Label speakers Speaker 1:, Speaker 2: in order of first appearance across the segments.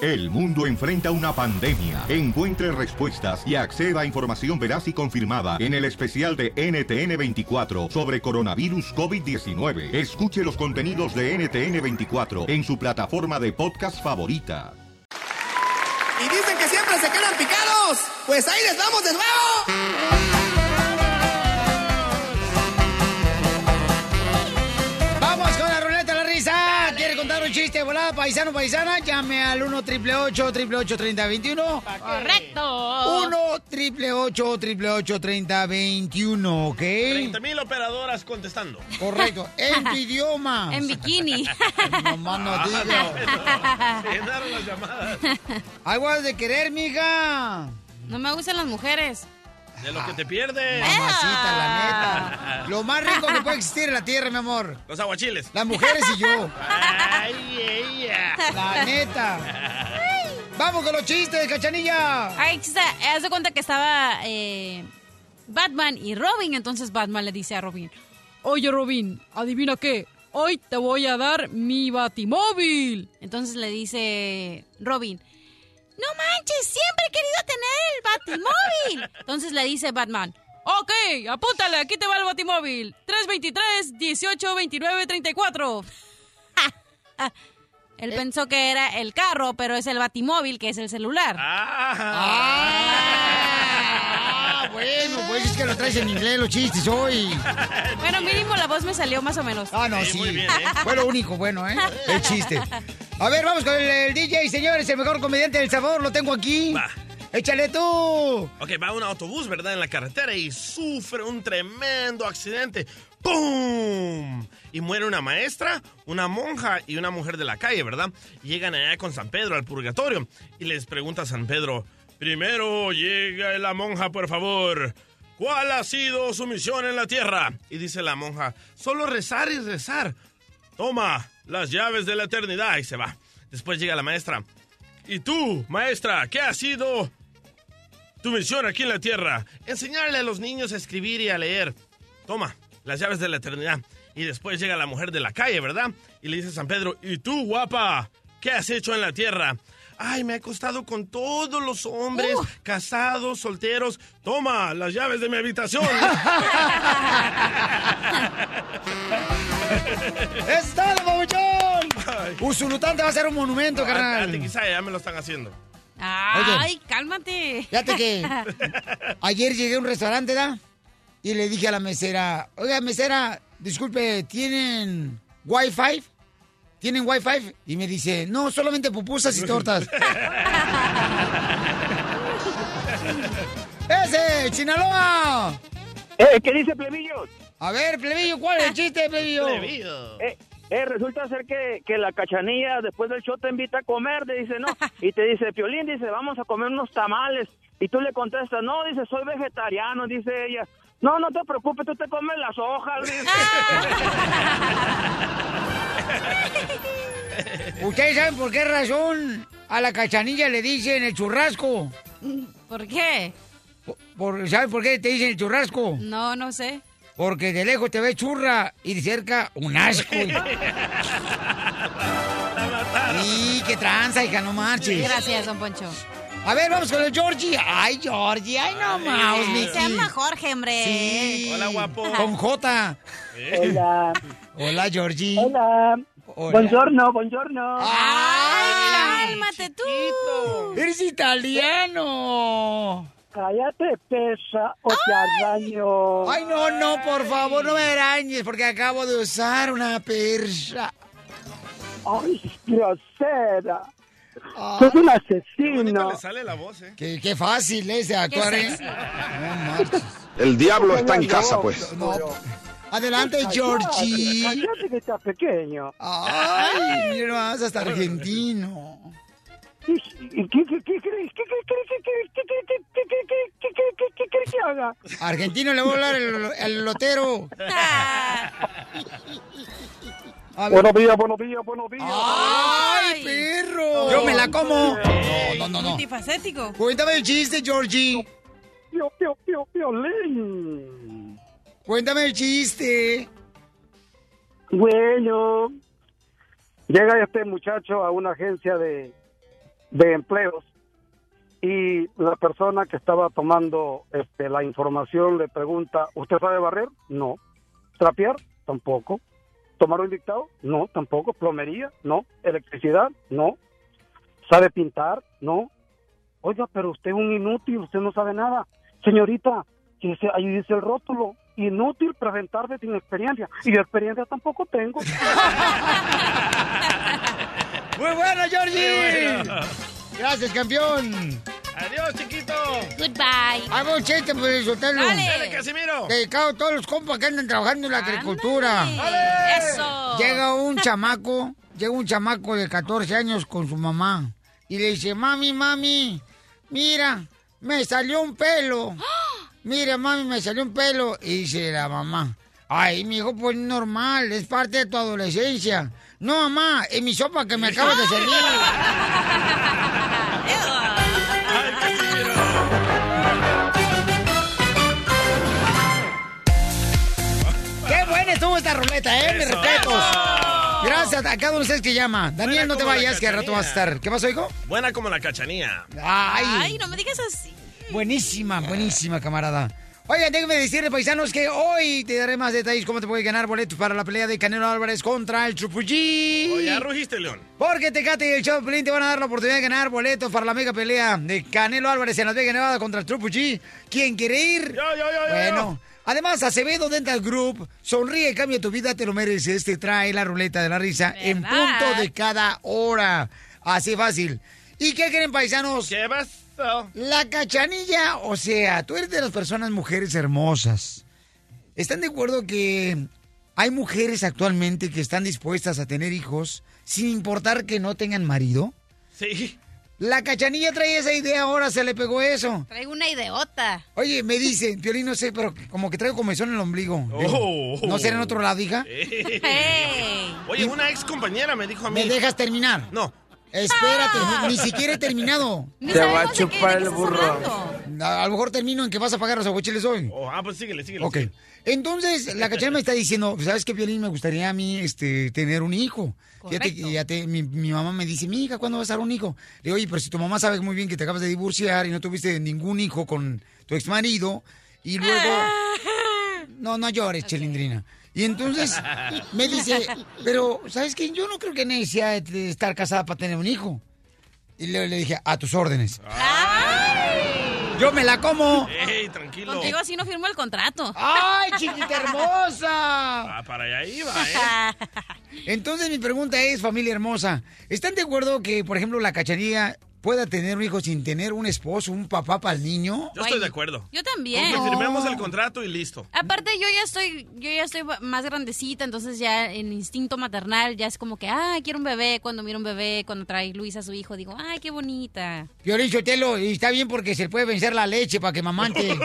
Speaker 1: El mundo enfrenta una pandemia. Encuentre respuestas y acceda a información veraz y confirmada en el especial de NTN24 sobre coronavirus COVID-19. Escuche los contenidos de NTN24 en su plataforma de podcast favorita.
Speaker 2: Y dicen que siempre se quedan picados. Pues ahí les vamos de nuevo.
Speaker 3: Vamos con la ruleta de la risa. ¿Quiere contar un chiste volada, paisano, paisana? Llame al 1 888 3021
Speaker 4: Correcto.
Speaker 3: 1 888 3021 ¿ok?
Speaker 5: 30 mil operadoras contestando.
Speaker 3: Correcto. En tu idioma.
Speaker 4: En bikini.
Speaker 3: no más no digo.
Speaker 5: Ah, no, llenaron las llamadas.
Speaker 3: Algo has de querer, mija.
Speaker 4: No me gustan las mujeres.
Speaker 5: De lo que te pierdes.
Speaker 3: Mamacita, la neta. Lo más rico que puede existir en la tierra, mi amor.
Speaker 5: Los aguachiles.
Speaker 3: Las mujeres y yo.
Speaker 5: Ay, ella.
Speaker 3: La neta. Vamos con los chistes, cachanilla.
Speaker 4: Ay, chista, haz de cuenta que estaba eh, Batman y Robin. Entonces Batman le dice a Robin: Oye, Robin, adivina qué. Hoy te voy a dar mi batimóvil. Entonces le dice Robin: No manches, siempre he querido tener el batimóvil. Entonces le dice Batman: Ok, apúntale, aquí te va el batimóvil. 323 18 29 34. Ja, ja. Él eh. pensó que era el carro, pero es el batimóvil, que es el celular.
Speaker 3: Ah, ah, ah bueno, pues es que lo traes en inglés los chistes hoy.
Speaker 4: Bueno, mínimo la voz me salió más o menos.
Speaker 3: Ah, no, sí. sí. Muy bien, ¿eh? Fue lo único bueno, ¿eh? El chiste. A ver, vamos con el, el DJ, señores, el mejor comediante del sabor, lo tengo aquí.
Speaker 5: Va.
Speaker 3: ¡Échale tú!
Speaker 5: Ok, va un autobús, ¿verdad? En la carretera y sufre un tremendo accidente. ¡Pum! Y muere una maestra, una monja y una mujer de la calle, ¿verdad? Llegan allá con San Pedro al purgatorio y les pregunta a San Pedro, primero llega la monja, por favor. ¿Cuál ha sido su misión en la tierra? Y dice la monja, solo rezar y rezar. Toma las llaves de la eternidad y se va. Después llega la maestra. ¿Y tú, maestra, qué ha sido tu misión aquí en la Tierra? Enseñarle a los niños a escribir y a leer. Toma, las llaves de la eternidad. Y después llega la mujer de la calle, ¿verdad? Y le dice a San Pedro, ¿y tú, guapa? ¿Qué has hecho en la Tierra? Ay, me he acostado con todos los hombres, uh. casados, solteros. Toma, las llaves de mi habitación.
Speaker 3: ¡Está el babuchón! Usulután te va a hacer un monumento, no, carnal.
Speaker 5: quizá ya me lo están haciendo.
Speaker 4: Ay, Oye, cálmate.
Speaker 3: Fíjate que ayer llegué a un restaurante, ¿da? Y le dije a la mesera, oiga, mesera, disculpe, ¿tienen Wi-Fi? ¿Tienen Wi-Fi? Y me dice, no, solamente pupusas y tortas. ¡Ese, Chinaloa!
Speaker 6: Eh, ¿Qué dice Plebillos?
Speaker 3: A ver, Plebillo, ¿cuál es el chiste, Plebillo?
Speaker 5: Plebillo.
Speaker 4: Ah.
Speaker 6: Eh, eh, resulta ser que, que la cachanilla después del show te invita a comer, te dice no, y te dice, Piolín, dice, vamos a comer unos tamales. Y tú le contestas, no, dice, soy vegetariano, dice ella. No, no te preocupes, tú te comes las hojas, dice.
Speaker 3: ¿Ustedes saben por qué razón a la cachanilla le dicen el churrasco?
Speaker 4: ¿Por qué?
Speaker 3: Por, ¿Sabes por qué te dicen el churrasco?
Speaker 4: No, no sé.
Speaker 3: Porque de lejos te ve churra y de cerca un asco. y qué tranza, hija, no marches.
Speaker 4: Gracias, don Poncho.
Speaker 3: A ver, vamos con el Georgie. Ay, Georgie, ay, no más,
Speaker 4: Se llama Jorge, hombre.
Speaker 3: Sí.
Speaker 5: Hola, guapo.
Speaker 3: Con J.
Speaker 6: Hola.
Speaker 3: Hola, Georgie.
Speaker 6: Hola. Hola. Buongiorno, buongiorno.
Speaker 4: Ay, cálmate tú.
Speaker 3: Eres italiano
Speaker 6: cállate, pesa o te araño.
Speaker 3: Ay, no, no, por favor, no me arañes porque acabo de usar una persa.
Speaker 6: Ay, grosera. Ah. Soy un asesino.
Speaker 5: Qué le sale la
Speaker 6: pues,
Speaker 5: voz, ¿eh?
Speaker 3: Qué, qué fácil es de actuar, ¿eh?
Speaker 7: No, El diablo está en casa, pues.
Speaker 3: No. Adelante, cállate, Georgie.
Speaker 6: Cállate que estás pequeño.
Speaker 3: Ay, mira, hasta argentino.
Speaker 6: ¿Qué haga?
Speaker 3: Argentino le voy a hablar el, el lotero.
Speaker 6: Buenos días, buenos días, buenos días.
Speaker 3: ¡Ay, perro! Yo me la como. No, no, no. no.
Speaker 4: Multifacético.
Speaker 3: Cuéntame el chiste, Georgie.
Speaker 6: Pio, pio, pio, violín.
Speaker 3: Cuéntame el chiste.
Speaker 6: Bueno, llega este muchacho a una agencia de,
Speaker 8: de empleos y la persona que estaba tomando este, la información le pregunta, ¿usted sabe barrer? No. ¿Trapear? Tampoco. ¿Tomar un dictado? No, tampoco. ¿Plomería? No. ¿Electricidad? No. ¿Sabe pintar? No. Oiga, pero usted es un inútil, usted no sabe nada. Señorita, que dice- ahí dice el rótulo, inútil presentarse sin experiencia. Y yo experiencia tampoco tengo.
Speaker 3: ¡Muy bueno, Georgie! Gracias, campeón.
Speaker 5: Adiós, chiquito.
Speaker 4: Goodbye.
Speaker 3: Hago un chiste por el sotelo.
Speaker 4: Dale.
Speaker 5: Dale, Casimiro.
Speaker 3: Dedicado a todos los compas que andan trabajando en la agricultura.
Speaker 4: Eso.
Speaker 3: Llega un chamaco, llega un chamaco de 14 años con su mamá y le dice, mami, mami, mira, me salió un pelo. Mira, mami, me salió un pelo. Y dice la mamá, ay, mi hijo, pues normal, es parte de tu adolescencia. No, mamá, es mi sopa que me acaba de salir. ¡Qué buena estuvo esta ruleta, eh! ¡Mis
Speaker 5: Eso.
Speaker 3: respetos! Gracias a cada uno de ustedes que llama. Daniel,
Speaker 5: Buena
Speaker 3: no te
Speaker 5: como la
Speaker 3: vayas, que al rato vas a
Speaker 5: cachanilla.
Speaker 3: estar. ¿Qué pasó, hijo?
Speaker 5: Buena como la cachanía.
Speaker 4: Ay, no me digas así.
Speaker 3: Buenísima, buenísima, camarada. Oigan, déjenme decirles, paisanos, que hoy te daré más detalles cómo te puedes ganar boletos para la pelea de Canelo Álvarez contra el Chupuyí.
Speaker 5: Oye, arrujiste, León.
Speaker 3: Porque Tecate y el Chavo Pelín te van a dar la oportunidad de ganar boletos para la mega pelea de Canelo Álvarez en Las Vegas, Nevada contra el Chupuyí. ¿Quién quiere ir?
Speaker 5: Yo, yo, yo, yo.
Speaker 3: Bueno, además Acevedo Dental Group, sonríe, cambia tu vida, te lo mereces, te trae la ruleta de la risa en
Speaker 4: ¿Verdad?
Speaker 3: punto de cada hora. Así fácil. ¿Y qué quieren paisanos?
Speaker 5: ¿Qué pasó?
Speaker 3: La cachanilla, o sea, tú eres de las personas mujeres hermosas. ¿Están de acuerdo que hay mujeres actualmente que están dispuestas a tener hijos sin importar que no tengan marido?
Speaker 5: Sí.
Speaker 3: La cachanilla trae esa idea, ahora se le pegó eso.
Speaker 4: Traigo una ideota.
Speaker 3: Oye, me dicen, Piolín, no sé, pero como que traigo comezón en el ombligo.
Speaker 5: Oh.
Speaker 3: ¿No será en otro lado, hija?
Speaker 4: Hey.
Speaker 5: Oye, una ex compañera me dijo a mí.
Speaker 3: ¿Me dejas terminar?
Speaker 5: No.
Speaker 3: Espérate, ni siquiera he terminado.
Speaker 4: Ah. Ni
Speaker 7: Te va a
Speaker 4: sabemos de qué-
Speaker 7: chupar
Speaker 4: de qué
Speaker 7: el
Speaker 4: estás
Speaker 7: burro.
Speaker 4: hablando.
Speaker 3: A a lo mejor termino en que vas a pagar los aguachiles hoy.
Speaker 5: Oh, ah, pues síguele, síguele.
Speaker 3: Ok.
Speaker 5: síguele.
Speaker 3: Entonces, la cachera me está diciendo, ¿sabes qué, Violín? Me gustaría a mí este, tener un hijo. Fíjate que
Speaker 4: Correcto.
Speaker 3: ya te- mi, mi mamá me dice, mi hija, ¿cuándo vas a dar un hijo? Le digo, oye, pero si tu mamá sabe muy bien que te acabas de divorciar y no tuviste ningún hijo con tu exmarido, y luego... No, no llores, Chelindrina. Y entonces me dice, pero, ¿sabes qué? Yo no creo que necesidad de estar casada para tener un hijo. Y le, le dije, a tus órdenes. Yo me la como.
Speaker 5: Ey, tranquilo.
Speaker 4: Contigo así no firmo el contrato.
Speaker 3: ¡Ay, chiquita hermosa!
Speaker 5: Ah, para allá iba, ¿eh?
Speaker 3: Entonces mi pregunta es, familia hermosa, ¿están de acuerdo que, por ejemplo, la cachanilla pueda tener un hijo sin tener un esposo, un papá para el niño?
Speaker 5: Yo estoy de acuerdo.
Speaker 4: Yo también.
Speaker 5: Con que firmemos el contrato y listo.
Speaker 4: Aparte yo ya estoy, yo ya estoy más grandecita, entonces ya en instinto maternal ya es como que, ah, quiero un bebé. Cuando miro un bebé, cuando trae Luis a su hijo, digo, ay, qué bonita.
Speaker 3: Piolín Chotelo, y está bien porque se puede vencer la leche para que mamante.
Speaker 4: ¡Eh!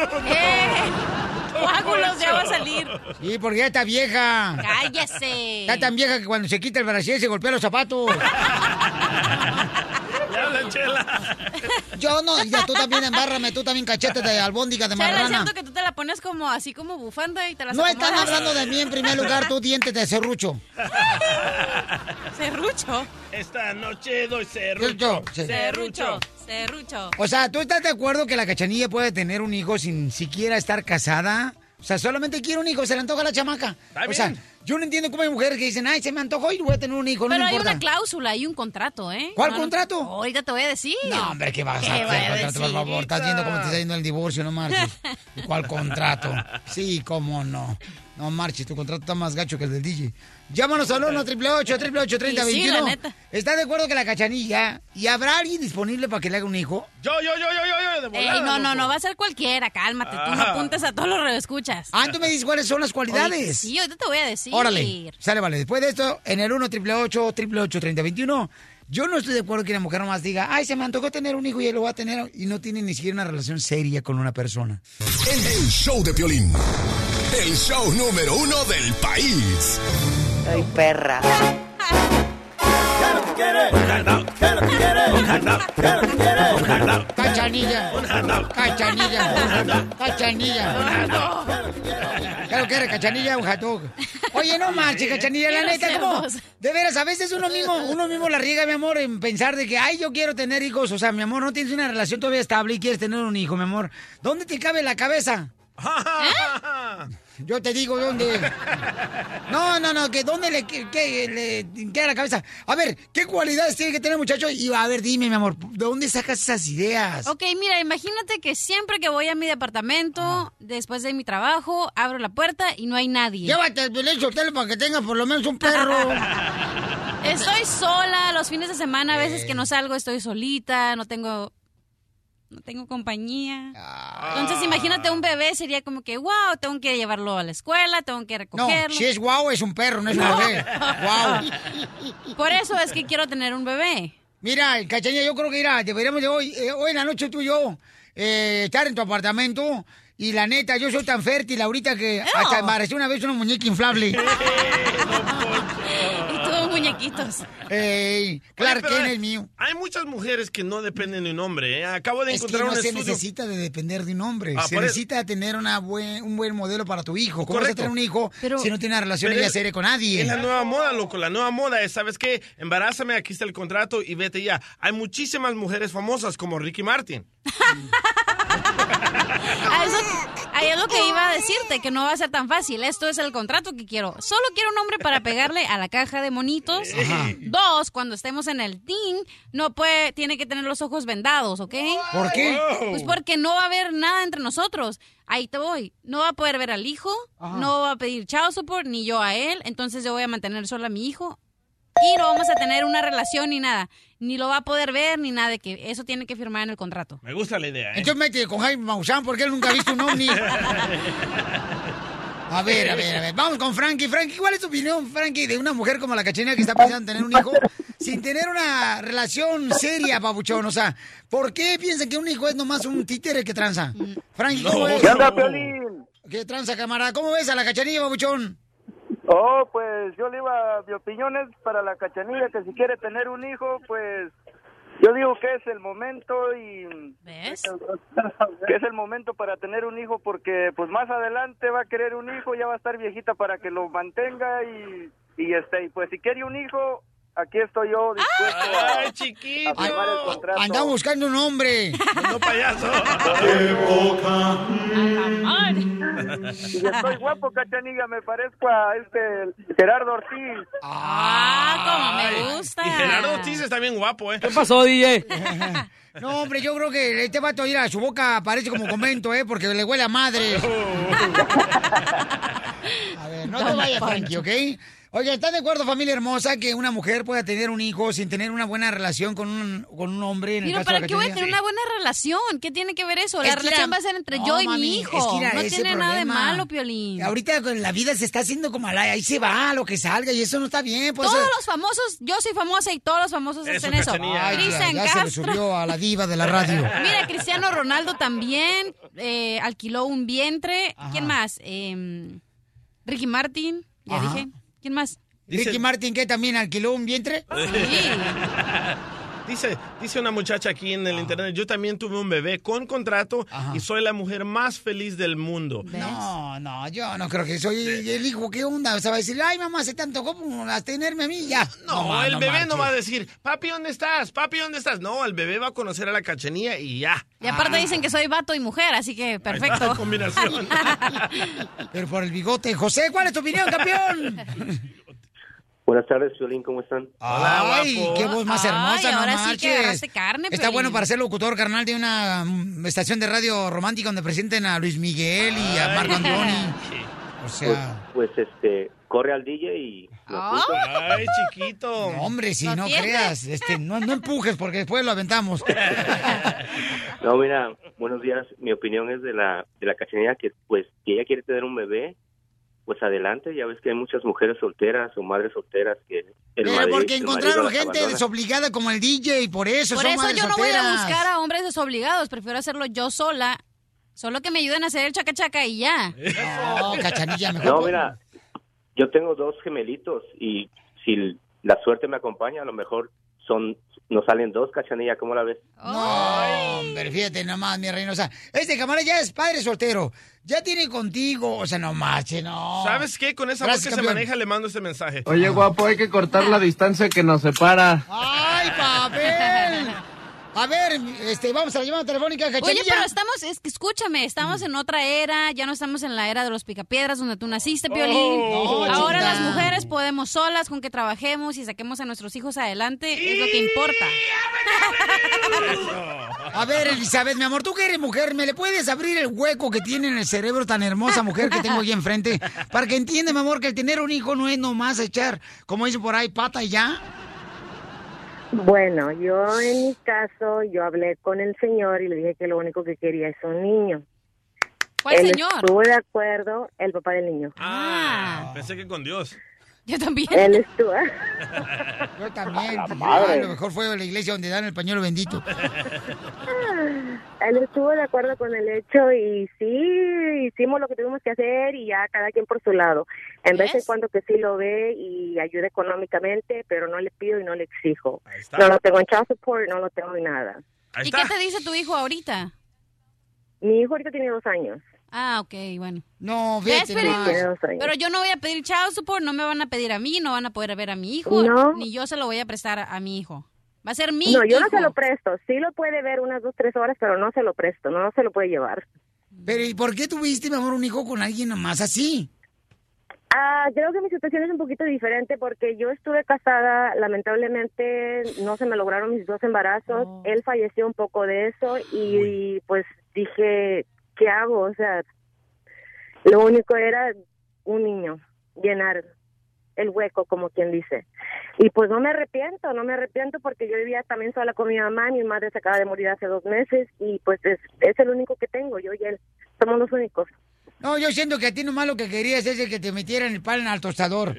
Speaker 4: Coágulos, ya va a salir.
Speaker 3: Y porque ya está vieja.
Speaker 4: Cállese.
Speaker 3: Está tan vieja que cuando se quita el brasier se golpea los zapatos.
Speaker 5: Le hablan, Chela.
Speaker 3: Yo no, ya tú también embárrame, tú también cachete de albóndiga de
Speaker 4: Chela,
Speaker 3: marrana.
Speaker 4: siento que tú te la pones como así como bufanda y te la
Speaker 3: No están hablando de mí en primer lugar, tú dientes de serrucho.
Speaker 4: Cerrucho.
Speaker 5: Esta noche doy cerrucho.
Speaker 3: ¿Cierto? Sí.
Speaker 4: Cerrucho. Cerrucho.
Speaker 3: O sea, ¿tú estás de acuerdo que la cachanilla puede tener un hijo sin siquiera estar casada? O sea, solamente quiere un hijo, se le antoja a la chamaca.
Speaker 5: Está
Speaker 3: O sea,
Speaker 5: bien.
Speaker 3: yo no entiendo cómo hay mujeres que dicen, ay, se me antojó y voy a tener un hijo, no
Speaker 4: Pero
Speaker 3: me
Speaker 4: hay
Speaker 3: importa.
Speaker 4: una cláusula, hay un contrato, ¿eh?
Speaker 3: ¿Cuál
Speaker 4: No, no-
Speaker 3: contrato?
Speaker 4: Ahorita te voy a decir.
Speaker 3: no, hombre, ¿qué vas a
Speaker 4: ¿Qué
Speaker 3: hacer?
Speaker 4: voy a
Speaker 3: contrato, por
Speaker 4: decir?
Speaker 3: favor, estás viendo cómo te está yendo el divorcio, no marches. ¿Cuál contrato? Sí, cómo no. No marches, tu contrato está más gacho que el del DJ. Llámanos al 1 888 888
Speaker 4: Y sí,
Speaker 3: 3021
Speaker 4: la neta.
Speaker 3: ¿Estás de acuerdo que la cachanilla? ¿Y habrá alguien disponible para que le haga un hijo?
Speaker 5: Yo, yo, yo, yo, yo, yo, de
Speaker 4: Ey,
Speaker 5: volada,
Speaker 4: Eh, no, no,
Speaker 5: loco.
Speaker 4: no, va a ser cualquiera, cálmate. Tú no
Speaker 5: Ah.
Speaker 4: apuntes a todos los radioescuchas.
Speaker 3: Ah, tú me dices cuáles son las
Speaker 4: Ahorita
Speaker 3: cualidades.
Speaker 4: Sí, ahorita te voy a decir.
Speaker 3: Órale, sale, vale. Después de esto, en el 1 888 3021 yo no estoy de acuerdo que la mujer nomás diga, ay, se me antojó tener un hijo y él lo va a tener, y no tiene ni siquiera una relación seria con una persona.
Speaker 9: El, el show de Piolín. El show número uno del país.
Speaker 10: Soy perra.
Speaker 5: No, no.
Speaker 3: Cachanilla. Cachanilla. Cachanilla. Claro que era cachanilla un hot dog. Oye, no marches, cachanilla, la
Speaker 4: Qué
Speaker 3: neta, ¿cómo?
Speaker 4: groseros.
Speaker 3: De veras, a veces uno mismo, uno mismo la riega, mi amor, en pensar de que, ay, yo quiero tener hijos. O sea, mi amor, no tienes una relación todavía estable y quieres tener un hijo, mi amor. ¿Dónde te cabe la cabeza? Yo te digo dónde. No, no, no, que dónde le, que, que le queda la cabeza. A ver, ¿qué cualidades tiene que tener el muchacho? Y a ver, dime, mi amor, ¿de dónde sacas esas ideas?
Speaker 4: Ok, mira, imagínate que siempre que voy a mi departamento, después de mi trabajo, abro la puerta y no hay nadie.
Speaker 3: Llévate el Piolín Sotelo para que tenga por lo menos un perro.
Speaker 4: Estoy sola los fines de semana, a veces
Speaker 3: Eh.
Speaker 4: que no salgo estoy solita, no tengo no tengo compañía.
Speaker 3: Ah.
Speaker 4: Entonces imagínate un bebé sería como que, wow, tengo que llevarlo a la escuela, tengo que
Speaker 3: No,
Speaker 4: recogerlo.
Speaker 3: si es guau, es un perro, no es un
Speaker 4: No.
Speaker 3: bebé. Guau.
Speaker 4: Por eso es que quiero tener un bebé.
Speaker 3: Mira, Cachaña, yo creo que irá, deberíamos de hoy, eh, hoy en la noche tú y yo, eh, estar en tu apartamento. Y la neta, yo soy tan fértil ahorita que hasta embaracé una vez una muñeca inflable.
Speaker 4: Y todos muñequitos.
Speaker 3: Ey, Clark
Speaker 5: Oye, Ah. pero
Speaker 3: Kent
Speaker 5: hay-
Speaker 3: es mío.
Speaker 5: Hay muchas mujeres que no dependen de un hombre. ¿eh? Acabo de
Speaker 3: Es que
Speaker 5: encontrar
Speaker 3: no
Speaker 5: un
Speaker 3: se
Speaker 5: estudio.
Speaker 3: necesita de depender de un hombre.
Speaker 5: Ah,
Speaker 3: se
Speaker 5: por eso-
Speaker 3: necesita tener una buen, un buen modelo para tu hijo. ¿Cómo vas a
Speaker 5: Correcto.
Speaker 3: tener un hijo si no tiene una relación
Speaker 5: Pero
Speaker 3: ella
Speaker 5: es-
Speaker 3: seria con nadie?
Speaker 5: Es la nueva moda, loco. La nueva moda es, ¿sabes qué? Embarázame, aquí está el contrato y vete ya. Hay muchísimas mujeres famosas como Ricky Martin.
Speaker 4: A eso, a es lo que iba a decirte, que no va a ser tan fácil. Esto es el contrato que quiero. Solo quiero un hombre para pegarle a la caja de monitos.
Speaker 3: Ajá.
Speaker 4: Dos, cuando estemos en el team, no puede, tiene que tener los ojos vendados, ¿ok?
Speaker 3: ¿Por qué?
Speaker 4: Pues porque no va a haber nada entre nosotros. Ahí te voy. No va a poder ver al hijo,
Speaker 3: Ajá.
Speaker 4: no va a pedir chao support, ni yo a él. Entonces yo voy a mantener solo a mi hijo. Y no vamos a tener una relación ni nada. Ni lo va a poder ver, ni nada de que eso tiene que firmar en el contrato.
Speaker 5: Me gusta la idea. ¿eh?
Speaker 3: Entonces mete con Jaime Maussan porque él nunca ha visto un ovni. A ver, a ver, a ver. Vamos con Frankie. Frankie, ¿cuál es tu opinión, Frankie, de una mujer como la cachena que está pensando en tener un hijo sin tener una relación seria, papuchón? O sea, ¿por qué piensan que un hijo es nomás un títere que tranza? Frankie, ¿cómo
Speaker 7: No.
Speaker 3: ves?
Speaker 7: ¿Qué onda, Piolín?
Speaker 3: ¿Qué tranza, camarada? ¿Cómo ves a la cachanilla, papuchón?
Speaker 7: Oh, pues yo le iba, mi opinión es para la cachanilla que si quiere tener un hijo, pues yo digo que es el momento y
Speaker 4: ¿Ves?
Speaker 7: que es el momento para tener un hijo porque pues más adelante va a querer un hijo, ya va a estar viejita para que lo mantenga y, y este, y pues si quiere un hijo, aquí estoy yo dispuesto a-
Speaker 5: ¡Ay, chiquito!
Speaker 7: a firmar el contrato.
Speaker 3: Andamos buscando un hombre.
Speaker 5: ¡No, payaso!
Speaker 7: Y estoy guapo, cachanilla, me parezco a este Gerardo Ortiz.
Speaker 4: Ah, como me
Speaker 5: Ay,
Speaker 4: gusta.
Speaker 5: Y Gerardo Ortiz está bien guapo, ¿eh?
Speaker 10: pasó, DJ?
Speaker 3: No, hombre, yo creo que este vato, mira, su boca parece como convento, ¿eh? Porque le huele a madre. A ver, no te
Speaker 4: Don
Speaker 3: vayas, Frankie,
Speaker 4: Poncho.
Speaker 3: ¿ok? Oye, ¿están de acuerdo, familia hermosa, que una mujer pueda tener un hijo sin tener una buena relación con un, con un hombre? En el
Speaker 4: Pero
Speaker 3: caso de
Speaker 4: ¿para
Speaker 3: la
Speaker 4: qué voy a
Speaker 3: Cachanilla?
Speaker 4: tener una buena relación? ¿Qué tiene que ver eso? La
Speaker 3: Es que
Speaker 4: relación
Speaker 3: era-
Speaker 4: va a ser entre
Speaker 3: No,
Speaker 4: yo y
Speaker 3: mami,
Speaker 4: mi hijo.
Speaker 3: es que era
Speaker 4: no
Speaker 3: ese
Speaker 4: tiene nada de
Speaker 3: problema.
Speaker 4: malo, Piolín.
Speaker 3: Ahorita con la vida se está haciendo como a la... Ahí se va lo que salga y eso no está bien. pues, eh. Por eso-
Speaker 4: Todos los famosos, yo soy famosa y todos los famosos
Speaker 5: Eso,
Speaker 4: hacen eso.
Speaker 5: Cachanilla.
Speaker 3: Ay, ya,
Speaker 4: Cristian
Speaker 3: ya se le
Speaker 4: Castro.
Speaker 3: subió a la diva de la radio.
Speaker 4: Mira, Cristiano Ronaldo también eh, alquiló un vientre. ¿Quién más? Eh, Ricky Martin, ya
Speaker 3: Ajá.
Speaker 4: dije. ¿Quién más?
Speaker 5: Dice-
Speaker 3: Ricky Martin, que también alquiló un vientre.
Speaker 4: Sí.
Speaker 5: Dice, dice una muchacha aquí en el internet, yo también tuve un bebé con contrato
Speaker 3: Ajá.
Speaker 5: y soy la mujer más feliz del mundo.
Speaker 4: ¿Ves?
Speaker 3: No, no, yo no creo que soy el hijo. ¿Qué onda? O sea, va a decir, ay, mamá, se te antojó como a tenerme a mí ya.
Speaker 5: No, el bebé no va a
Speaker 3: marches.
Speaker 5: decir, papi, ¿dónde estás? Papi, ¿dónde estás? No, el bebé va a conocer a la cachenía y ya.
Speaker 4: Y
Speaker 3: Ah.
Speaker 4: aparte dicen que soy vato y mujer, así que perfecto.
Speaker 5: Esta combinación.
Speaker 3: Pero por el bigote. José, ¿cuál es tu opinión, campeón?
Speaker 11: Buenas tardes, Violín, ¿cómo están?
Speaker 5: Hola,
Speaker 3: ay,
Speaker 5: guapo.
Speaker 3: qué voz más
Speaker 4: Ay,
Speaker 3: hermosa, no
Speaker 4: ahora sí que
Speaker 3: marches.
Speaker 4: agarraste carne,
Speaker 3: Está
Speaker 4: Piolín.
Speaker 3: bueno para ser locutor, carnal, de una mm, estación de radio romántica donde presenten a Luis Miguel y a Marco Antonio. O sea,
Speaker 11: Pues, pues, este, corre al DJ y... lo
Speaker 4: Ah.
Speaker 11: apunto.
Speaker 5: Ay, chiquito.
Speaker 3: hombre, si
Speaker 4: ¿Lo
Speaker 3: no
Speaker 4: tiene?
Speaker 3: creas, este, no, no empujes porque después lo aventamos.
Speaker 11: No, mira, buenos días. Mi opinión es de la, de la cachanilla que, pues, si ella quiere tener un bebé, pues adelante. Ya ves que hay muchas mujeres solteras o madres solteras que... El
Speaker 3: Pero
Speaker 11: marido-
Speaker 3: porque
Speaker 11: el marido
Speaker 3: encontraron
Speaker 11: las
Speaker 3: gente
Speaker 11: abandona.
Speaker 3: desobligada como el DJ, por eso
Speaker 4: Por
Speaker 3: son
Speaker 4: eso
Speaker 3: madres
Speaker 4: yo no voy a
Speaker 3: solteras.
Speaker 4: buscar a hombres desobligados, prefiero hacerlo yo sola. Solo que me ayuden a hacer el chaca chaca y ya.
Speaker 3: No, cachanilla, mejor.
Speaker 11: No,
Speaker 3: pon-
Speaker 11: mira, yo tengo dos gemelitos y si la suerte me acompaña, a lo mejor son nos salen dos cachanillas, ¿cómo la ves?
Speaker 3: No, hombre, fíjate nomás, mi reina. O sea, este camarada ya es padre soltero. Ya tiene contigo. O sea, no marche, no.
Speaker 5: ¿Sabes qué? Con esa voz que se maneja le mando este mensaje.
Speaker 10: Oye, guapo, hay que cortar la distancia que nos separa.
Speaker 3: ¡Ay, papel! A ver, este, vamos a la llamada telefónica,
Speaker 4: Oye,
Speaker 3: Cachanilla.
Speaker 4: pero estamos, es que escúchame, estamos en otra era, ya no estamos en la era de los picapiedras donde tú naciste, Piolín.
Speaker 3: Oh, no,
Speaker 4: Ahora
Speaker 3: chingada.
Speaker 4: las mujeres podemos solas, con que trabajemos y saquemos a nuestros hijos adelante, es lo que importa.
Speaker 3: A ver, Elizabeth, mi amor, tú que eres mujer, ¿me le puedes abrir el hueco que tiene en el cerebro tan hermosa mujer que tengo aquí enfrente? Para que entienda, mi amor, que el tener un hijo no es nomás echar, como dice por ahí, pata y ya.
Speaker 12: Bueno, yo en mi caso, yo hablé con el señor y le dije que lo único que quería es un niño.
Speaker 4: ¿Cuál
Speaker 12: Él
Speaker 4: señor?
Speaker 12: Estuvo de acuerdo, el papá del niño.
Speaker 5: Ah, pensé que con Dios.
Speaker 4: Yo también.
Speaker 12: Él estuvo.
Speaker 3: Yo también.
Speaker 12: A la
Speaker 3: A
Speaker 12: madre.
Speaker 3: lo mejor fue a la iglesia donde dan el pañuelo bendito.
Speaker 12: Él estuvo de acuerdo con el hecho y sí, hicimos lo que tuvimos que hacer y ya cada quien por su lado. En vez en cuando que sí lo ve y ayuda económicamente, pero no le pido y no le exijo.
Speaker 4: está.
Speaker 12: No lo tengo en child support, no lo tengo en nada.
Speaker 4: ¿Y qué te dice tu hijo ahorita?
Speaker 12: Mi hijo ahorita tiene dos años.
Speaker 4: Ah, ok, bueno.
Speaker 3: No,
Speaker 12: fíjate nomás. Tiene dos años.
Speaker 4: Pero yo no voy a pedir child support, no me van a pedir a mí, no van a poder ver a mi hijo,
Speaker 12: No.
Speaker 4: ni yo se lo voy a prestar a, a mi hijo. Va a ser mi
Speaker 12: no, yo no
Speaker 4: hijo.
Speaker 12: se lo presto. Sí lo puede ver unas dos, tres horas, pero no se lo presto. No se lo puede llevar.
Speaker 3: Pero, ¿y por qué tuviste, mi amor, un hijo con alguien nomás así?
Speaker 12: Ah, creo que mi situación es un poquito diferente porque yo estuve casada, lamentablemente no se me lograron mis dos embarazos, él falleció un poco de eso y, pues dije, ¿qué hago? O sea, lo único era un niño, llenar el hueco, como quien dice. Y pues no me arrepiento, no me arrepiento porque yo vivía también sola con mi mamá, mi madre se acaba de morir hace dos meses y pues es, es el único que tengo, yo y él, somos los únicos.
Speaker 3: No, yo siento que a ti nomás lo que querías es el que te metieran el pan al tostador.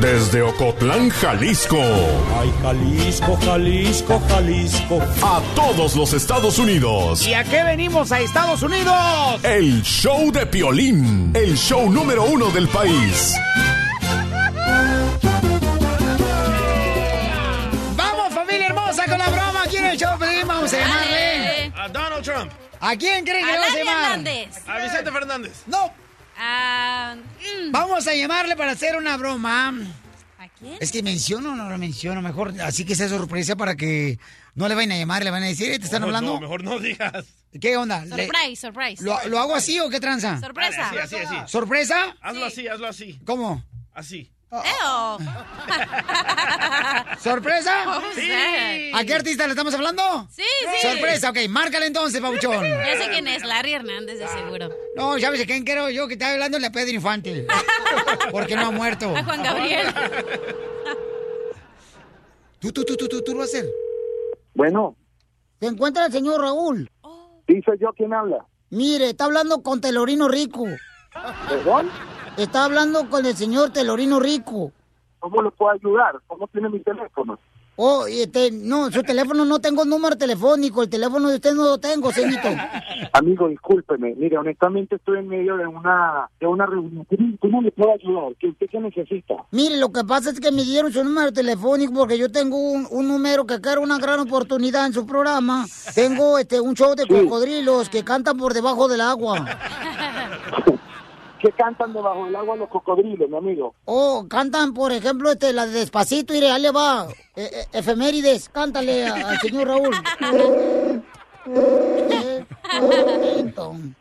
Speaker 9: Desde Ocotlán, Jalisco. Ay, Jalisco, Jalisco, Jalisco. A todos los Estados Unidos.
Speaker 3: ¿Y a qué venimos a Estados Unidos?
Speaker 9: El show de Piolín, el show número uno del país.
Speaker 3: ¡Vamos, familia hermosa, con la broma! ¿Quién es el show? Pelín? Vamos a llamarle.
Speaker 5: A Donald Trump.
Speaker 3: ¿A quién creen que
Speaker 5: A
Speaker 3: le vas a
Speaker 5: Dani
Speaker 3: llamar?
Speaker 5: Hernández. Ah, A Vicente Fernández.
Speaker 3: ¡No! Vamos a llamarle para hacer una broma.
Speaker 4: Mm. ¿A quién?
Speaker 3: Es que menciono o no lo menciono, mejor así que sea sorpresa para que no le vayan a llamar, le van a decir, "Eh, ¿te están
Speaker 5: Oh,
Speaker 3: hablando?
Speaker 5: no, mejor no digas.
Speaker 3: ¿Qué onda? Le-
Speaker 4: Surprise, surprise.
Speaker 3: ¿Lo, lo hago así o qué tranza?
Speaker 4: Sorpresa.
Speaker 5: Así, así, así.
Speaker 3: ¿Sorpresa?
Speaker 5: Hazlo así, hazlo así.
Speaker 3: ¿Cómo?
Speaker 5: Así.
Speaker 4: Eo.
Speaker 3: ¿Sorpresa?
Speaker 4: Oh, sí.
Speaker 3: ¿A qué artista le estamos hablando?
Speaker 4: Sí, sí.
Speaker 3: Sorpresa, ok, márcale entonces, Pauchón.
Speaker 4: Ya sé quién es, Larry Hernández, de seguro.
Speaker 3: No, ¿sabes a quién quiero yo que estaba hablando? a Pedro Infante. Porque no ha muerto.
Speaker 4: A Juan Gabriel.
Speaker 3: Tú, tú, tú, tú, tú, tú lo vas a hacer.
Speaker 13: Bueno,
Speaker 3: ¿Se encuentra el señor Raúl?
Speaker 13: sí soy yo quien habla.
Speaker 3: Mire, está hablando con Telorino Rico.
Speaker 13: ¿Perdón?
Speaker 3: Está hablando con el señor Telorino Rico.
Speaker 13: ¿Cómo lo puedo ayudar? ¿Cómo tiene mi teléfono?
Speaker 3: Oh, este, no, su teléfono no tengo número telefónico, el teléfono de usted no lo tengo, señorito.
Speaker 13: Amigo, discúlpeme. Mire, honestamente estoy en medio de una de una reunión. ¿Cómo- ¿Cómo le puedo ayudar? ¿Qué usted qué necesita?
Speaker 3: Mire, lo que pasa es que me dieron su número telefónico porque yo tengo un, un número que quiero una gran oportunidad en su programa. Tengo este un show de cocodrilos que cantan por debajo del agua.
Speaker 13: ¿Qué cantan debajo del agua los cocodrilos, mi amigo?
Speaker 3: Oh, cantan, por ejemplo, este, la de Despacito, y ahí le va. Eh, eh, efemérides, cántale a- al señor Raúl.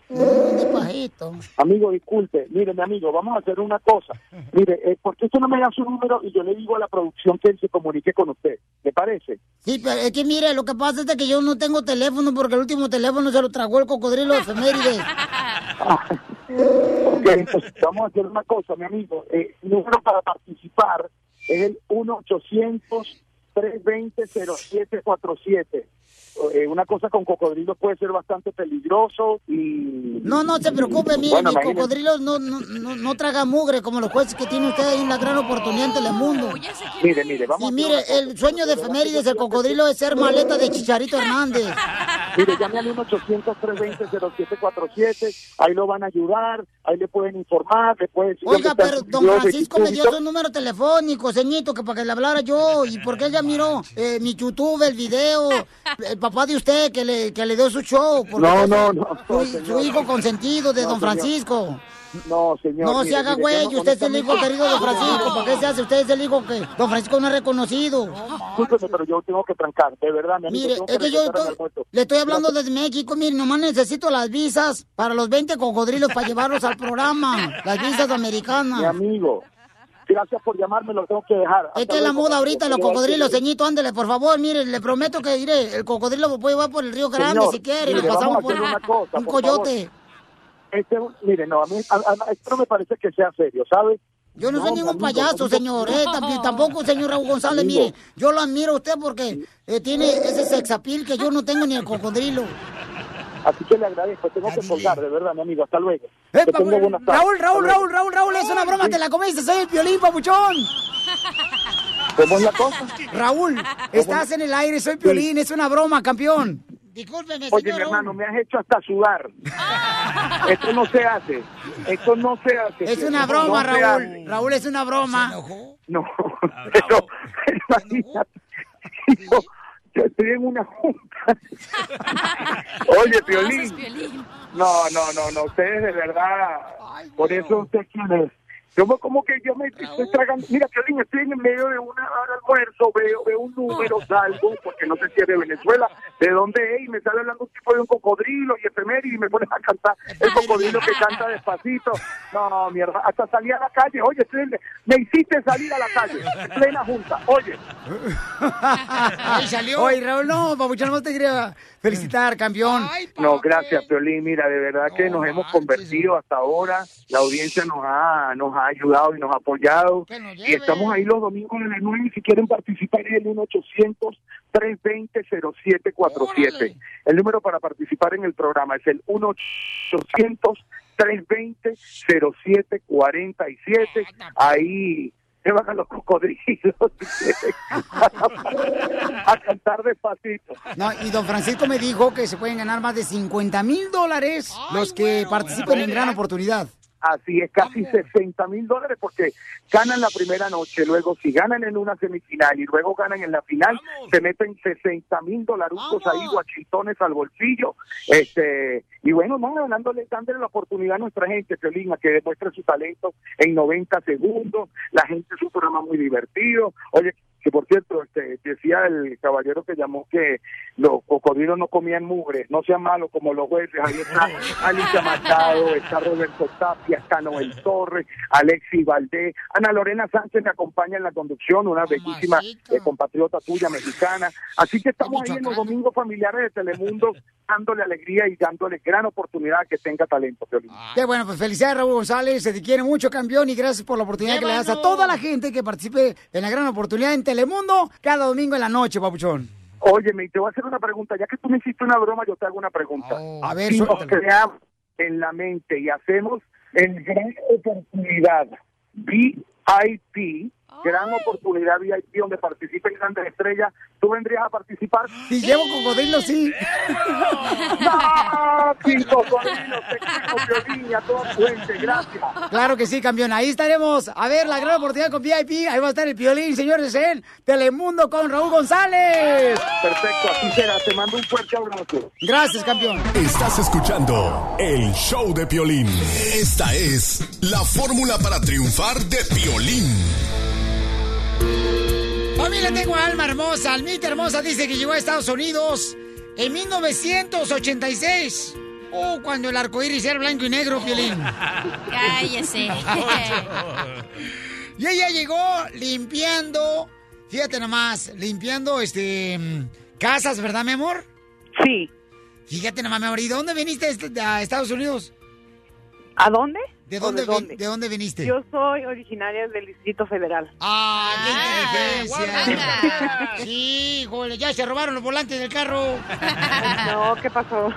Speaker 3: Despacito.
Speaker 13: Amigo, disculpe. Mire, mi amigo, vamos a hacer una cosa. Mire, eh, ¿por qué usted no me da su número y yo le digo a la producción que él se comunique con usted? ¿Le parece?
Speaker 3: Sí, pero es que mire, lo que pasa es de que yo no tengo teléfono porque el último teléfono se lo tragó el cocodrilo de efemérides.
Speaker 13: Ok, entonces vamos a hacer una cosa, mi amigo. Eh, el número para participar es el 1-800-320-0747. Eh, una cosa con cocodrilo puede ser bastante peligroso y...
Speaker 3: No, no se preocupe, mire,
Speaker 13: Bueno,
Speaker 3: mis
Speaker 13: imagínese.
Speaker 3: cocodrilos no, no, no, no tragan mugre como los jueces que tiene usted ahí en la gran oportunidad en Telemundo.
Speaker 13: Mire, mire, vamos
Speaker 3: Y
Speaker 13: a hacer
Speaker 3: mire, el sueño de efemérides, el cocodrilo es ser maleta de Chicharito Hernández.
Speaker 13: Mire, llame al 1-800-320-0747, ahí lo van a ayudar, ahí le pueden informar, le pueden decir...
Speaker 3: Oiga,
Speaker 13: dónde está
Speaker 3: pero
Speaker 13: su
Speaker 3: don
Speaker 13: video de
Speaker 3: Francisco me dio
Speaker 13: YouTube.
Speaker 3: su número telefónico, señito, que para que le hablara yo. ¿Y por qué ella miró eh, mi YouTube, el video, el papá de usted que le, que le dio su show? ¿Por
Speaker 13: No,
Speaker 3: qué?
Speaker 13: no, no, no,
Speaker 3: Su, su
Speaker 13: señor.
Speaker 3: hijo consentido de
Speaker 13: No,
Speaker 3: don
Speaker 13: señor.
Speaker 3: Francisco.
Speaker 13: No, señor.
Speaker 3: No
Speaker 13: mire,
Speaker 3: se haga
Speaker 13: mire,
Speaker 3: güey,
Speaker 13: yo no-
Speaker 3: usted es el hijo
Speaker 13: honestamente-
Speaker 3: querido de don Francisco. ¿Para qué se hace? Usted es el hijo que don Francisco no es reconocido.
Speaker 13: Discúlpeme, pero yo tengo que trancar, de verdad, mi amigo,
Speaker 3: Mire,
Speaker 13: tengo
Speaker 3: es que yo
Speaker 13: respetar al
Speaker 3: estoy-
Speaker 13: muerto.
Speaker 3: le estoy hablando desde México. Mire, nomás necesito las visas para los 20 cocodrilos para llevarlos al programa. Las visas americanas.
Speaker 13: Mi amigo, gracias por llamarme, lo tengo que dejar.
Speaker 3: Es
Speaker 13: Hasta
Speaker 3: que es la
Speaker 13: luego.
Speaker 3: moda ahorita, los
Speaker 13: Igual que-
Speaker 3: cocodrilos, ceñito, ándele, por favor, mire, le prometo que iré, el cocodrilo lo puede llevar por el río Grande
Speaker 13: Señor,
Speaker 3: si quiere, nos
Speaker 13: mire, vamos
Speaker 3: pasamos
Speaker 13: a
Speaker 3: por
Speaker 13: hacer una cosa,
Speaker 3: un
Speaker 13: por
Speaker 3: coyote.
Speaker 13: favor. Este, es un- mire, no, a mí a- a- esto no me parece que sea serio, ¿sabes?
Speaker 3: Yo no soy ningún
Speaker 13: amigo,
Speaker 3: payaso,
Speaker 13: amigo.
Speaker 3: señor, eh, tamp- tampoco, señor Raúl González,
Speaker 13: Amigo.
Speaker 3: mire, yo lo admiro a usted porque eh, tiene ese sexapil que yo no tengo ni el cocodrilo.
Speaker 13: Así que le agradezco, tengo que colgar, de verdad, mi amigo, hasta luego.
Speaker 3: Eh,
Speaker 13: Que tenga
Speaker 3: papu-
Speaker 13: buenas tardes.
Speaker 3: Raúl, Raúl,
Speaker 13: Hasta
Speaker 3: Raúl,
Speaker 13: luego.
Speaker 3: Raúl, Raúl, es una broma, te la comiste, soy el violín, papuchón.
Speaker 13: ¿Cómo es la cosa?
Speaker 3: Raúl, estás en el aire, soy Piolín, es una broma, campeón. Discúlpeme,
Speaker 13: Oye, mi hermano, me has hecho hasta sudar. Esto no se hace. Esto no se hace.
Speaker 3: Es una
Speaker 13: No
Speaker 3: broma,
Speaker 13: se hace.
Speaker 3: Raúl. Raúl, es una broma.
Speaker 13: No, pero imagínate, yo, yo estoy en una junta. Oye, Piolín. No, no, no, no, ustedes de verdad, por eso usted quién es. Yo me- como que yo me estoy tragando, mira, Piolín, estoy en el medio de una hora de almuerzo, veo, veo un número, salgo, porque no sé si es de Venezuela, de dónde es, y me sale hablando un tipo de un cocodrilo y efeméride, y me pones a cantar el cocodrilo que canta despacito. No, mierda, hasta salí a la calle, oye, estoy en- me hiciste salir a la calle, en plena junta, oye.
Speaker 3: Ahí salió. Oye, Raúl, no, papuchón, no te quería felicitar, campeón.
Speaker 13: No, gracias, Piolín. Mira, de verdad que nos hemos convertido hasta ahora. La audiencia nos ha, nos ha ayudado y nos ha apoyado. Y estamos ahí los domingos en las 9. Si quieren participar es el 1-800-320-0747. El número para participar en el programa es el 1-800-320-0747. Ahí se van a los cocodrilos a cantar despacito.
Speaker 3: No, y don Francisco me dijo que se pueden ganar más de 50 mil dólares los que participen en gran oportunidad.
Speaker 13: Así es, casi 60 mil dólares porque ganan la primera noche, luego si ganan en una semifinal y luego ganan en la final, se meten 60 mil dolarucos ahí, guachitones al bolsillo. este Y bueno, no, dándole, dándole la oportunidad a nuestra gente, Piolín, a que demuestre su talento en 90 segundos. La gente es un programa muy divertido. Oye, que por cierto, este, decía el caballero que llamó que los cocodrilos no comían mugre, no sean malos como los jueces, ahí está Alicia Machado, está Roberto Tapia, está Noel Torres, Alexis Valdés, Ana Lorena Sánchez me acompaña en la conducción, una bellísima eh, compatriota tuya mexicana, así que estamos ahí en los domingos familiares de Telemundo dándole alegría y dándole gran oportunidad a que tenga talento, Piolín.
Speaker 3: Qué bueno, pues felicidades, Raúl González. Se te quiere mucho, campeón, y gracias por la oportunidad que le das a toda la gente que participe en la gran oportunidad en Telemundo cada domingo en la noche, papuchón.
Speaker 13: Óyeme, y te voy a hacer una pregunta. Ya que tú me hiciste una broma, yo te hago una pregunta.
Speaker 3: Oh. A ver,
Speaker 13: si nos
Speaker 3: suéltala.
Speaker 13: creamos en la mente y hacemos el gran oportunidad VIP, gran oportunidad VIP donde participen grandes estrellas, ¿tú vendrías a participar?
Speaker 3: Si llevo cocodrilo, sí.
Speaker 13: ¡No! Sin cocodrilo, te quiero, Piolín, y a toda tu gente. Gracias.
Speaker 3: Claro que sí, campeón. Ahí estaremos. A ver, la gran oportunidad con VIP. Ahí va a estar el piolín, señores, en Telemundo con Raúl González.
Speaker 13: Perfecto, así será. Te mando un fuerte abrazo.
Speaker 3: Gracias, campeón.
Speaker 9: Estás escuchando el show de Piolín. Esta es la fórmula para triunfar de Piolín.
Speaker 3: Familia, tengo a Alma Hermosa. Almita Hermosa dice que llegó a Estados Unidos en 1986. Oh, cuando el arco iris era blanco y negro, Piolín.
Speaker 4: Cállese.
Speaker 3: y ella llegó limpiando, fíjate nomás, limpiando este mm, casas, ¿verdad, mi amor? Sí. Fíjate nomás, mi amor, ¿y de dónde viniste a est- a Estados Unidos?
Speaker 14: ¿A dónde?
Speaker 3: ¿De
Speaker 14: ¿O
Speaker 3: dónde,
Speaker 14: de
Speaker 3: vin-
Speaker 14: dónde?
Speaker 3: ¿De dónde viniste?
Speaker 14: Yo soy originaria del Distrito Federal.
Speaker 3: ¡Ah, qué inteligencia! Sí, híjole, ya se robaron los volantes del carro.
Speaker 14: No, ¿qué pasó?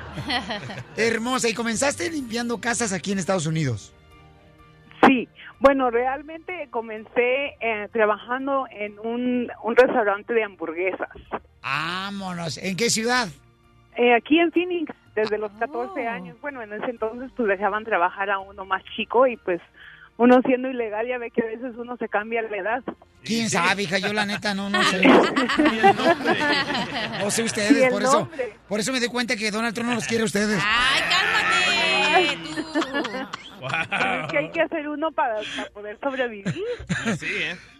Speaker 3: Hermosa, ¿y comenzaste limpiando casas aquí en Estados Unidos?
Speaker 14: Sí, bueno, realmente comencé eh, trabajando en un, un restaurante de hamburguesas.
Speaker 3: Vámonos, ¿en qué ciudad?
Speaker 14: Eh, aquí en Phoenix, desde los 14 años. Bueno, en ese entonces pues dejaban trabajar a uno más chico y pues uno siendo ilegal ya ve que a veces uno se cambia la edad.
Speaker 3: ¿Quién sabe, hija? Yo la neta no, no sé. O sea,
Speaker 14: Ni
Speaker 3: ustedes,
Speaker 14: el
Speaker 3: por eso.
Speaker 14: nombre.
Speaker 3: Por eso me di cuenta que Donald Trump no los quiere a ustedes.
Speaker 4: ¡Ay,
Speaker 14: cálmate! Es que hay que hacer uno para, para poder sobrevivir.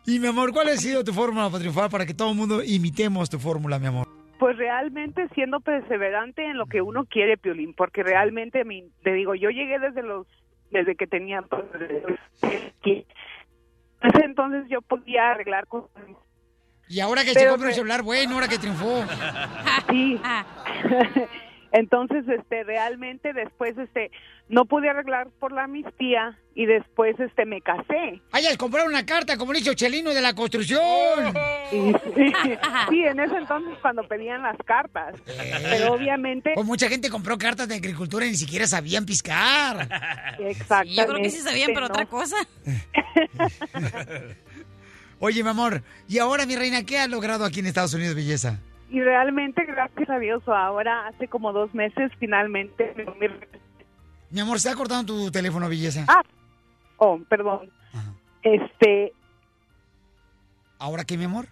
Speaker 3: Y mi amor, ¿cuál ha sido tu fórmula para triunfar para que todo el mundo imitemos tu fórmula, mi amor?
Speaker 14: Pues realmente siendo perseverante en lo que uno quiere, Piolín, porque realmente mi- te digo, yo llegué desde los desde que tenía pues, desde los 15. En ese entonces yo podía arreglar cosas.
Speaker 3: Y ahora que se
Speaker 14: Pero
Speaker 3: compra un
Speaker 14: que-
Speaker 3: celular, bueno, ahora que triunfó.
Speaker 14: Sí. Entonces, este, realmente después, este, no pude arreglar por la amnistía y después, este, me casé.
Speaker 3: ¡Ay, al comprar una carta, como le hizo Chelino de la construcción!
Speaker 14: Sí, en ese entonces cuando pedían las cartas.
Speaker 4: Eh,
Speaker 14: Pero obviamente...
Speaker 3: Eh, Pues mucha gente compró cartas de agricultura y ni siquiera sabían piscar.
Speaker 14: Exactamente.
Speaker 4: Yo creo que sí sabían, pero otra cosa.
Speaker 3: Oye, mi amor, y ahora, mi reina, ¿qué has logrado aquí en Estados Unidos, belleza?
Speaker 14: Y realmente, gracias a Dios, ahora hace como dos meses finalmente... me- me-
Speaker 3: Mi amor, se está cortando tu teléfono, belleza.
Speaker 14: Ah, oh, perdón. Este,
Speaker 3: ¿Ahora qué, mi amor?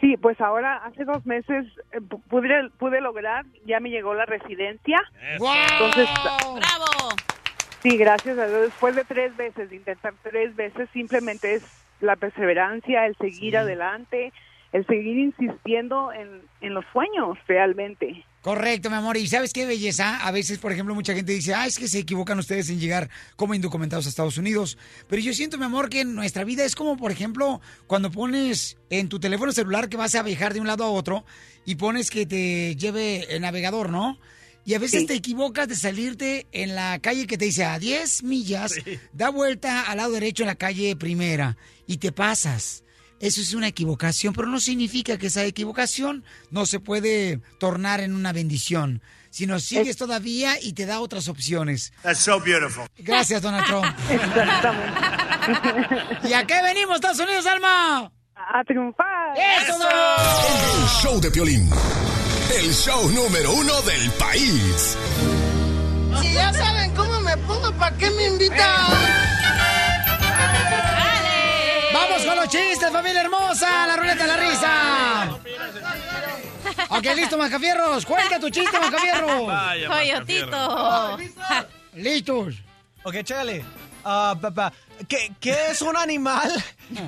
Speaker 14: sí, pues ahora hace dos meses eh, pu- pude, pude lograr, ya me llegó la residencia. Entonces,
Speaker 4: ¡Bravo!
Speaker 14: Sí, gracias a Dios. Después de tres veces, de intentar tres veces, simplemente es la perseverancia, el seguir adelante, el seguir insistiendo en, en los sueños realmente.
Speaker 3: Correcto, mi amor. ¿Y sabes qué belleza? A veces, por ejemplo, mucha gente dice, ah, es que se equivocan ustedes en llegar como indocumentados a Estados Unidos. Pero yo siento, mi amor, que nuestra vida es como, por ejemplo, cuando pones en tu teléfono celular que vas a viajar de un lado a otro y pones que te lleve el navegador, ¿no? Y a veces
Speaker 15: Sí.
Speaker 3: te equivocas de salirte en la calle que te dice a 10 millas,
Speaker 15: Sí.
Speaker 3: da vuelta al lado derecho en la calle primera y te pasas. Eso es una equivocación, pero no significa que esa equivocación no se puede tornar en una bendición, sino sigues todavía y te da otras opciones.
Speaker 16: That's so beautiful.
Speaker 3: Gracias, Donald Trump. Exactamente. ¿Y a qué venimos, Estados Unidos, Alma?
Speaker 14: A triunfar.
Speaker 3: ¡Eso!
Speaker 9: El show de Piolín. El show número uno del país.
Speaker 17: Si ya saben cómo me pongo, ¿para qué me invitan?
Speaker 3: ¡Vamos con los chistes, familia hermosa! ¡La ruleta de la risa! Ok, listo, Mascafierros. Cuenta tu chiste, Mascafierros.
Speaker 15: Vaya,
Speaker 4: Coyotito.
Speaker 3: ¡Listos!
Speaker 15: Ok, chégale. Ah, papá, ¿qué, qué es un animal?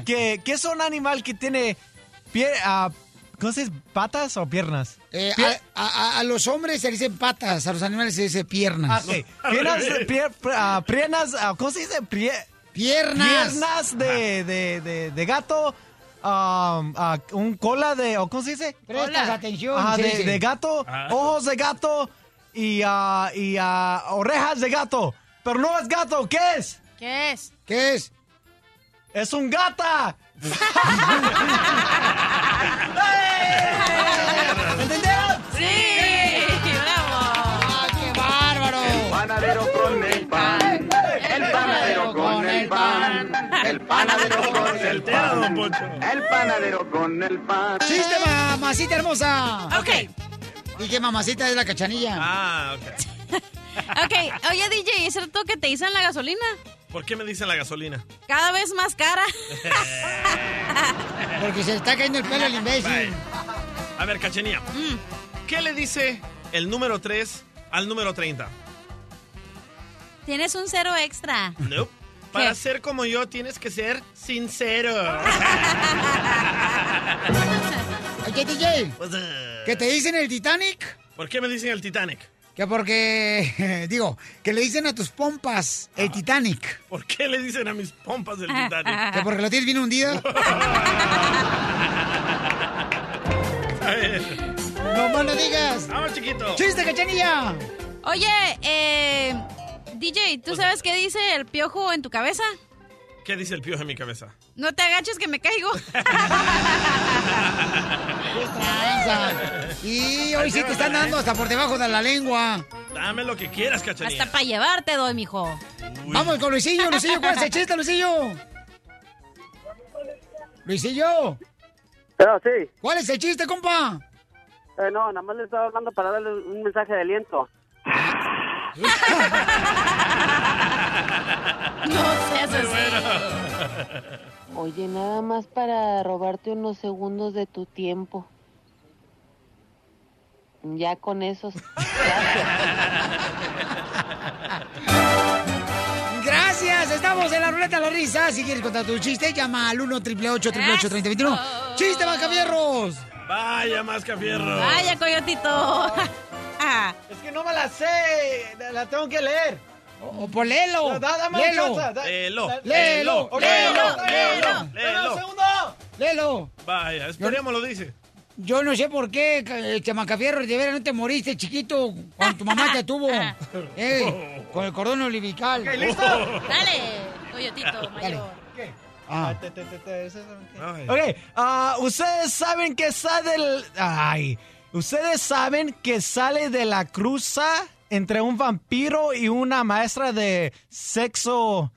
Speaker 15: ¿Qué, qué es un animal que tiene pie, ah, ¿cómo se dice? patas o piernas?
Speaker 3: Eh, a, a- a los hombres se les dicen patas, a los animales se les dice piernas.
Speaker 15: Ok, Piernas, pie- ah, piernas, ah, ¿cómo se dice? Pie-
Speaker 3: Piernas.
Speaker 15: Piernas de, de, de, de gato, ah, ah, un cola de, ¿o ¿cómo se dice?
Speaker 3: Prestas atención,
Speaker 15: Ajá,
Speaker 3: sí,
Speaker 15: de,
Speaker 3: sí.
Speaker 15: de gato,
Speaker 3: Ah.
Speaker 15: ojos de gato y, ah, y ah, orejas de gato. Pero no es gato, ¿qué es?
Speaker 4: ¿Qué es?
Speaker 3: ¿Qué es?
Speaker 15: ¡Es un gata! ¿Entendieron?
Speaker 4: ¡Sí! ¡Bravo!
Speaker 3: ¡Ay, qué bárbaro! El
Speaker 17: panadero con el pan. El panadero con el pan. El panadero con el pan. El panadero con el pan.
Speaker 3: ¡Chiste, mamacita hermosa! Ok. Dije, mamacita es la cachanilla.
Speaker 5: Ah, ok.
Speaker 4: Ok, oye DJ, ¿es cierto que te dicen la gasolina?
Speaker 5: ¿Por qué me dicen la gasolina?
Speaker 4: Cada vez más cara.
Speaker 3: Porque se le está cayendo el pelo al imbécil.
Speaker 5: A ver, Cachenía.
Speaker 4: Mm.
Speaker 5: ¿Qué le dice el número 3 al número 30?
Speaker 4: Tienes un cero extra.
Speaker 5: Nope. Para ser como yo tienes que ser sincero.
Speaker 3: Oye, DJ, ¿qué te dicen el Titanic?
Speaker 5: ¿Por qué me dicen el Titanic?
Speaker 3: Que porque, digo, que le dicen a tus pompas el Titanic.
Speaker 5: Ah. ¿Por qué le dicen a mis pompas del Titanic?
Speaker 3: Que porque lo tienes bien hundido.
Speaker 5: A ver.
Speaker 3: No más no digas.
Speaker 5: Vamos, chiquito.
Speaker 3: ¡Chiste, cachanilla!
Speaker 4: Oye, eh, DJ, ¿tú sabes qué dice el piojo en tu cabeza?
Speaker 5: ¿Qué dice el piojo en mi cabeza?
Speaker 4: No te agaches que me caigo.
Speaker 3: Y hoy sí te están dando hasta por debajo de la lengua.
Speaker 5: Dame lo que quieras, Cachenía.
Speaker 4: Hasta para llevarte doy, mijo.
Speaker 3: Vamos con Luisillo, Luisillo, ¿cuál es el chiste, Luisillo? Luisillo.
Speaker 18: Pero sí.
Speaker 3: ¿Cuál es el chiste, compa?
Speaker 16: Eh, no, nada más le estaba hablando para darle un mensaje de aliento.
Speaker 18: Oye, nada más para robarte unos segundos de tu tiempo. Ya con esos.
Speaker 3: Gracias, estamos en la ruleta de la risa. Si quieres contar tu chiste, llama al 1 888 3021 ¡Chiste, Macafierros!
Speaker 5: Vaya más fierro.
Speaker 4: Vaya, coyotito.
Speaker 3: Ah.
Speaker 15: Es que no me la sé, la tengo que leer.
Speaker 3: O, por léelo.
Speaker 15: Da, dame una
Speaker 3: Léelo.
Speaker 15: chance, da-
Speaker 5: Léelo.
Speaker 15: da-
Speaker 5: Léelo.
Speaker 15: Ok,
Speaker 5: Léelo.
Speaker 15: ok,
Speaker 5: Léelo.
Speaker 15: ok.
Speaker 5: Léelo.
Speaker 15: Dame un segundo.
Speaker 3: Léelo.
Speaker 5: Vaya, esperemos lo dice.
Speaker 3: Yo no sé por qué, eh, Chamacafierros, de veras no te moriste, chiquito, cuando tu mamá te tuvo. Eh, con el cordón umbilical.
Speaker 4: Ok, ¿listo?
Speaker 3: Oh.
Speaker 4: Dale, coyotito mayor.
Speaker 3: Ah.
Speaker 15: Te- te- te- te- eso es- Ok, ah, ustedes saben que sale del... Ay, ustedes saben que sale de la cruza entre un vampiro y una maestra de sexo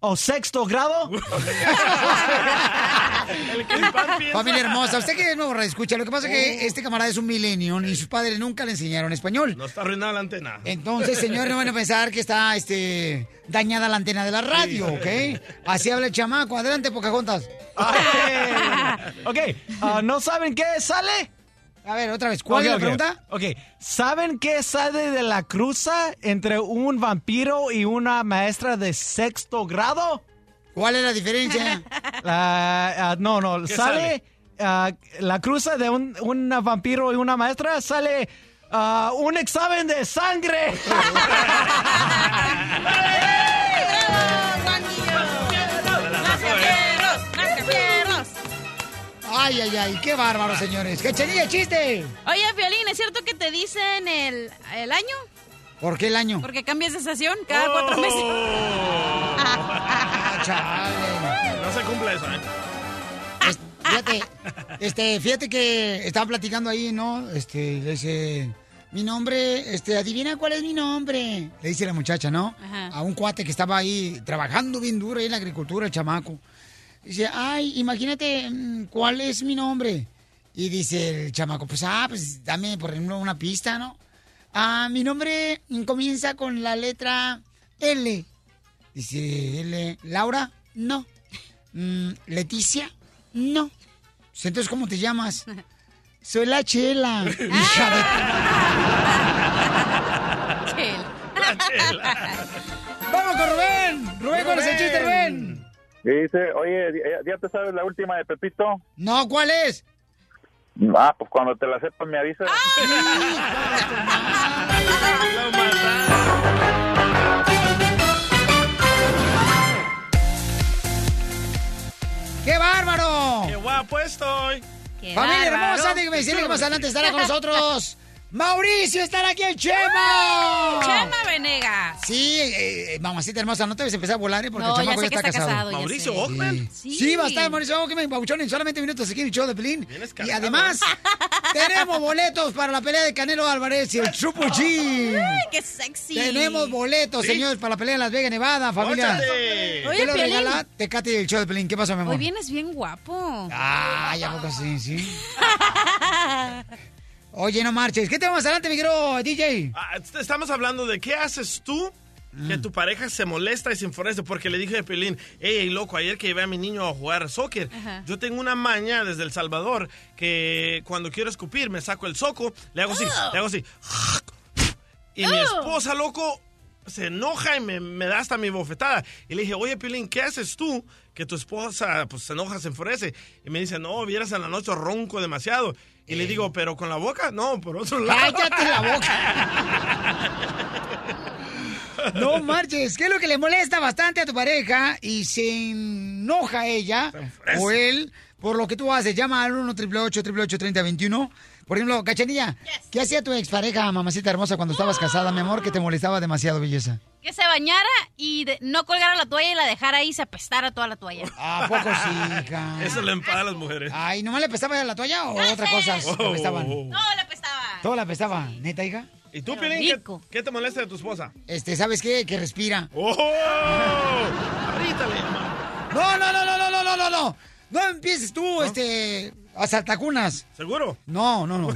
Speaker 15: o sexto grado.
Speaker 3: Familia hermosa, usted que es nuevo escucha. Lo que pasa es
Speaker 4: Oh.
Speaker 3: que este camarada es un milenio y sus padres nunca le enseñaron español.
Speaker 5: Está arruinada la antena.
Speaker 3: Entonces, señor, no van a pensar que está este, dañada la antena de la radio, ¿ok? Así habla el chamaco. Adelante, Pocahontas.
Speaker 15: ok, ah, ¿no saben qué sale?
Speaker 3: A ver, otra vez, ¿cuál es la pregunta?
Speaker 15: Ok, ¿saben qué sale de la cruza entre un vampiro y una maestra de sexto grado? ah,
Speaker 3: ¿Cuál es la diferencia?
Speaker 15: no, no,
Speaker 3: ¿Qué
Speaker 15: sale, ah, la cruza de un, un vampiro y una maestra, sale ah, un examen de sangre.
Speaker 4: Ah,
Speaker 3: Ay, ay, ay, qué bárbaro, señores. ¡Qué chenilla, chiste!
Speaker 4: Oye, Violín, ¿es cierto que te dicen el, el año?
Speaker 3: ¿Por qué el año?
Speaker 4: Porque cambias de estación cada cuatro meses.
Speaker 5: No se cumple eso, ¿eh?
Speaker 3: Es- Fíjate, este, fíjate que estaba platicando ahí, ¿no? Este, le dice, mi nombre, este, adivina cuál es mi nombre. Le dice la muchacha, ¿no?
Speaker 17: Ajá.
Speaker 3: A un cuate que estaba ahí trabajando bien duro ahí en la agricultura, el chamaco. Dice, ay, imagínate mm, cuál es mi nombre. Y dice el chamaco, pues, ah, pues dame, por ejemplo, una pista, ¿no? Ah, mi nombre mm, comienza con la letra L. Dice L, Laura, no. Mm, Leticia, no. Pues, Entonces, ¿cómo te llamas? Soy la chela. ¡Vamos con Rubén! Rubén, ¿cuál es el chiste, Rubén?
Speaker 19: Y dice, oye,
Speaker 20: eh,
Speaker 19: ¿ya- ¿ya te sabes la última de Pepito?
Speaker 3: No, ¿cuál es?
Speaker 19: Ah, pues cuando te la sepas me avisas.
Speaker 3: Ah. ¡Qué bárbaro!
Speaker 5: ¡Qué guapo estoy!
Speaker 3: Familia hermosa, déjeme decirle que más adelante estará con nosotros. Mauricio estará aquí el Chema.
Speaker 4: Chema Venegas.
Speaker 3: Sí, eh, eh, mamacita hermosa, no te debes empezar a volar, ¿eh? Porque
Speaker 4: No,
Speaker 3: el chamaco
Speaker 4: ya
Speaker 3: ya,
Speaker 4: sé
Speaker 3: está,
Speaker 4: que está
Speaker 3: casado.
Speaker 4: casado, ya Mauricio sé. Ockman.
Speaker 3: Sí.
Speaker 4: Sí.
Speaker 3: Sí, va a estar Mauricio Ockman, Pabuchón, en solamente minutos aquí en el show de Pelín. Y
Speaker 5: casado,
Speaker 3: además, tenemos boletos para la pelea de Canelo Álvarez y el Chupo G.
Speaker 4: Ay, qué sexy.
Speaker 3: Tenemos boletos,
Speaker 4: Sí.
Speaker 3: señores, para la pelea en Las Vegas, Nevada, familia.
Speaker 4: Óchale.
Speaker 3: ¿Qué
Speaker 4: Oye,
Speaker 3: lo
Speaker 4: Piolín.
Speaker 3: regala? Tecate y el show de Pelín. ¿Qué pasó, mi amor?
Speaker 4: Hoy vienes bien guapo.
Speaker 3: Ay, ¿a poco sí, sí? Oye, no marches. ¿Qué tenemos adelante, mi querido DJ?
Speaker 5: Ah, est- Estamos hablando de qué haces tú que tu pareja se molesta y se enfurece porque le dije a Pelín, hey, loco, ayer que llevé a mi niño a jugar soccer,
Speaker 17: Ajá.
Speaker 5: yo tengo una maña desde El Salvador que cuando quiero escupir me saco el soco, le hago así, le hago así. Y
Speaker 3: Oh.
Speaker 5: mi esposa, loco, se enoja y me, me da hasta mi bofetada. Y le dije, oye, Pilín, ¿qué haces tú? Que tu esposa pues, se enoja, se enfurece. Y me dice, no, vieras en la noche ronco demasiado. Y le digo, ¿pero con la boca? No, por otro lado.
Speaker 3: ¡Cállate la boca! No marches. ¿Qué es lo que le molesta bastante a tu pareja y se enoja ella o él por lo que tú haces? Llama al 1 888 3021 Por ejemplo, Cachanilla, ¿qué hacía tu expareja, mamacita hermosa, cuando estabas casada, mi amor, que te molestaba demasiado, belleza?
Speaker 4: Que se bañara y de- no colgara la toalla y la dejara ahí y se apestara toda la toalla.
Speaker 3: ¿A poco sí, hija?
Speaker 5: Eso le enfada a las mujeres.
Speaker 3: Ay, ¿nomás le apestaba la toalla o otras cosas?
Speaker 5: Oh.
Speaker 3: que apestaban? Todo la apestaba, neta, hija.
Speaker 5: ¿Y tú, Pilín, qué, qué te molesta de tu esposa?
Speaker 3: Este, ¿sabes qué? Que respira.
Speaker 5: ¡Oh! Ahorita le llama.
Speaker 3: No, no, no, no, no, no, no, no, no. No empieces tú, este, ¿A Saltacunas?
Speaker 5: ¿Seguro?
Speaker 3: No, no, no.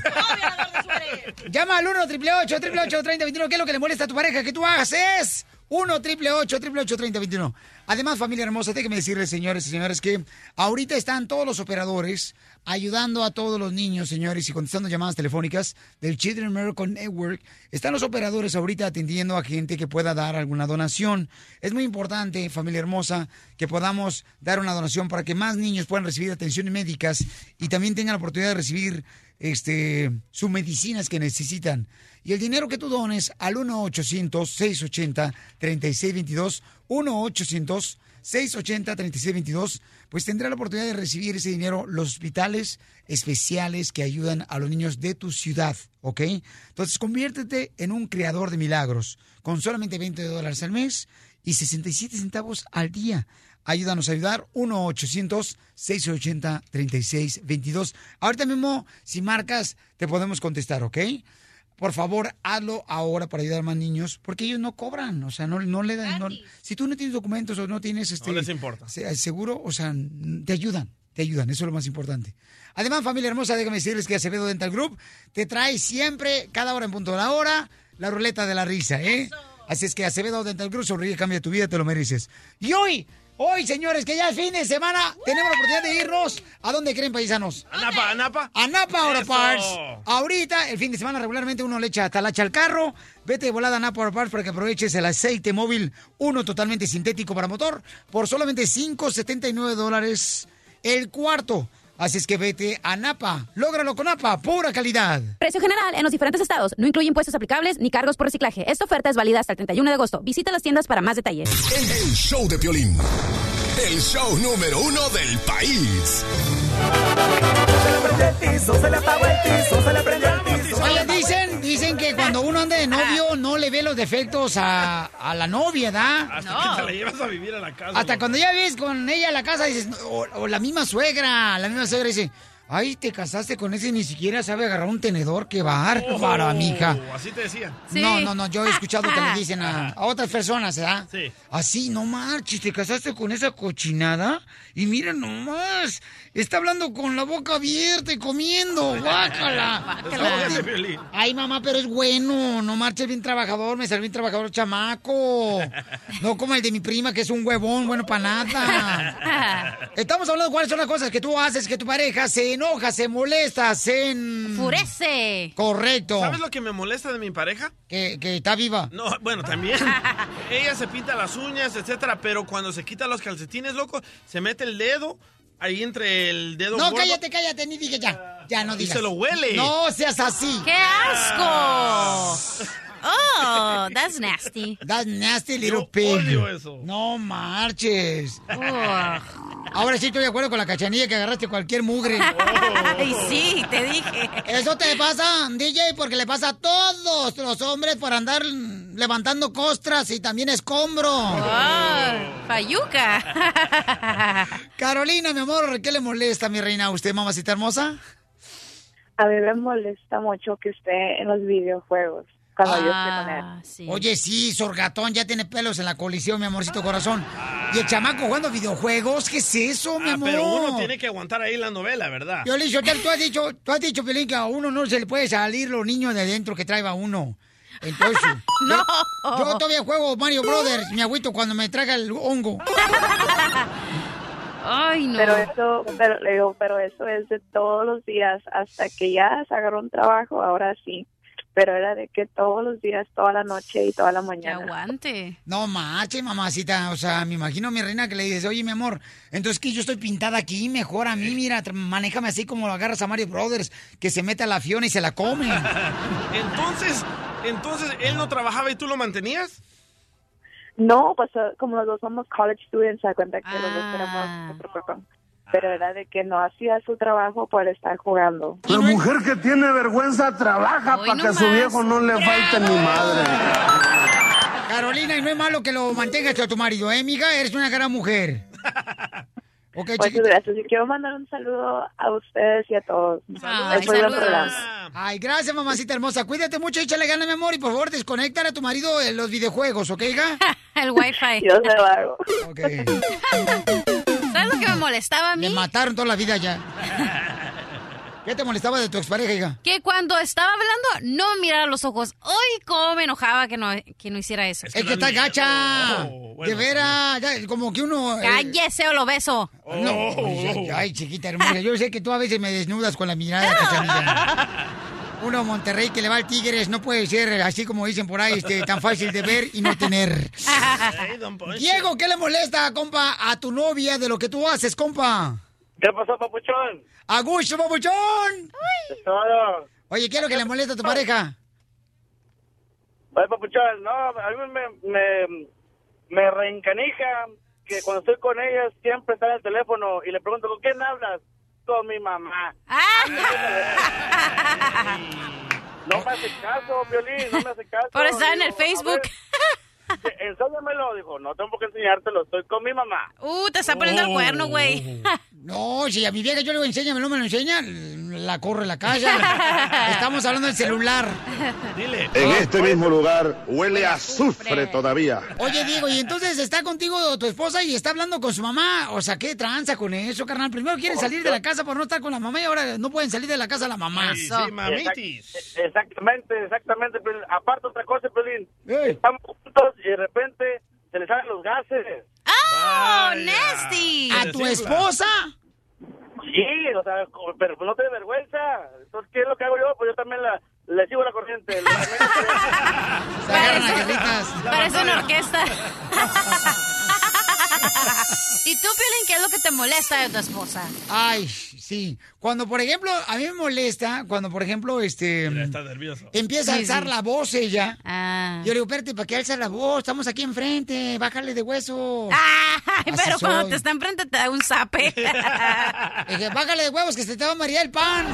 Speaker 3: Llama al 1 888 888 3021 ¿Qué es lo que le molesta a tu pareja que tú hagas? Es 1 888 888 3021 Además, familia hermosa, déjenme decirles, señores y señores, que ahorita están todos los operadores ayudando a todos los niños, señores, y contestando llamadas telefónicas del Children Miracle Network. Están los operadores ahorita atendiendo a gente que pueda dar alguna donación. Es muy importante, familia hermosa, que podamos dar una donación para que más niños puedan recibir atenciones médicas y también tengan la oportunidad de recibir este, sus medicinas que necesitan. Y el dinero que tú dones al 1-800-680-3622, 1-800-680-3622, pues tendrá la oportunidad de recibir ese dinero los hospitales especiales que ayudan a los niños de tu ciudad, ¿ok? Entonces conviértete en un creador de milagros con solamente 20 dólares al mes y 67 centavos al día. Ayúdanos a ayudar, 1-800-680-3622. Ahorita mismo, si marcas, te podemos contestar, ¿ok? Por favor, hazlo ahora para ayudar a más niños, porque ellos no cobran, o sea, no, no le dan... no- si tú no tienes documentos o no tienes este,
Speaker 5: No les importa.
Speaker 3: se- seguro, o sea, n- te ayudan, te ayudan, eso es lo más importante. Además, familia hermosa, déjame decirles que Acevedo Dental Group te trae siempre, cada hora en punto de la hora, la ruleta de la risa, ¿eh? Así es que Acevedo Dental Group, sonríe, cambia tu vida, te lo mereces. Y hoy, hoy, señores, que ya es fin de semana, tenemos la oportunidad de irnos. ¿A dónde creen, paisanos? A
Speaker 5: Napa, a Napa.
Speaker 3: A Napa Auto
Speaker 5: Eso.
Speaker 3: Parts. Ahorita, el fin de semana, regularmente uno le echa hasta la hacha al carro. Vete de volada a Napa Auto Parts para que aproveches el aceite móvil, uno totalmente sintético para motor, por solamente 5,79 dólares el cuarto. Así es que vete a Napa. Lógralo con Napa, pura calidad.
Speaker 21: Precio general en los diferentes estados. No incluye impuestos aplicables ni cargos por reciclaje. Esta oferta es válida hasta el 31 de agosto. Visita las tiendas para más detalles.
Speaker 9: El, el show de Piolín. El show número uno del país.
Speaker 17: Se le apagó el tizo, se le prendió el tizo.
Speaker 3: Oye, dicen, dicen que cuando uno anda de novio no le ve los defectos a, a la novia, ¿da?
Speaker 5: Hasta que te la llevas a vivir a la casa.
Speaker 3: Hasta
Speaker 5: loco.
Speaker 3: cuando ya ves con ella a la casa, dices, o, o la misma suegra, la misma suegra dice, ay, te casaste con ese y ni siquiera sabe agarrar un tenedor, qué bárbara,
Speaker 5: Oh,
Speaker 3: mija.
Speaker 5: Así te decía.
Speaker 3: No, no, no, yo he escuchado que le dicen a, a otras personas, ¿verdad?
Speaker 5: Sí.
Speaker 3: Así, no marches, te casaste con esa cochinada y mira nomás, está hablando con la boca abierta y comiendo, guácala.
Speaker 17: Desahógate, Piolín.
Speaker 3: Ay, mamá, pero es bueno, no marches bien trabajador, me salió bien trabajador chamaco. No como el de mi prima, que es un huevón, bueno para nada. Estamos hablando de cuáles son las cosas que tú haces, que tu pareja se enoja, se molesta, se... en-
Speaker 4: Enfurece.
Speaker 3: Mm. Correcto.
Speaker 5: ¿Sabes lo que me molesta de mi pareja?
Speaker 3: Que, que está viva.
Speaker 5: No, bueno, también. Ella se pinta las uñas, etcétera, pero cuando se quita los calcetines, loco, se mete el dedo ahí entre el dedo
Speaker 3: No,
Speaker 5: gordo.
Speaker 3: cállate, cállate, ni dije ya. Ya no
Speaker 5: Y
Speaker 3: digas.
Speaker 5: se lo huele. Ah.
Speaker 3: No seas así. ¡Qué
Speaker 5: asco!
Speaker 4: Oh, that's nasty.
Speaker 3: That's nasty little
Speaker 4: Yo
Speaker 3: pig.
Speaker 4: odio eso.
Speaker 3: No marches.
Speaker 4: Ugh.
Speaker 3: Ahora sí estoy de acuerdo con la cachanilla que agarraste cualquier mugre.
Speaker 4: Ay, sí, te dije.
Speaker 3: Eso te pasa, DJ, porque le pasa a todos los hombres por andar levantando costras y también escombro.
Speaker 4: Payuca.
Speaker 3: Carolina, mi amor, ¿qué le molesta, mi reina, a usted, mamacita hermosa?
Speaker 22: A mí me molesta mucho que esté en los videojuegos cuando yo estoy
Speaker 4: Ah.
Speaker 22: con él.
Speaker 3: Oye, sí, Sorgatón, ya tiene pelos en la colisión, mi amorcito corazón. Y el chamaco jugando videojuegos, ¿qué es eso, mi
Speaker 5: Ah,
Speaker 3: amor?
Speaker 5: pero uno tiene que aguantar ahí la novela, ¿verdad?
Speaker 3: Yo le digo, Chotelo, tú has dicho, tú has dicho, Piolín, que a uno no se le puede salir los niños de adentro que traiga uno. Entonces,
Speaker 4: No.
Speaker 3: yo, yo todavía juego Mario Brothers, mi agüito, cuando me traga el hongo.
Speaker 4: Ay, no.
Speaker 22: Pero eso, pero, le digo, pero eso es de todos los días hasta que ya se agarró un trabajo, ahora sí. Pero era de que todos los días, toda la noche y toda la mañana.
Speaker 4: aguante.
Speaker 3: No mache, mamacita. O sea, me imagino a mi reina que le dices, oye, mi amor, entonces que yo estoy pintada aquí, mejor a mí, mira, tra- manéjame así como lo agarras a Mario Brothers, que se mete a la Fiona y se la come.
Speaker 5: Entonces, entonces él no trabajaba y tú lo mantenías.
Speaker 22: No, pues eh, como los dos somos college students, se da cuenta que los dos
Speaker 4: Ah.
Speaker 22: tenemos nuestro cuerpo. Pero era de que no hacía su trabajo por estar jugando.
Speaker 17: La mujer que tiene vergüenza trabaja para que a su viejo no le falte ni madre.
Speaker 3: Carolina, y no es malo que lo mantengas a tu marido, ¿eh, mija? Eres una gran mujer. Ok,
Speaker 22: Pues,
Speaker 4: Pues,
Speaker 22: Muchas
Speaker 3: chiquita.
Speaker 22: gracias. Y quiero mandar un saludo a ustedes y a todos. Es muy buen programa.
Speaker 3: Ay, gracias, mamacita hermosa. Cuídate mucho, échale ganas, mi amor. Y por favor, desconectar a tu marido en los videojuegos, ¿ok, hija?
Speaker 4: El wifi.
Speaker 22: Yo se lo hago.
Speaker 3: Ok.
Speaker 4: ¿Sabes lo que me molestaba a mí?
Speaker 3: Le mataron toda la vida ya. ¿Qué te molestaba de tu expareja, hija?
Speaker 4: Que cuando estaba hablando, no me miraba a los ojos. ¡Ay, cómo me enojaba que no, que no hiciera eso!
Speaker 3: Es que Oh, está gacha. de veras, ya, como que uno... eh, Oh,
Speaker 4: ¡Cállese o lo beso!
Speaker 3: No, ay, ay, chiquita hermosa, yo sé que tú a veces me desnudas con la mirada, cachanilla. Uno Monterrey que le va al Tigres no puede ser así como dicen por ahí, este, tan fácil de ver y no tener. Diego, ¿qué le molesta, compa, a tu novia de lo que tú haces, compa?
Speaker 1: ¿Qué pasó, papuchón?
Speaker 3: ¡A gusto, papuchón!
Speaker 1: Todo.
Speaker 3: Oye, ¿qué es lo que le molesta a tu pareja?
Speaker 1: Oye, papuchón, no, a mí me, me, me reencanija que cuando estoy con ella siempre está en el teléfono y le pregunto, ¿con quién hablas? Con mi mamá. No me hace caso, Violín, no me hace caso.
Speaker 4: Por estar en
Speaker 1: Digo,
Speaker 4: el Facebook.
Speaker 1: a ver, Enséñamelo, dijo, no tengo que enseñártelo, estoy con mi mamá.
Speaker 4: ¡Uh, te está poniendo el cuerno, güey!
Speaker 3: Oh. No, si a mi vieja yo le digo, enséñame, no me lo enseña, la corro en la calle. Estamos hablando del celular.
Speaker 5: Dile.
Speaker 20: En este mismo lugar huele a azufre todavía.
Speaker 3: Oye, Diego, y entonces está contigo tu esposa y está hablando con su mamá. O sea, ¿qué tranza con eso, carnal? Primero quieren salir de la casa por no estar con la mamá y ahora no pueden salir de la casa la mamá.
Speaker 1: Exact- exactamente, exactamente. Piolín. Aparte, otra cosa, Pelín. Estamos juntos y de repente se le salen los gases.
Speaker 4: ¡Oh, nasty!
Speaker 3: ¿A tu esposa?
Speaker 1: Sí, o sea, co- pero no te dé vergüenza. Entonces, ¿qué es lo que hago yo? Pues yo también la, le sigo la corriente.
Speaker 4: Parece una orquesta. ¿Y tú, Piolín, qué es lo que te molesta de tu esposa?
Speaker 3: Ay, sí. Cuando, por ejemplo, a mí me molesta, cuando, por ejemplo, este...
Speaker 5: Está nervioso.
Speaker 3: Empieza a
Speaker 5: Sí,
Speaker 3: alzar
Speaker 5: sí.
Speaker 3: la voz ella.
Speaker 4: Ah.
Speaker 3: Yo le digo, espérate, ¿para qué alza la voz? Estamos aquí enfrente, bájale de hueso.
Speaker 4: Ay, pero cuando te está enfrente te da un zape.
Speaker 3: Dije, bájale de huevos que se te va a marear el pan.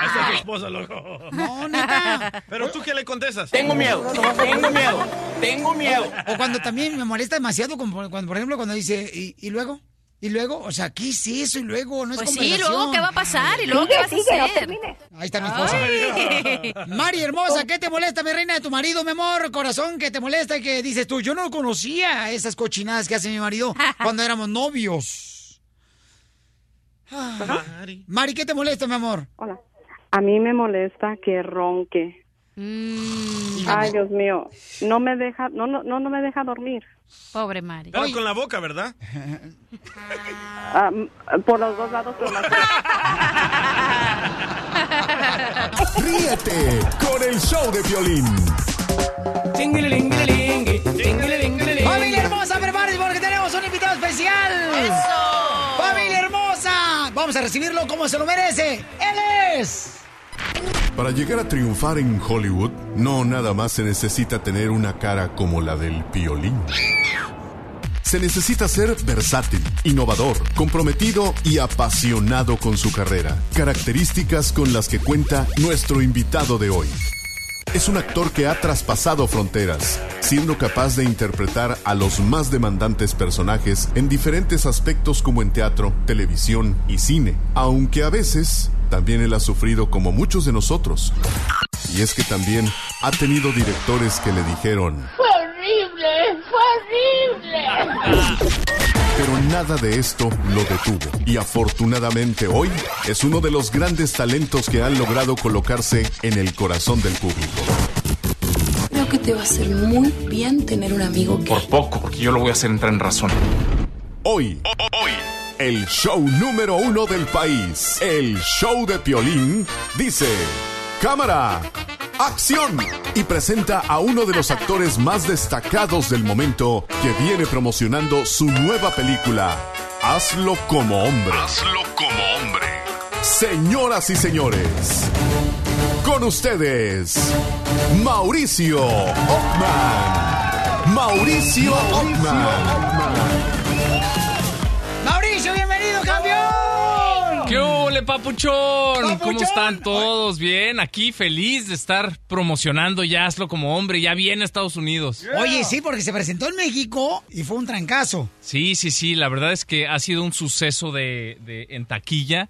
Speaker 5: Ahí está tu esposa, loco.
Speaker 3: No, neta.
Speaker 5: Pero tú qué le contestas?
Speaker 3: Tengo miedo, tengo miedo,
Speaker 5: tengo
Speaker 3: O cuando también me molesta demasiado, como por- cuando, por ejemplo, cuando dice, ¿y, y luego? ¿Y luego? O sea, ¿qué es eso? ¿Y luego? No es
Speaker 4: Pues sí,
Speaker 3: conversación.
Speaker 4: luego, ¿qué va a pasar? ¿Y luego Sigue, qué vas a sigue, no hacer? termine.
Speaker 3: Ahí está mi esposa.
Speaker 4: Ay. Oh.
Speaker 3: Mari hermosa, ¿qué te molesta, mi reina de tu marido, mi amor? Corazón, ¿qué te molesta? Y que dices tú, yo no conocía esas cochinadas que hace mi marido cuando éramos novios. Ah. Mari, ¿qué te molesta, mi amor?
Speaker 22: Hola. A mí me molesta que ronque.
Speaker 4: Mm.
Speaker 22: Ay, Dios mío, no me deja, no, no, no, no me deja dormir.
Speaker 4: Pobre Mari.
Speaker 5: Pero con la boca, ¿verdad?
Speaker 22: Ah, m- por los dos lados, pero más-
Speaker 9: Ríete con el show de violín.
Speaker 3: ¡Familia hermosa, prepárense porque tenemos un invitado especial!
Speaker 4: ¡Eso!
Speaker 3: ¡Familia hermosa! Vamos a recibirlo como se lo merece. ¡Él es!
Speaker 9: Para llegar a triunfar en Hollywood, no nada más se necesita tener una cara como la del violín. Se necesita ser versátil, innovador, comprometido y apasionado con su carrera, características con las que cuenta nuestro invitado de hoy. Es un actor que ha traspasado fronteras, siendo capaz de interpretar a los más demandantes personajes en diferentes aspectos como en teatro, televisión y cine, aunque a veces también él ha sufrido como muchos de nosotros. Y es que también ha tenido directores que le dijeron,
Speaker 17: ¡Fue horrible! ¡Fue horrible!
Speaker 9: Pero nada de esto lo detuvo. Y afortunadamente hoy es uno de los grandes talentos que han logrado colocarse en el corazón del público.
Speaker 23: Creo que te va a hacer muy bien tener un amigo que...
Speaker 9: Por poco, porque yo lo voy a hacer entrar en razón. Hoy, hoy, el show número uno del país, el show de Piolín, dice, cámara, acción, y presenta a uno de los actores más destacados del momento que viene promocionando su nueva película, Hazlo como hombre. Hazlo como hombre. Señoras y señores, con ustedes, Mauricio Ockman. Mauricio Ockman.
Speaker 3: ¡Mauricio, bienvenido, campeón!
Speaker 24: ¿Qué ole, papuchón? ¿Cómo
Speaker 3: Papuchón.
Speaker 24: están todos? Bien, aquí feliz de estar promocionando ya Hazlo como hombre, ya viene a Estados Unidos.
Speaker 3: Oye, sí, porque se presentó en México y fue un trancazo.
Speaker 24: Sí, sí, sí, la verdad es que ha sido un suceso de, de- en taquilla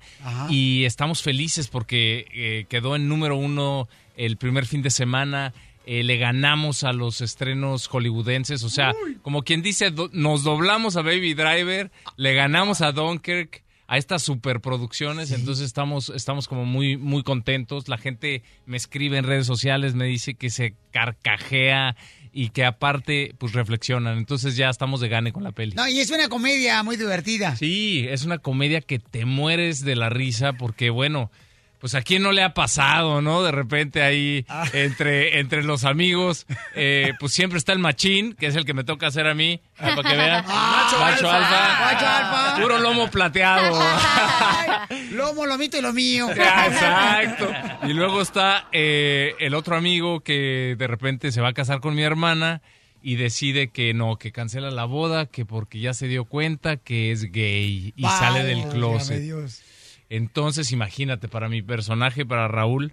Speaker 24: y estamos felices porque eh, quedó en número uno el primer fin de semana. eh, le ganamos a los estrenos hollywoodenses, o sea, como quien dice, do- nos doblamos a Baby Driver, le ganamos a Dunkirk, a estas superproducciones, entonces estamos, estamos como muy, muy contentos. La gente me escribe en redes sociales, me dice que se carcajea y que aparte pues reflexionan. Entonces ya estamos de gane con la peli.
Speaker 3: No, y es una comedia muy divertida.
Speaker 24: Sí, es una comedia que te mueres de la risa porque bueno, pues a quién no le ha pasado, ¿no? De repente ahí entre, entre los amigos, eh, pues siempre está el machín, que es el que me toca hacer a mí, ah, para que vean.
Speaker 3: Ah, Macho alfa. Macho alfa.
Speaker 24: Puro lomo plateado.
Speaker 3: Lomo, lomito y lo mío.
Speaker 24: Ah, Exacto. Y luego está eh, el otro amigo que de repente se va a casar con mi hermana y decide que no, que cancela la boda, que porque ya se dio cuenta que es gay y sale del
Speaker 3: Válgame
Speaker 24: closet.
Speaker 3: Dios.
Speaker 24: Entonces, imagínate, para mi personaje, para Raúl,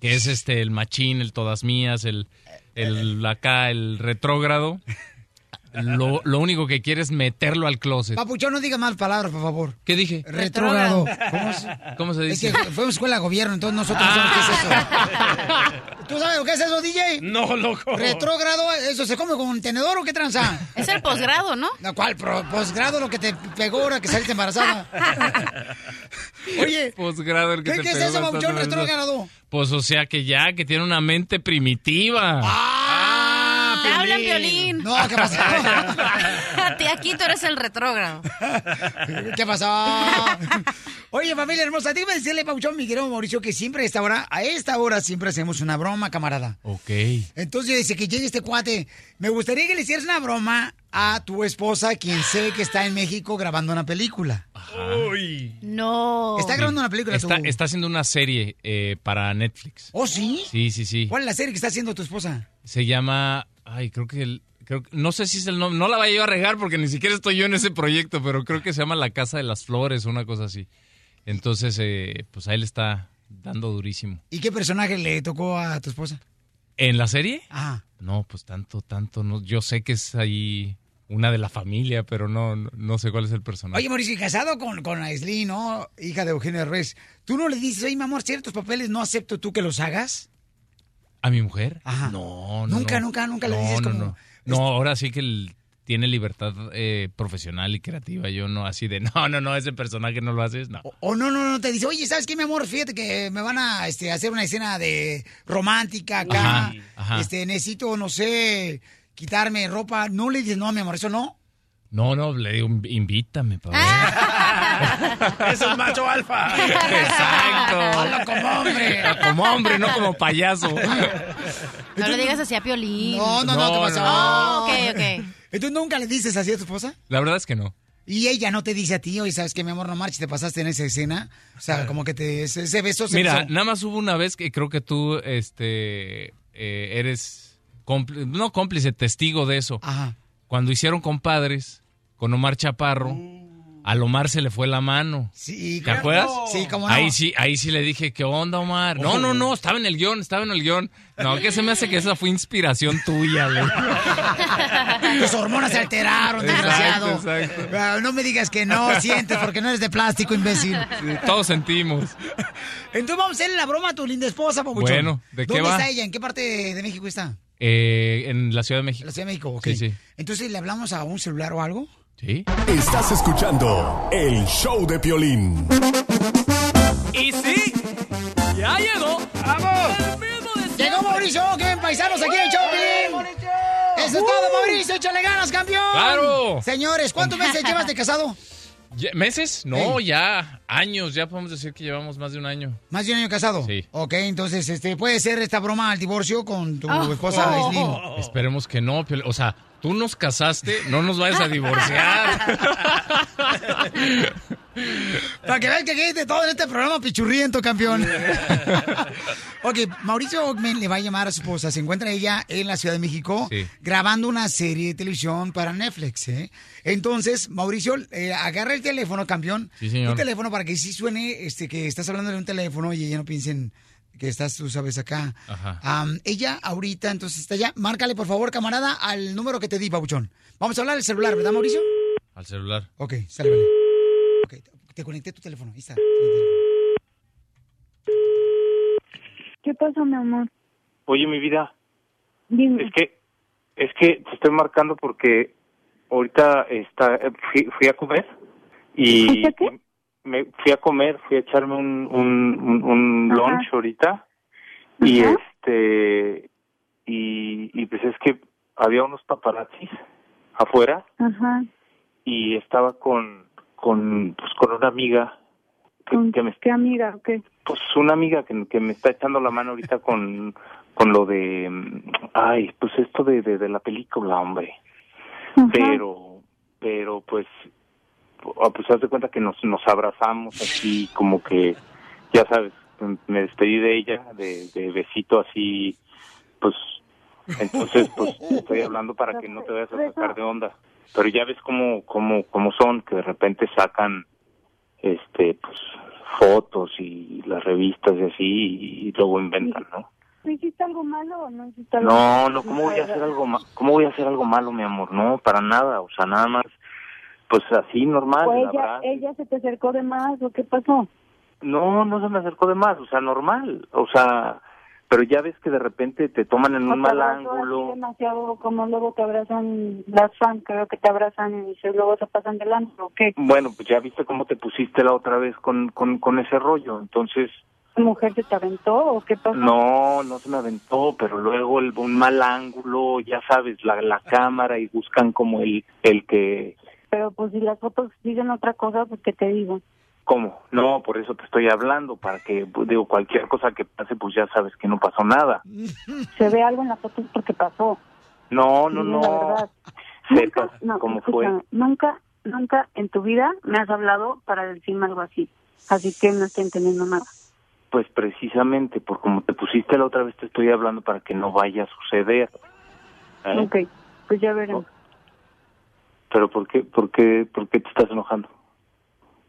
Speaker 24: que es este el machín, el todas mías, el,
Speaker 3: Eh,
Speaker 24: el acá, el retrógrado, lo, lo único que quiere es meterlo al closet.
Speaker 3: Papuchón, no diga mal palabras, por favor.
Speaker 24: ¿Qué dije?
Speaker 3: Retrógrado. ¿Cómo se,
Speaker 24: ¿Cómo se
Speaker 3: Es
Speaker 24: dice?
Speaker 3: que fuimos escuela de gobierno, entonces nosotros
Speaker 5: Ah.
Speaker 3: no sabemos qué es eso. ¿Tú sabes lo que es eso, DJ?
Speaker 5: No, loco.
Speaker 3: Retrógrado, ¿eso se come con un tenedor o qué tranza?
Speaker 4: Es el posgrado, ¿no?
Speaker 3: No, ¿cuál? Pro- Posgrado, lo que te pegó ahora que saliste embarazada. Oye,
Speaker 24: Posgrado el que
Speaker 3: ¿qué,
Speaker 24: te
Speaker 3: qué es
Speaker 24: pegó
Speaker 3: eso,
Speaker 24: bastante
Speaker 3: Papuchón
Speaker 24: verdad.
Speaker 3: retrógrado?
Speaker 24: Pues o sea que ya, que tiene una mente primitiva. Ah,
Speaker 4: Te Ah, hablan violín.
Speaker 3: No, ¿qué pasó?
Speaker 4: Aquí tú eres el retrógrado.
Speaker 3: ¿Qué pasó? Oye, familia hermosa, te iba a decirle, Papuchón, mi querido Mauricio, que siempre a esta hora, a esta hora siempre hacemos una broma, camarada.
Speaker 24: Ok.
Speaker 3: Entonces dice que llegue este cuate. Me gustaría que le hicieras una broma a tu esposa, quien sé que está en México grabando una película.
Speaker 4: No.
Speaker 3: Está grabando una película
Speaker 24: Está,
Speaker 3: tú.
Speaker 24: está haciendo una serie eh, para Netflix.
Speaker 3: ¿Oh, sí?
Speaker 24: Sí, sí, sí.
Speaker 3: ¿Cuál es la serie que está haciendo tu esposa?
Speaker 24: Se llama. Ay, creo que el. Creo, que- no sé si es el nombre. No la vaya yo a regar porque ni siquiera estoy yo en ese proyecto, pero creo que se llama La Casa de las Flores, una cosa así. Entonces, eh, pues a él está dando durísimo.
Speaker 3: ¿Y qué personaje le tocó a tu esposa?
Speaker 24: ¿En la serie?
Speaker 3: Ah.
Speaker 24: No, pues tanto, tanto. No, yo sé que es ahí una de la familia, pero no, no, no sé cuál es el personaje.
Speaker 3: Oye, Mauricio, y casado con, con Aislinn, ¿no? Hija de Eugenio Ruiz. ¿Tú no le dices, oye, mi amor, ciertos papeles no acepto tú que los hagas?
Speaker 24: ¿A mi mujer? No, no.
Speaker 3: Nunca,
Speaker 24: no.
Speaker 3: nunca, nunca le
Speaker 24: No,
Speaker 3: dices
Speaker 24: no,
Speaker 3: como-
Speaker 24: No, No, ahora sí que él tiene libertad eh, profesional y creativa. Yo no, así de, no, no, no, ese personaje no lo haces, no.
Speaker 3: O no, no, no, te dice, oye, ¿sabes qué, mi amor? Fíjate que me van a este, hacer una escena de romántica acá.
Speaker 24: Ajá, ajá.
Speaker 3: Este, necesito, no sé, quitarme ropa. No le dices, no, mi amor, eso no.
Speaker 24: No, no, le digo, invítame, Pablo.
Speaker 5: Eso es macho alfa.
Speaker 24: Exacto.
Speaker 3: Habla como hombre.
Speaker 24: Como hombre, no como payaso.
Speaker 4: No lo digas así a Piolín.
Speaker 3: No, no, no, ¿qué
Speaker 24: No,
Speaker 3: pasó?
Speaker 4: no. Oh, ok, ok.
Speaker 3: ¿Entonces nunca le dices así a tu esposa?
Speaker 24: La verdad es que no.
Speaker 3: Y ella no te dice a ti, oye, ¿sabes qué, mi amor, no marches, te pasaste en esa escena? O sea, como que te, ese, ese beso se
Speaker 24: Mira,
Speaker 3: hizo-
Speaker 24: nada más hubo una vez que creo que tú este, eh, eres, cómpli- no cómplice, testigo de eso. Cuando hicieron compadres con Omar Chaparro, a Omar se le fue la mano.
Speaker 3: Mm. Sí,
Speaker 24: ¿Te acuerdas?
Speaker 3: Sí, como no.
Speaker 24: Ahí sí, ahí sí le dije, ¿qué onda, Omar? No, no, no, estaba en el guión, estaba en el guión. No, que se me hace que esa fue inspiración tuya, le dije.
Speaker 3: Tus hormonas se alteraron,
Speaker 24: Exacto,
Speaker 3: desgraciado.
Speaker 24: exacto.
Speaker 3: Ah, No me digas que no, sientes, porque no eres de plástico, imbécil.
Speaker 24: Todos sentimos.
Speaker 3: Entonces vamos a hacerle la broma a tu linda esposa, papuchón.
Speaker 24: Bueno, ¿de qué
Speaker 3: ¿Dónde
Speaker 24: va?
Speaker 3: está ella? ¿En qué parte de México está?
Speaker 24: Eh, en la Ciudad de México.
Speaker 3: La Ciudad de México, ok.
Speaker 24: Sí, sí.
Speaker 3: Entonces, ¿le hablamos a un celular o algo?
Speaker 24: Sí.
Speaker 9: Estás escuchando el show de Piolín.
Speaker 24: Y sí, ya llegó.
Speaker 3: ¡Vamos! ¡Llegó Mauricio! ¡Que ven paisanos aquí en el Chopin! ¡Eso es todo, Mauricio! ¡Échale ganas, campeón!
Speaker 24: ¡Claro!
Speaker 3: Señores, ¿cuántos meses llevas de casado?
Speaker 24: Ya- ¿Meses? No,
Speaker 3: Ey.
Speaker 24: ya años, ya podemos decir que llevamos más de un año.
Speaker 3: ¿Más de un año casado?
Speaker 24: Sí.
Speaker 3: Ok, entonces, este, ¿puede ser esta broma al divorcio con tu esposa,
Speaker 24: Oh.
Speaker 3: Aislinn?
Speaker 24: Esperemos que no, Piolín. o sea, tú nos casaste, no nos vayas a divorciar.
Speaker 3: Para que vean que aquí hay de todo en este programa pichurriento, campeón. ok, Mauricio Ogmen le va a llamar a su esposa. Se encuentra ella en la Ciudad de México
Speaker 17: Sí.
Speaker 3: grabando una serie de televisión para Netflix. ¿eh? Entonces, Mauricio, eh, agarra el teléfono, campeón.
Speaker 24: Sí, señor.
Speaker 3: Un teléfono para que sí suene este, que estás hablando de un teléfono y ella no piensen que estás, tú sabes, acá.
Speaker 24: Ajá.
Speaker 3: Am, ella ahorita, entonces está allá. Márcale, por favor, camarada, al número que te di, Pabuchón. Vamos a hablar del celular, ¿verdad, Mauricio?
Speaker 24: Al celular.
Speaker 3: Ok, sale, vale. Ok, te- te conecté tu teléfono. Ahí está.
Speaker 22: ¿Qué pasa, mi amor?
Speaker 2: Oye, mi vida,
Speaker 22: Dime.
Speaker 2: es que es que te estoy marcando porque ahorita está eh, fui, fui a comer y
Speaker 22: ¿Fuiste a qué?
Speaker 2: me fui a comer, fui a echarme un, un, un, un
Speaker 6: Ajá.
Speaker 2: lunch ahorita y
Speaker 6: Ajá.
Speaker 2: este y, y pues es que había unos paparazzis afuera
Speaker 6: Ajá.
Speaker 2: y estaba con con pues con una amiga
Speaker 6: ¿Con
Speaker 2: que me-
Speaker 6: ¿Qué amiga? ¿O qué?
Speaker 2: pues una amiga que, que me está echando la mano ahorita con con lo de mm, ay pues esto de de, de la película hombre pero pero pues ah, pues haz de cuenta que nos nos abrazamos así como que ya sabes m- me despedí de ella de, de besito así pues entonces pues te estoy hablando para que no te vayas a sacar de onda pero ya ves cómo cómo cómo son que de repente sacan este pues fotos y las revistas y así y, y luego inventan no
Speaker 22: ¿No hiciste algo malo o no hiciste algo malo?
Speaker 2: no no cómo voy a hacer algo ma- cómo voy a hacer algo malo mi amor no para nada o sea nada más pues así normal
Speaker 22: ¿O
Speaker 2: el
Speaker 22: ella,
Speaker 2: abrazo.
Speaker 22: ella se te acercó de más o qué pasó?
Speaker 2: no no se me acercó de más o sea normal o sea pero ya ves que de repente te toman en
Speaker 22: ¿O
Speaker 2: un
Speaker 22: te
Speaker 2: mal
Speaker 22: abrazó así
Speaker 2: ángulo
Speaker 22: demasiado como luego te abrazan las fans, creo que te abrazan y se- luego se pasan delante o qué.
Speaker 2: bueno pues ya viste cómo te pusiste la otra vez con con con ese rollo entonces
Speaker 22: ¿La mujer se te aventó o qué pasó?
Speaker 2: No, no se me aventó, pero luego el, un mal ángulo, ya sabes, la, la cámara y buscan como el, el que...
Speaker 22: Pero pues si las fotos dicen otra cosa, pues qué te digo.
Speaker 2: ¿Cómo? No, por eso te estoy hablando, para que, pues, digo, cualquier cosa que pase, pues ya sabes que no pasó nada.
Speaker 22: Se ve algo en la foto porque pasó.
Speaker 2: No, no,
Speaker 22: Sí,
Speaker 2: no.
Speaker 22: la verdad.
Speaker 2: Sepas
Speaker 22: No,
Speaker 2: cómo fue.
Speaker 22: escúchame, Nunca, nunca en tu vida me has hablado para decirme algo así. Así que no estoy entendiendo nada.
Speaker 2: Pues precisamente, por como te pusiste la otra vez, te estoy hablando para que no vaya a suceder. ¿Eh?
Speaker 22: Ok, pues ya veremos.
Speaker 2: Oh. Pero ¿por qué, por, qué, ¿por qué te estás enojando?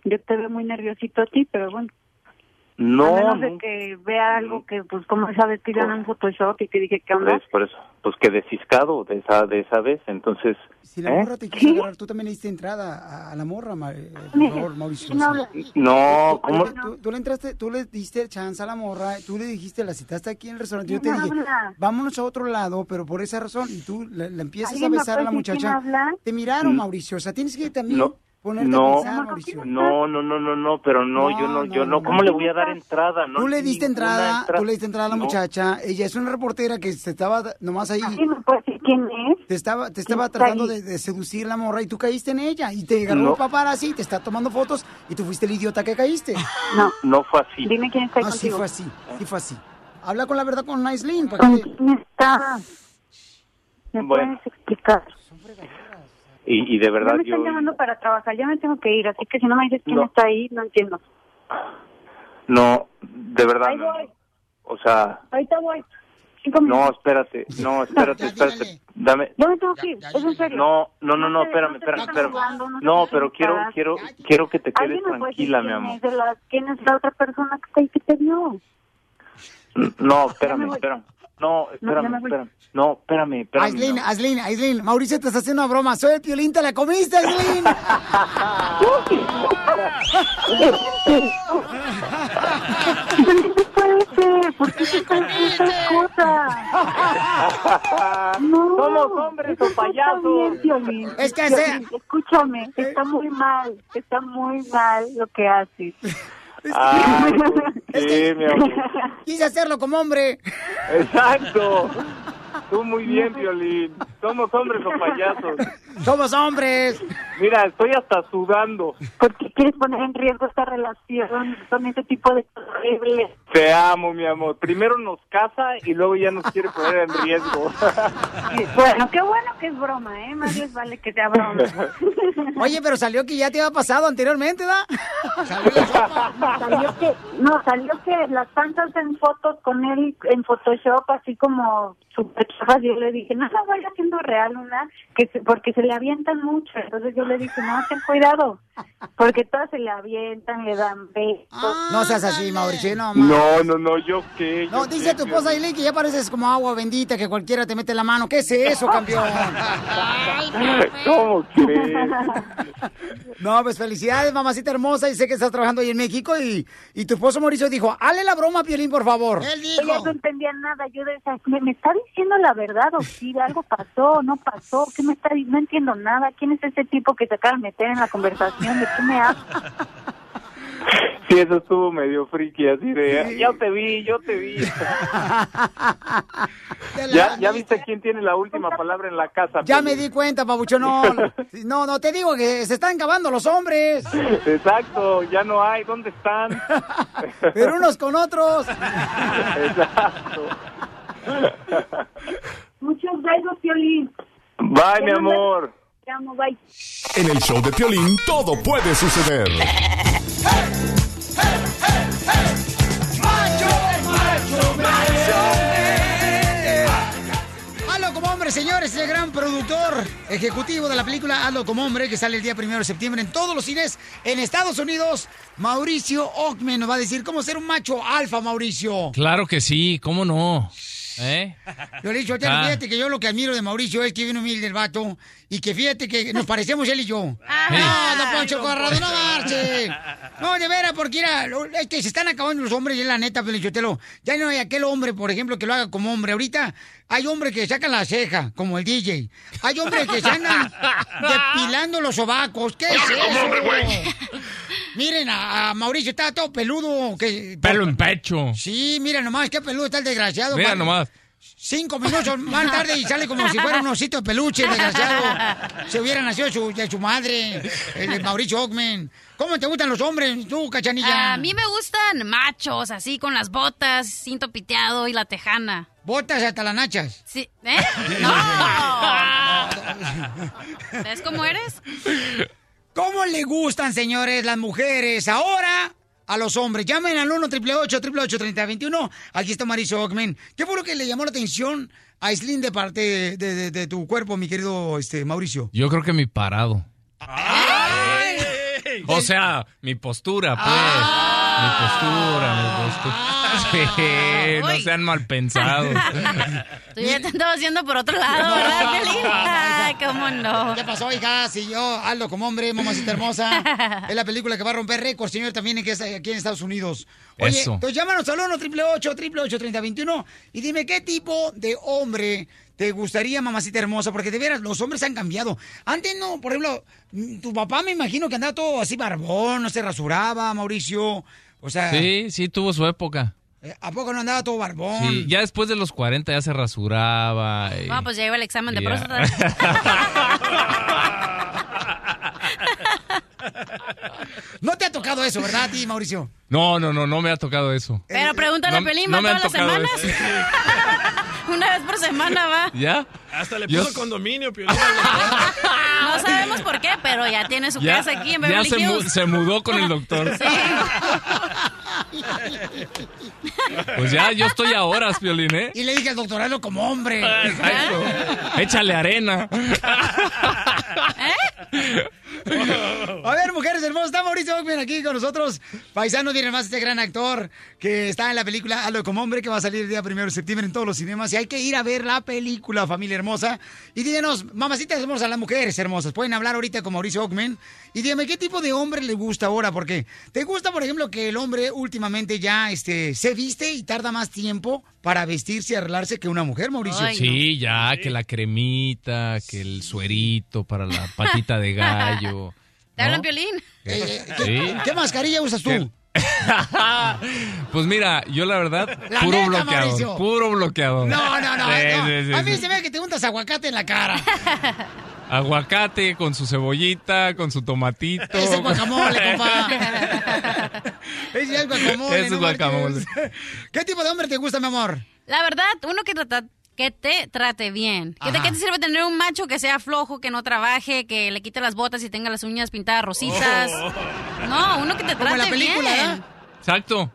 Speaker 22: Yo te veo muy nerviosito a ti, pero bueno. a
Speaker 2: No,
Speaker 22: menos
Speaker 2: Oh, no, Mm. Oh.
Speaker 22: de que vea algo que, pues, como sabes que yo no en Photoshop y que dije, ¿qué onda?
Speaker 2: ¿ves? Por eso. Pues que desiscado de esa, de esa vez, entonces...
Speaker 3: Si la
Speaker 2: ¿eh?
Speaker 3: morra te quiso agarrar, tú también le diste entrada a, a la morra, ma- eh, por favor, Mauricio.
Speaker 22: No,
Speaker 3: sí. Tú-
Speaker 2: No, ¿cómo?
Speaker 3: Tú, tú le entraste, tú le diste chance a la morra, tú le dijiste, la citaste aquí en el restaurante, yo te
Speaker 22: No
Speaker 3: dije,
Speaker 22: habla.
Speaker 3: vámonos a otro lado, pero por esa razón, y tú le, le empiezas a
Speaker 22: ¿Alguien me
Speaker 3: besar a la
Speaker 22: puede decir
Speaker 3: muchacha.
Speaker 22: quién habla?
Speaker 3: Te miraron,
Speaker 2: Mm.
Speaker 3: Mauricio, o sea, tienes que también
Speaker 2: No,
Speaker 3: ponerte a
Speaker 2: no,
Speaker 3: pensar, Mauricio.
Speaker 2: no, no, no, no, no, pero no, yo no, yo no, ¿cómo le voy a dar entrada? No,
Speaker 3: Tú le diste
Speaker 2: ninguna
Speaker 3: entrada,
Speaker 2: entra-
Speaker 3: tú le diste entrada a la
Speaker 2: No,
Speaker 3: muchacha, ella es una reportera que se estaba nomás ahí.
Speaker 22: quién es?
Speaker 3: Te estaba, te estaba
Speaker 22: está
Speaker 3: tratando de,
Speaker 22: ahí?
Speaker 3: de seducir la morra y tú caíste en ella y te agarró
Speaker 2: No.
Speaker 3: un paparazzi y te está tomando fotos y tú fuiste el idiota que caíste.
Speaker 22: No.
Speaker 2: No fue así.
Speaker 22: Dime quién está ahí
Speaker 3: No, Ah, sí
Speaker 22: contigo.
Speaker 3: fue así, sí fue así. Habla con la verdad con Nice Lynn. para
Speaker 22: ¿Con
Speaker 3: que te-
Speaker 22: quién estás? ¿Me
Speaker 2: Bueno.
Speaker 22: puedes explicar?
Speaker 2: Y, y de verdad
Speaker 22: ya me
Speaker 2: yo,
Speaker 22: están llamando para trabajar, ya me tengo que ir, así que si no me dices quién
Speaker 2: No.
Speaker 22: está ahí, no entiendo.
Speaker 2: no, de verdad,
Speaker 22: Ahí
Speaker 2: no,
Speaker 22: voy,
Speaker 2: o sea,
Speaker 22: ahorita voy.
Speaker 2: no, espérate, no, espérate, espérate, dame,
Speaker 22: Ya me tengo que ir, es en serio.
Speaker 2: no, no, no, no,
Speaker 22: te-
Speaker 2: espérame,
Speaker 22: te
Speaker 2: espérame,
Speaker 22: estás
Speaker 2: espérame,
Speaker 22: jugando, no te
Speaker 2: no,
Speaker 22: estás
Speaker 2: pero quiero,
Speaker 22: jugando.
Speaker 2: quiero, quiero que te quedes
Speaker 22: ¿Alguien me puede decir
Speaker 2: tranquila, mi
Speaker 22: quién
Speaker 2: amor,
Speaker 22: Es de la, ¿Quién es la otra persona que está ahí que te vio?
Speaker 2: no,
Speaker 22: Ya me
Speaker 2: espérame,
Speaker 22: voy.
Speaker 2: espérame, no, espérame,
Speaker 3: me voy.
Speaker 2: espérame, no, espérame, espérame, mi
Speaker 3: Aislin,
Speaker 2: amor.
Speaker 3: Aislin, Aislin, Mauricio te está haciendo una broma. Soy el piolín, te la comiste, Aislin.
Speaker 22: puede ser? ¿Por qué se están haciendo estas cosas? No. Somos hombres o payasos.
Speaker 6: Es que sea- Eh.
Speaker 22: Escúchame, está muy mal, está muy mal lo que haces.
Speaker 2: Ah.
Speaker 6: Ay, sí, mi amor.
Speaker 3: Quise hacerlo como hombre.
Speaker 2: Exacto. Tú muy bien, Violín. Somos hombres o payasos.
Speaker 3: Somos hombres.
Speaker 2: Mira, estoy hasta sudando.
Speaker 22: ¿Por qué quieres poner en riesgo esta relación con ese tipo de cosas horribles?
Speaker 2: Te amo, mi amor. Primero nos casa y luego ya nos quiere poner en riesgo.
Speaker 22: Bueno, qué bueno que es broma, ¿eh? Más les vale que sea broma.
Speaker 3: Oye, pero salió que ya te había pasado anteriormente, ¿da?
Speaker 22: salió que, no, salió que las panzas en fotos con él en Photoshop, así como super chafas, yo le dije, no la vaya haciendo real una, que se- porque se le avientan mucho, entonces yo le dije, no, ten cuidado, porque todas se le avientan, le dan besos.
Speaker 3: No seas así, Mauricio, no, ma.
Speaker 2: No, no, no, yo qué.
Speaker 3: No, dice tu esposa Aislin que ya pareces como agua bendita, que cualquiera te mete la mano. ¿Qué es eso, campeón?
Speaker 2: ¿Cómo crees?
Speaker 3: No, pues felicidades, mamacita hermosa. Y sé que estás trabajando ahí en México. Y, y tu esposo Mauricio dijo, hale la broma, Piolín, por favor.
Speaker 22: Ella no entendía nada, yo decía, ¿me, me está diciendo la verdad o sí? ¿Algo pasó no pasó? ¿Qué me está di- No entiendo nada, ¿quién es ese tipo que se acaba de meter en la conversación? ¿De qué me habla?
Speaker 2: Sí, eso estuvo medio friki, así de...
Speaker 13: Yo te vi, yo te vi.
Speaker 2: ¿Ya, ya viste quién tiene la última palabra en la casa.
Speaker 3: Ya me di cuenta, Pabucho, no. No, no, te digo que se están acabando los hombres.
Speaker 2: Exacto, ya no hay, ¿dónde están?
Speaker 3: Pero unos con otros.
Speaker 2: Exacto.
Speaker 22: Muchas gracias, Piolín.
Speaker 2: Bye, mi amor.
Speaker 22: Te amo, bye.
Speaker 23: En el show de Piolín todo puede suceder.
Speaker 3: Hazlo como hombre, señores, el gran productor ejecutivo de la película Hazlo como hombre, que sale el día primero de septiembre en todos los cines en Estados Unidos. Mauricio Ockman nos va a decir cómo ser un macho alfa, Mauricio.
Speaker 24: Claro que sí, ¿cómo no? ¿Eh?
Speaker 3: Yo le he dicho, "Oye,
Speaker 24: Ah.
Speaker 3: fíjate que yo lo que admiro de Mauricio es que viene humilde el vato y que fíjate que nos parecemos él y yo. No, no, Poncho Corrado, no marche. No, de veras, porque mira, lo- es que se están acabando los hombres y es la neta, Pelichotelo. Ya no hay aquel hombre, por ejemplo, que lo haga como hombre. Ahorita hay hombres que sacan la ceja, como el DJ. Hay hombres que se andan depilando los sobacos. ¿Qué es eso? Miren, a, a Mauricio está todo peludo. Que,
Speaker 24: Pelo en pecho.
Speaker 3: Sí, mira nomás, qué peludo está el desgraciado.
Speaker 24: Mira
Speaker 3: Pare-
Speaker 24: nomás.
Speaker 3: Cinco minutos más tarde y sale como si fuera un osito de peluche, el desgraciado. Se hubiera nacido de su, de su madre, el de Mauricio Ockman. ¿Cómo te gustan los hombres, tú, cachanilla?
Speaker 4: A mí me gustan machos, así con las botas, cinto piteado y la tejana.
Speaker 3: Botas hasta las nachas.
Speaker 4: Sí, ¿eh? ¡No! ¿Sabes cómo eres?
Speaker 3: ¿Cómo le gustan, señores, las mujeres ahora a los hombres? Llamen al 1 888 3021 Aquí está Mauricio Ockman. ¿Qué fue lo que le llamó la atención a Slim de parte de, de- de- de tu cuerpo, mi querido este, Mauricio?
Speaker 24: Yo creo que mi parado. O sea, mi postura, pues.
Speaker 4: Ah.
Speaker 24: Mi postura, mi postura. Sí, no sean mal pensados.
Speaker 4: Tú ya te andabas yendo por otro lado, ¿verdad, Piolín? Ay, cómo no.
Speaker 3: ¿Qué pasó, hija? Si yo, Aldo como hombre, mamacita hermosa. Es la película que va a romper récord, señor, también en que es aquí en Estados Unidos. Oye,
Speaker 24: Eso.
Speaker 3: entonces llámanos al 1 888 3021 y dime qué tipo de hombre te gustaría, mamacita hermosa, porque de veras, los hombres han cambiado. Antes no, por ejemplo, mm, tu papá me imagino que andaba todo así barbón, no se rasuraba, Mauricio. O sea,
Speaker 24: Sí, sí, tuvo su época.
Speaker 3: ¿a poco no andaba todo barbón?
Speaker 24: Sí, ya después de los 40 ya se rasuraba. y-
Speaker 4: Mm. No, pues ya iba el examen de
Speaker 24: Ya.
Speaker 4: próstata.
Speaker 3: No te ha tocado eso, ¿verdad, a ti, Mauricio?
Speaker 24: No, no, no, no me ha tocado eso.
Speaker 4: Pero pregúntale a
Speaker 24: No-
Speaker 4: Pelín,
Speaker 24: no
Speaker 4: ¿va
Speaker 24: me han
Speaker 4: todas las
Speaker 24: tocado
Speaker 4: semanas? Una vez por semana va.
Speaker 24: ¿Ya?
Speaker 5: Hasta le
Speaker 24: Yo-
Speaker 5: puso condominio, Piolín.
Speaker 4: No sabemos por qué, pero ya tiene su
Speaker 24: Ya-
Speaker 4: casa aquí en
Speaker 24: ya
Speaker 4: Beverly
Speaker 24: se, mu-
Speaker 4: Hills.
Speaker 24: se mudó con el doctor. Pues ya, yo estoy a horas, Piolín, ¿eh?
Speaker 3: Y le dije al doctorado como hombre. "Ah".
Speaker 24: Échale arena.
Speaker 3: A ver, mujeres hermosas, está Mauricio Ockman aquí con nosotros. Paisano viene más este gran actor que está en la película Hazlo como hombre, que va a salir el día primero de septiembre en todos los cinemas. Y hay que ir a ver la película, familia hermosa. Y díganos, mamacitas hermosas, las mujeres hermosas, pueden hablar ahorita con Mauricio Ockman. Y díganme, ¿qué tipo de hombre le gusta ahora? Porque te gusta, por ejemplo, que el hombre últimamente ya este, se viste y tarda más tiempo para vestirse y arreglarse que una mujer, Mauricio.
Speaker 24: sí, ya, que la cremita, que el suerito para la patita de gallo.
Speaker 4: ¿Te hablan, Piolín?
Speaker 24: Eh, eh, ¿qué- Sí. qué
Speaker 3: mascarilla usas tú?
Speaker 24: Pues mira, yo la verdad,
Speaker 3: La
Speaker 24: puro
Speaker 3: neta,
Speaker 24: bloqueador.
Speaker 3: Mauricio.
Speaker 24: Puro bloqueador.
Speaker 3: No, no, no.
Speaker 24: Sí,
Speaker 3: no.
Speaker 24: sí, sí,
Speaker 3: a mí
Speaker 24: sí.
Speaker 3: se ve que te untas aguacate en la cara.
Speaker 24: Aguacate con su cebollita, con su tomatito.
Speaker 3: Es el guacamole, compa. es el guacamole.
Speaker 24: Es
Speaker 3: no
Speaker 24: guacamole.
Speaker 3: marches. ¿Qué tipo de hombre te gusta, mi amor?
Speaker 4: La verdad, uno que, trata- que te trate bien. ¿Qué te,
Speaker 3: Ajá.
Speaker 4: qué te sirve tener un macho que sea flojo, que no trabaje, que le quite las botas y tenga las uñas pintadas rositas?
Speaker 5: Oh.
Speaker 4: No, uno que te
Speaker 3: Como
Speaker 4: trate
Speaker 3: en la película,
Speaker 4: bien.
Speaker 24: Exacto.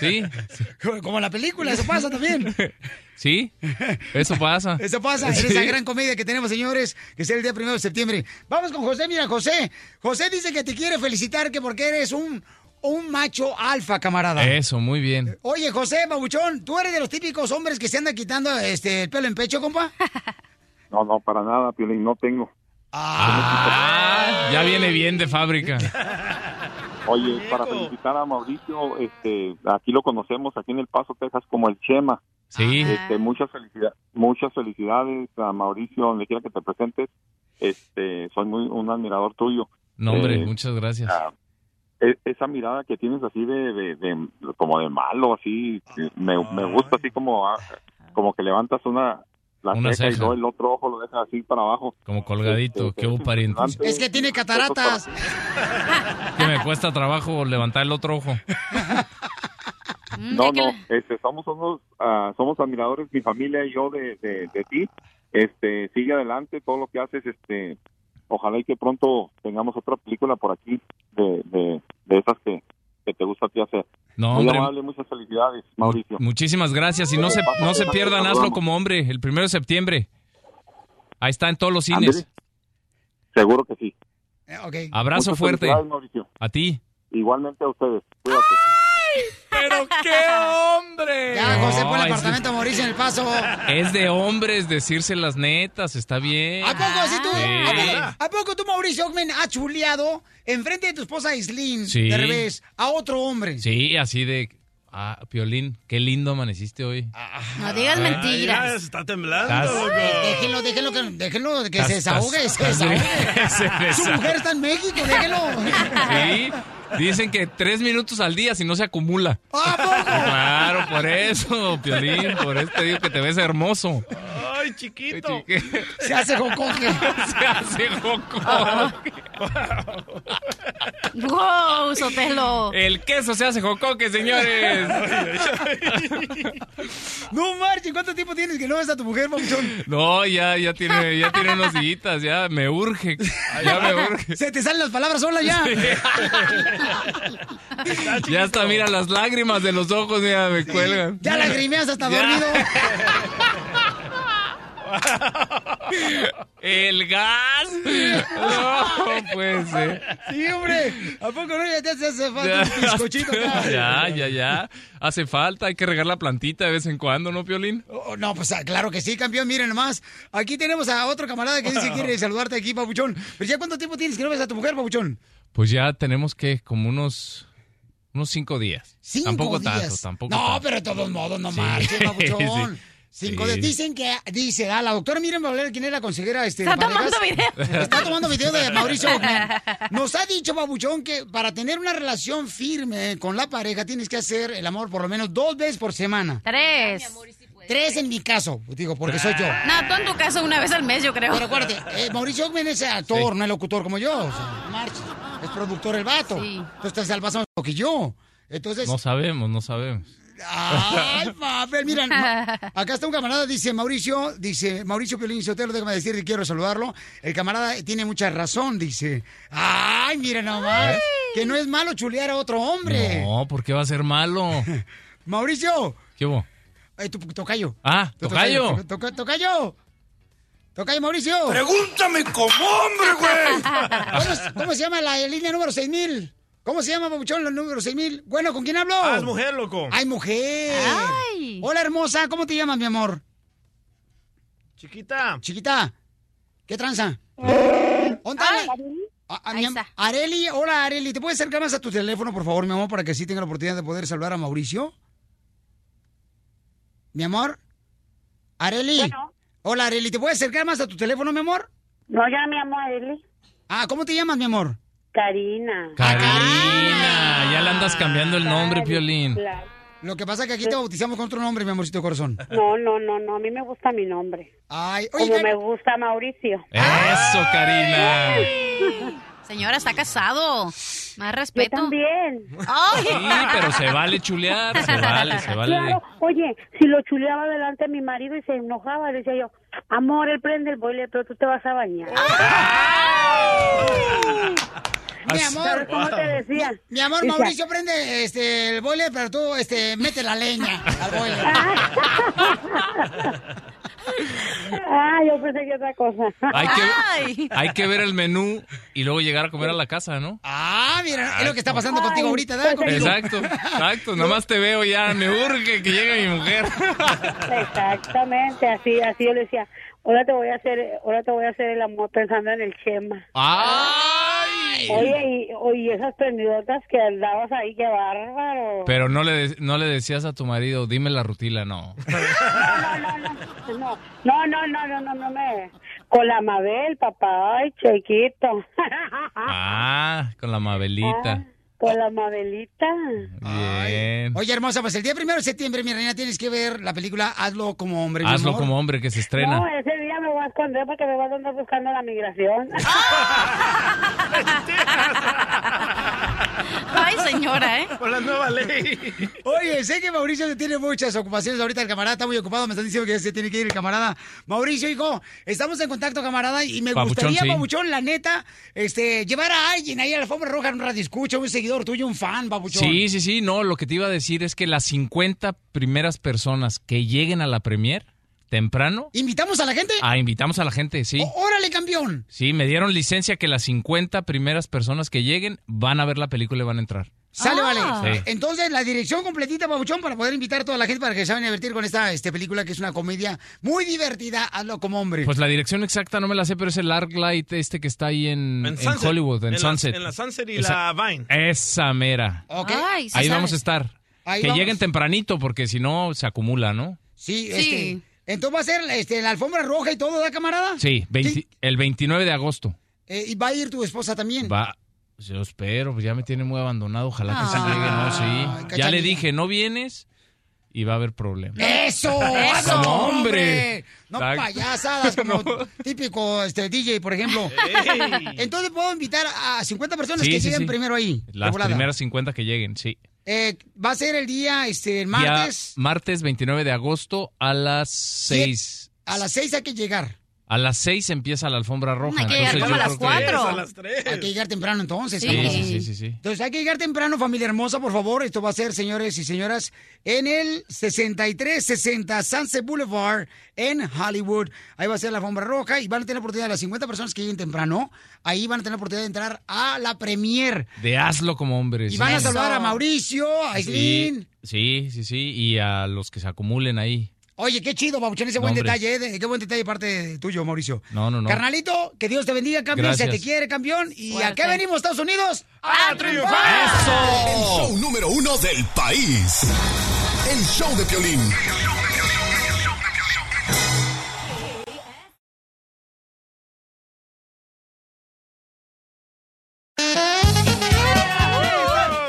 Speaker 24: Sí.
Speaker 3: Como en la película, eso pasa también.
Speaker 24: Sí. Eso pasa.
Speaker 3: Eso pasa
Speaker 24: Sí.
Speaker 3: en esa gran comedia que tenemos, señores, que será el día primero de septiembre. Vamos con José, mira, José. José dice que te quiere felicitar que porque eres un, un macho alfa, camarada.
Speaker 24: Eso, muy bien.
Speaker 3: Oye, José, babuchón, ¿tú eres de los típicos hombres que se andan quitando este, el pelo en pecho, compa?
Speaker 20: No, no, para nada, Piolín, no tengo.
Speaker 3: Ah.
Speaker 24: Ya viene bien de fábrica.
Speaker 20: Oye, para felicitar a Mauricio, este, aquí lo conocemos, aquí en El Paso, Texas, como el Chema.
Speaker 24: Sí.
Speaker 20: Este, muchas, felicidades, muchas felicidades a Mauricio, donde quiera que te presentes. Este, soy muy un admirador tuyo.
Speaker 24: No, hombre,
Speaker 20: Eh,
Speaker 24: muchas gracias.
Speaker 20: e- esa mirada que tienes así de, de- de- como de malo, así, que me, me gusta así como, a- como que levantas una, la
Speaker 24: Una
Speaker 20: ceja, y
Speaker 24: ceja.
Speaker 20: luego el otro ojo lo dejas así para abajo.
Speaker 24: Como colgadito. ¿Qué hubo, pariente?
Speaker 3: Es que tiene cataratas.
Speaker 24: Que me cuesta trabajo levantar el otro ojo. Mm,
Speaker 20: No, no, este, somos unos, ah, somos admiradores, mi familia y yo de, de, de ti. Este, sigue adelante, todo lo que haces, este, ojalá y que pronto tengamos otra película por aquí de, de, de esas que, que te gusta a ti hacer.
Speaker 24: No,
Speaker 20: Muy
Speaker 24: hombre.
Speaker 20: amable, muchas felicidades, Mauricio.
Speaker 24: Muchísimas gracias. Y no se, no se pierdan, hazlo como hombre, el primero de septiembre. Ahí está en todos los cines.
Speaker 20: Seguro que sí.
Speaker 3: Eh,
Speaker 24: Abrazo
Speaker 20: Muchas
Speaker 24: fuerte.
Speaker 20: felicidades, Mauricio.
Speaker 24: A ti.
Speaker 20: Igualmente a ustedes. Cuídate.
Speaker 24: ¡Pero qué hombre!
Speaker 3: Ya, José,
Speaker 24: No,
Speaker 3: por el
Speaker 24: es-
Speaker 3: apartamento a Mauricio en el paso. ¿A
Speaker 24: Es de hombres decirse las netas, está bien.
Speaker 3: poco, sí, tú?
Speaker 24: Sí.
Speaker 3: ¿A poco- ¿A poco tú, Mauricio Ockman, ha chuleado enfrente de tu esposa Islin
Speaker 24: Sí.
Speaker 3: de revés a otro hombre?
Speaker 24: Sí, así de. Ah, Piolín, qué lindo amaneciste hoy.
Speaker 3: No
Speaker 24: digas Ah, mentiras.
Speaker 5: ya está temblando,
Speaker 24: Estás-
Speaker 5: loco.
Speaker 3: Déjenlo, déjenlo, que, déjenlo que
Speaker 24: Estás-
Speaker 3: se desahogue, se
Speaker 24: estás- Se
Speaker 3: desahogue. Su
Speaker 24: desahogue.
Speaker 3: mujer está en México, déjenlo.
Speaker 24: Sí, dicen que tres minutos al día si no se acumula.
Speaker 3: ¿A poco?
Speaker 24: Claro, por eso, Piolín, por eso te digo que te ves hermoso.
Speaker 5: Ay, chiquito.
Speaker 3: Se hace jocoque.
Speaker 24: Se hace jocoque.
Speaker 4: ¡Wow, Sotelo!
Speaker 24: El queso se hace jocoque, señores.
Speaker 3: No, Marchi, ¿cuánto tiempo tienes que no ves a tu mujer, Papuchón?
Speaker 24: No, ya, ya tiene, ya tiene unos días, ya me urge. Ya me urge.
Speaker 3: Se te salen las palabras solas ya.
Speaker 24: Ya hasta mira las lágrimas de los ojos, mira, me cuelgan.
Speaker 3: Ya lagrimeas hasta
Speaker 24: Ya.
Speaker 3: dormido.
Speaker 24: El gas. No, pues. eh.
Speaker 3: Sí, hombre. ¿A poco no ya te hace falta un bizcochito acá?
Speaker 24: Ya, ya, ya. Hace falta, hay que regar la plantita de vez en cuando, ¿no, Piolín?
Speaker 3: Oh, No, pues ah, claro que sí, campeón. Miren nomás. Aquí tenemos a otro camarada que dice que quiere saludarte aquí, Papuchón. Pero ya cuánto tiempo tienes que no ves a tu mujer, Papuchón?
Speaker 24: Pues ya tenemos que como unos unos cinco días.
Speaker 3: Cinco
Speaker 24: tampoco
Speaker 3: días.
Speaker 24: tanto, tampoco.
Speaker 3: No,
Speaker 24: tanto.
Speaker 3: pero de todos modos, no
Speaker 24: Sí.
Speaker 3: marches, Papuchón.
Speaker 24: Sí.
Speaker 3: Cinco
Speaker 24: Sí.
Speaker 3: días. Dicen que, dice, ah, la doctora Miriam Valera, quien es la consejera. Este,
Speaker 4: Está
Speaker 3: Vanegas,
Speaker 4: tomando video.
Speaker 3: Está tomando video de Mauricio. Ockman. Nos ha dicho, Papuchón, que para tener una relación firme con la pareja tienes que hacer el amor por lo menos dos veces por semana.
Speaker 4: Tres.
Speaker 3: Tres en mi caso, pues, digo, porque soy yo.
Speaker 4: No, tú en tu caso una vez al mes, yo creo.
Speaker 3: Pero acuérdate, eh, Mauricio Ockman es actor, no es locutor como yo. O sea, marches. Es productor el vato. Entonces te salvas más que yo. Entonces,
Speaker 24: No sabemos, no sabemos.
Speaker 3: Ay, papel, mira, ma- acá está un camarada, dice Mauricio, dice Mauricio Piolín Sotelo, déjame decir que quiero saludarlo. El camarada tiene mucha razón, dice. Ay, mira nomás, que no es malo chulear a otro hombre.
Speaker 24: No, ¿por qué va a ser malo?
Speaker 3: Mauricio,
Speaker 24: ¿Qué hubo?
Speaker 3: ay, tu tocayo.
Speaker 24: Ah,
Speaker 3: Tu
Speaker 24: tocayo.
Speaker 3: toca- toca- Tocayo. Tocayo, Mauricio.
Speaker 17: Pregúntame como hombre, güey.
Speaker 3: ¿Cómo, es- cómo se llama la línea número 6000? ¿Cómo se llama, Pabuchón, la número 6000? Bueno, ¿con quién hablo?
Speaker 5: Ah, es mujer, loco.
Speaker 3: Ay, mujer.
Speaker 5: Ay.
Speaker 3: Hola, hermosa, ¿cómo te llamas, mi amor?
Speaker 5: Chiquita.
Speaker 3: Chiquita, ¿qué tranza? ¿Dónde está la- a- a mi am- Areli, hola Areli, ¿te puedes acercar más a tu teléfono, por favor, mi amor, para que sí tenga la oportunidad de poder saludar a Mauricio? Mi amor, Areli. Hola Areli, ¿te puedes acercar más a tu teléfono, mi amor?
Speaker 22: No, ya me llamo Areli.
Speaker 3: Ah, ¿cómo te llamas, mi amor?
Speaker 22: Karina.
Speaker 24: Karina, ya le andas cambiando el nombre, Piolín.
Speaker 3: Lo que pasa es que aquí te bautizamos con otro nombre, mi amorcito corazón.
Speaker 22: No, no, no, no, a mí me gusta mi nombre.
Speaker 3: Ay,
Speaker 22: Como me gusta Mauricio.
Speaker 24: Eso, Karina.
Speaker 4: Señora, está casado. Más respeto. Oh. Yo
Speaker 22: también.
Speaker 4: Ay.
Speaker 24: Sí, pero se vale chulear, se vale, se vale.
Speaker 22: Claro, oye, si lo chuleaba delante de mi marido y se enojaba, le decía yo, amor, él prende el boiler, pero tú te vas a bañar.
Speaker 3: Mi amor,
Speaker 22: ¿Cómo te decía?
Speaker 3: Mi, mi amor,
Speaker 22: Decía,
Speaker 3: Mauricio prende este, el boiler, pero tú este, mete la leña al boiler.
Speaker 22: Ah, yo pensé que otra cosa.
Speaker 24: Hay que, hay que ver el menú y luego llegar a comer a la casa, ¿no?
Speaker 3: Ah, mira, es lo que está pasando contigo ahorita, ¿verdad?
Speaker 22: pues,
Speaker 3: Conmigo.
Speaker 24: Exacto, exacto. Nada más te veo ya, me urge que llegue mi mujer.
Speaker 22: Exactamente, así, así yo le decía, ahora te voy a hacer, ahora te voy a hacer el amor pensando en el Chema.
Speaker 24: Ah. ¡Ay!
Speaker 22: Oye, y, oye, esas prendidotas que andabas ahí, qué bárbaro.
Speaker 24: Pero no le, de- no le decías a tu marido, dime la rutila, no.
Speaker 22: No, no, no, no, no, no, no me... Con la Mabel, papá, ay, chiquito.
Speaker 24: Ah, con la Mabelita.
Speaker 22: Con la Mabelita.
Speaker 24: Bien.
Speaker 3: Oye, hermosa, pues el día primero de septiembre, mi reina, tienes que ver la película Hazlo como hombre. mi
Speaker 24: Hazlo
Speaker 3: amor.
Speaker 24: como hombre que se
Speaker 22: No,
Speaker 24: estrena.
Speaker 22: ese día me voy a esconder porque me van a andar buscando la migración.
Speaker 4: Ay, señora, ¿eh?
Speaker 5: Con la nueva ley.
Speaker 3: Oye, sé que Mauricio tiene muchas ocupaciones ahorita, el camarada está muy ocupado, me están diciendo que ya se tiene que ir el camarada. Mauricio, hijo, estamos en contacto, camarada, y me
Speaker 24: Papuchón,
Speaker 3: gustaría,
Speaker 24: sí.
Speaker 3: Pabuchón, la neta, este, llevar a alguien ahí a la alfombra roja, un radio escucha, un seguidor tuyo, un fan, Pabuchón.
Speaker 24: Sí, sí, sí. No, lo que te iba a decir es que las 50 primeras personas que lleguen a la premier temprano,
Speaker 3: ¿Invitamos a la gente?
Speaker 24: ah, invitamos a la gente, sí.
Speaker 3: ¡Órale, campeón!
Speaker 24: Sí, me dieron licencia que las 50 primeras personas que lleguen van a ver la película y van a entrar.
Speaker 3: Sale,
Speaker 4: Ah.
Speaker 3: vale.
Speaker 24: Sí.
Speaker 3: Entonces, la dirección completita, Pabuchón, para poder invitar a toda la gente para que se vayan a divertir con esta este, película, que es una comedia muy divertida, hazlo como hombre.
Speaker 24: Pues la dirección exacta no me la sé, pero es el Arc Light este que está ahí en, en
Speaker 5: Sunset.
Speaker 24: Hollywood, en,
Speaker 5: En la-
Speaker 24: Sunset.
Speaker 5: en la Sunset y
Speaker 24: Esa-
Speaker 5: la Vine.
Speaker 24: Esa mera.
Speaker 3: Ok.
Speaker 24: ahí vamos a estar.
Speaker 3: Ahí
Speaker 24: que
Speaker 3: vamos.
Speaker 24: lleguen tempranito porque si no se acumula, ¿no?
Speaker 3: Sí,
Speaker 24: Sí.
Speaker 3: este, entonces va a ser este, la alfombra roja y todo, ¿da, camarada?
Speaker 24: Sí, 20 el 29 de agosto.
Speaker 3: Eh, y va a ir tu esposa también.
Speaker 24: Va. Yo espero, pues ya me tiene muy abandonado. Ojalá que sí
Speaker 3: Ah.
Speaker 24: llegue, no, sí.
Speaker 3: Ay,
Speaker 24: Ya le
Speaker 3: cachanilla.
Speaker 24: dije, no vienes y va a haber problemas.
Speaker 3: ¡Eso!
Speaker 24: Eso.
Speaker 3: ¡Hazlo como Oh, hombre!
Speaker 24: Hombre.
Speaker 3: No
Speaker 24: Exacto.
Speaker 3: payasadas como típico este, DJ, por ejemplo.
Speaker 24: Ey.
Speaker 3: Entonces puedo invitar a 50 personas
Speaker 24: Sí,
Speaker 3: que
Speaker 24: sí,
Speaker 3: lleguen
Speaker 24: sí.
Speaker 3: primero ahí. de
Speaker 24: Las
Speaker 3: volada.
Speaker 24: primeras 50 que lleguen, sí.
Speaker 3: Eh, va a ser el día, este, el
Speaker 24: Día
Speaker 3: martes,
Speaker 24: martes 29 de agosto a las 6.
Speaker 3: a las 6 hay que llegar.
Speaker 24: A las 6 empieza la alfombra roja.
Speaker 3: hay que llegar
Speaker 24: entonces
Speaker 3: como
Speaker 24: yo
Speaker 3: a las
Speaker 24: creo que-
Speaker 3: 4. A las 3. Hay que llegar temprano entonces.
Speaker 24: Sí,
Speaker 3: ¿no?
Speaker 24: sí, sí, sí, sí.
Speaker 3: Entonces hay que llegar temprano, familia hermosa, por favor. Esto va a ser, señores y señoras, en el 6360 Sunset Boulevard en Hollywood. Ahí va a ser la alfombra roja y van a tener la oportunidad, las 50 personas que lleguen temprano, ahí van a tener la oportunidad de entrar a la premier.
Speaker 24: De hazlo como hombres.
Speaker 3: Y van a
Speaker 24: Sí.
Speaker 3: saludar a Mauricio, a Aislinn.
Speaker 24: Sí, sí, sí, sí. Y a los que se acumulen ahí.
Speaker 3: Oye, qué chido, Babuchón, ese
Speaker 24: No,
Speaker 3: buen
Speaker 24: hombre.
Speaker 3: detalle, ¿eh? De- Qué buen detalle parte de- tuyo, Mauricio.
Speaker 24: No, no, no.
Speaker 3: Carnalito, que Dios te bendiga, campeón, se
Speaker 24: Gracias.
Speaker 3: te quiere, campeón. ¿Y a qué venimos, Estados Unidos?
Speaker 6: ¡A
Speaker 3: triunfar!
Speaker 23: El show número uno del país. El show de Piolín.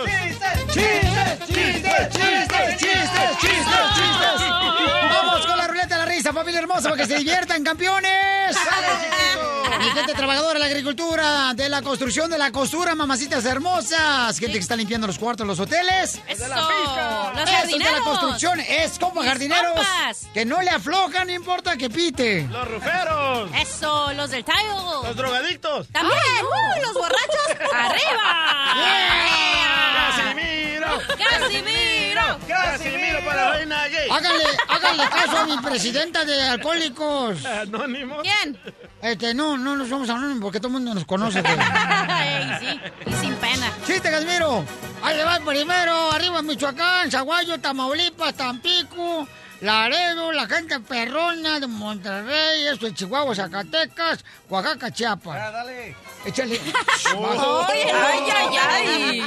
Speaker 3: ¡Chistes, chistes, chistes, chistes, chistes, chistes! ¡Vamos con la ruleta de la risa, familia hermosa, para que se diviertan, campeones! Mi gente trabajadora de la agricultura, de la construcción, de la costura, mamacitas hermosas. Gente que está limpiando los cuartos, los hoteles.
Speaker 4: Eso. Los
Speaker 3: Esos de la
Speaker 4: jardineros.
Speaker 3: construcción es como
Speaker 4: Mis
Speaker 3: jardineros
Speaker 4: compas.
Speaker 3: que no le aflojan, no importa que pite.
Speaker 5: Los ruferos.
Speaker 4: Eso, los del Tayo. Los
Speaker 5: drogadictos.
Speaker 4: También, ¡Uh, los borrachos. ¡Arriba!
Speaker 5: ¡Casimiro!
Speaker 4: ¡Casimiro!
Speaker 5: ¡Casimiro para la reina gay!
Speaker 3: Háganle, háganle caso a mi presidenta de alcohólicos.
Speaker 5: Anónimo.
Speaker 4: ¿Quién?
Speaker 3: Este, no, no nos somos anónimos porque todo el mundo nos conoce. güey.
Speaker 4: Ey, sí, y sin pena.
Speaker 3: ¡Chiste, Casimiro! Ahí le va el primero, arriba Michoacán, Zaguayo, Tamaulipas, Tampico, Laredo, la gente perrona de Monterrey, eso de Chihuahua, Zacatecas, Oaxaca, Chiapas. ¡Ya, Ah, dale! Échale.
Speaker 6: Ay, ay, ay, ay.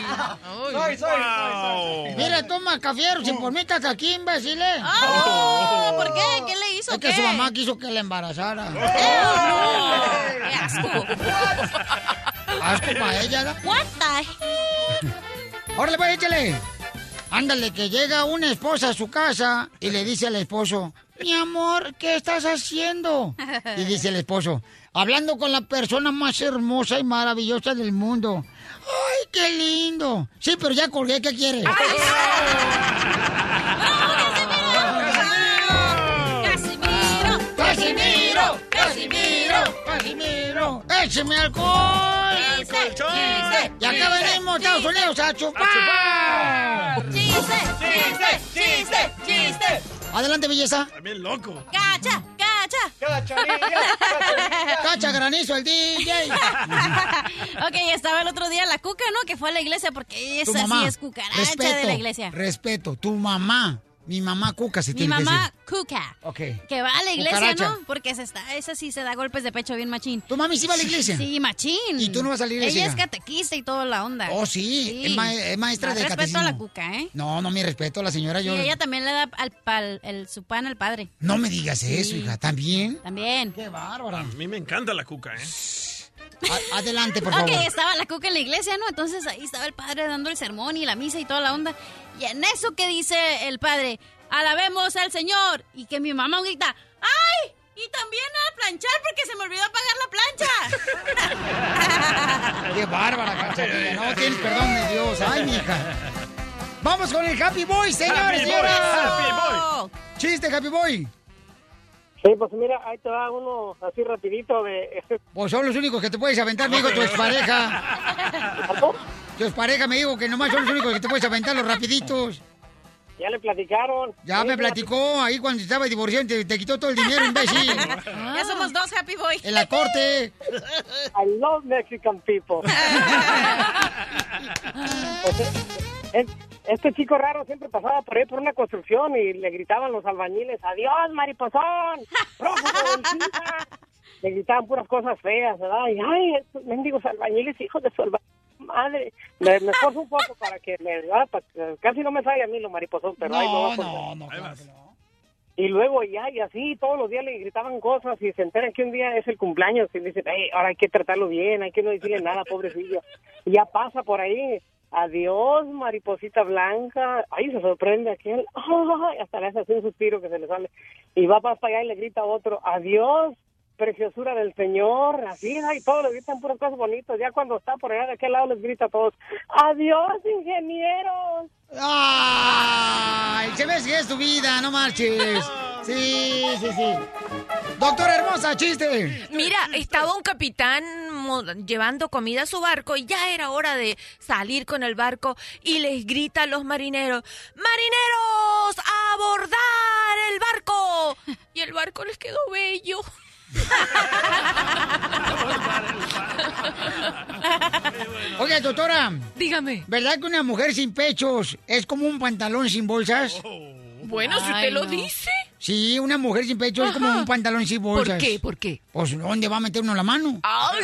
Speaker 3: Soy, soy,
Speaker 6: soy,
Speaker 3: Mira, toma, cafiero, si por mí estás aquí, imbéciles.
Speaker 6: Ah, ¿por qué?
Speaker 4: Oh, ¿Qué le hizo?
Speaker 3: Es que
Speaker 6: ¿Qué? Oh,
Speaker 3: su mamá quiso que la embarazara.
Speaker 6: ¡Qué asco!
Speaker 3: Asco para ella, ¿da?
Speaker 4: What the
Speaker 3: Órale, pues, échale. Ándale, que llega una esposa a su casa y le dice al esposo, mi amor, ¿qué estás haciendo? Y dice el esposo, hablando con la persona más hermosa y maravillosa del mundo. ¡Ay, qué lindo! Sí, pero ya colgué, ¿qué quieres?
Speaker 6: ¡Casimiro!
Speaker 3: ¡Casimiro! ¡Casimiro! ¡Casimiro! ¡Écheme alcohol!
Speaker 6: ¡Al colchón!
Speaker 3: Y acá venimos, Estados Unidos, a chupar.
Speaker 4: ¡Chiste! ¡Chiste! ¡Chiste! ¡Chiste!
Speaker 3: Adelante, belleza.
Speaker 5: También loco.
Speaker 4: ¡Cacha! ¡Cacha!
Speaker 3: Cacha granizo el DJ.
Speaker 4: ok, estaba el otro día la cuca, ¿no? Que fue a la iglesia porque
Speaker 3: Tu
Speaker 4: esa sí
Speaker 3: mamá.
Speaker 4: es cucaracha de la iglesia.
Speaker 3: Respeto, tu mamá, mi mamá Cuca se
Speaker 4: Mi
Speaker 3: tiene
Speaker 4: mamá,
Speaker 3: que
Speaker 4: cuca.
Speaker 3: decir. Ok.
Speaker 4: Que va a la iglesia,
Speaker 3: Cucaracha.
Speaker 4: ¿no? Porque se está, esa sí se da golpes de pecho bien machín.
Speaker 3: ¿Tu mami sí va a la iglesia?
Speaker 4: Sí, machín.
Speaker 3: ¿Y tú no vas a la iglesia?
Speaker 4: Ella es catequista y toda la onda.
Speaker 3: Oh, sí, es ma- es maestra
Speaker 4: Más
Speaker 3: de
Speaker 4: respeto a la
Speaker 3: catecismo.
Speaker 4: cuca, ¿eh?
Speaker 3: No, no, mi respeto, la señora yo.
Speaker 4: Y ella también le da al pal- el, su pan al padre.
Speaker 3: No me digas eso, hija, también.
Speaker 4: También.
Speaker 3: Qué bárbara.
Speaker 5: A mí me encanta la cuca, ¿eh?
Speaker 3: A- adelante, por favor.
Speaker 4: Ok, estaba la cuca en la iglesia, ¿no? Entonces ahí estaba el padre dando el sermón y la misa y toda la onda. Y en eso que dice el padre, alabemos al Señor. Y que mi mamá grita, ¡ay! Y también al planchar porque se me olvidó apagar la plancha.
Speaker 3: Qué bárbara, cachanilla. No tienes perdón de Dios. Ay, mija. Vamos con el Happy Boy, señores.
Speaker 6: Happy Boy,
Speaker 3: señoras.
Speaker 6: Happy
Speaker 3: Chiste, Happy Boy.
Speaker 8: Sí, pues mira, ahí te va uno así rapidito de...
Speaker 3: Pues son los únicos que te puedes aventar, me dijo tu expareja. Tu expareja me dijo que nomás son los únicos que te puedes aventar, los rapiditos.
Speaker 8: Ya le platicaron.
Speaker 3: Ya me platicó ahí cuando estaba divorciando, te, te quitó todo el dinero, imbécil.
Speaker 4: Ya somos dos Happy Boy.
Speaker 3: En la corte.
Speaker 8: I love Mexican people. Pues, eh, eh, este chico raro siempre pasaba por ahí por una construcción y le gritaban los albañiles, adiós mariposón, prófugo del SIDA". Le gritaban puras cosas feas, ¿verdad? Y, ay, estos mendigos albañiles, hijos de su alba- madre. Me, me esfuerzo un poco para que me... ah, pa- casi no me sale a mí lo mariposón, pero ahí me va a
Speaker 3: No,
Speaker 8: acordar.
Speaker 3: no, no, claro que no.
Speaker 8: Y luego ya, y así, todos los días le gritaban cosas y se enteran que un día es el cumpleaños y le dicen, "Ey, ahora hay que tratarlo bien, hay que no decirle nada, pobrecillo. Y ya pasa por ahí, adiós, mariposita blanca. Ahí se sorprende aquel, ¡ay! hasta le hace así un suspiro que se le sale. Y va para allá y le grita a otro, adiós, preciosura del Señor. Así, y todos le gritan puras cosas bonitas. Ya cuando está por allá de aquel lado les grita a todos, adiós, ingenieros.
Speaker 3: ¡Ay! Se ve que es tu vida, no marches. Sí, sí, sí. Doctora hermosa, chiste.
Speaker 10: Mira, estaba un capitán mo- llevando comida a su barco y ya era hora de salir con el barco y les grita a los marineros, marineros, abordar el barco. Y el barco les quedó bello.
Speaker 3: Oiga, doctora.
Speaker 10: Dígame.
Speaker 3: ¿Verdad que una mujer sin pechos es como un pantalón sin bolsas?
Speaker 10: Oh. Bueno, si usted lo dice.
Speaker 3: Sí, una mujer sin pecho es como
Speaker 10: Ajá.
Speaker 3: un pantalón sin
Speaker 10: ¿Por
Speaker 3: bolsas.
Speaker 10: qué? ¿Por qué?
Speaker 3: Pues, ¿dónde va a meter uno la mano?
Speaker 10: Ay.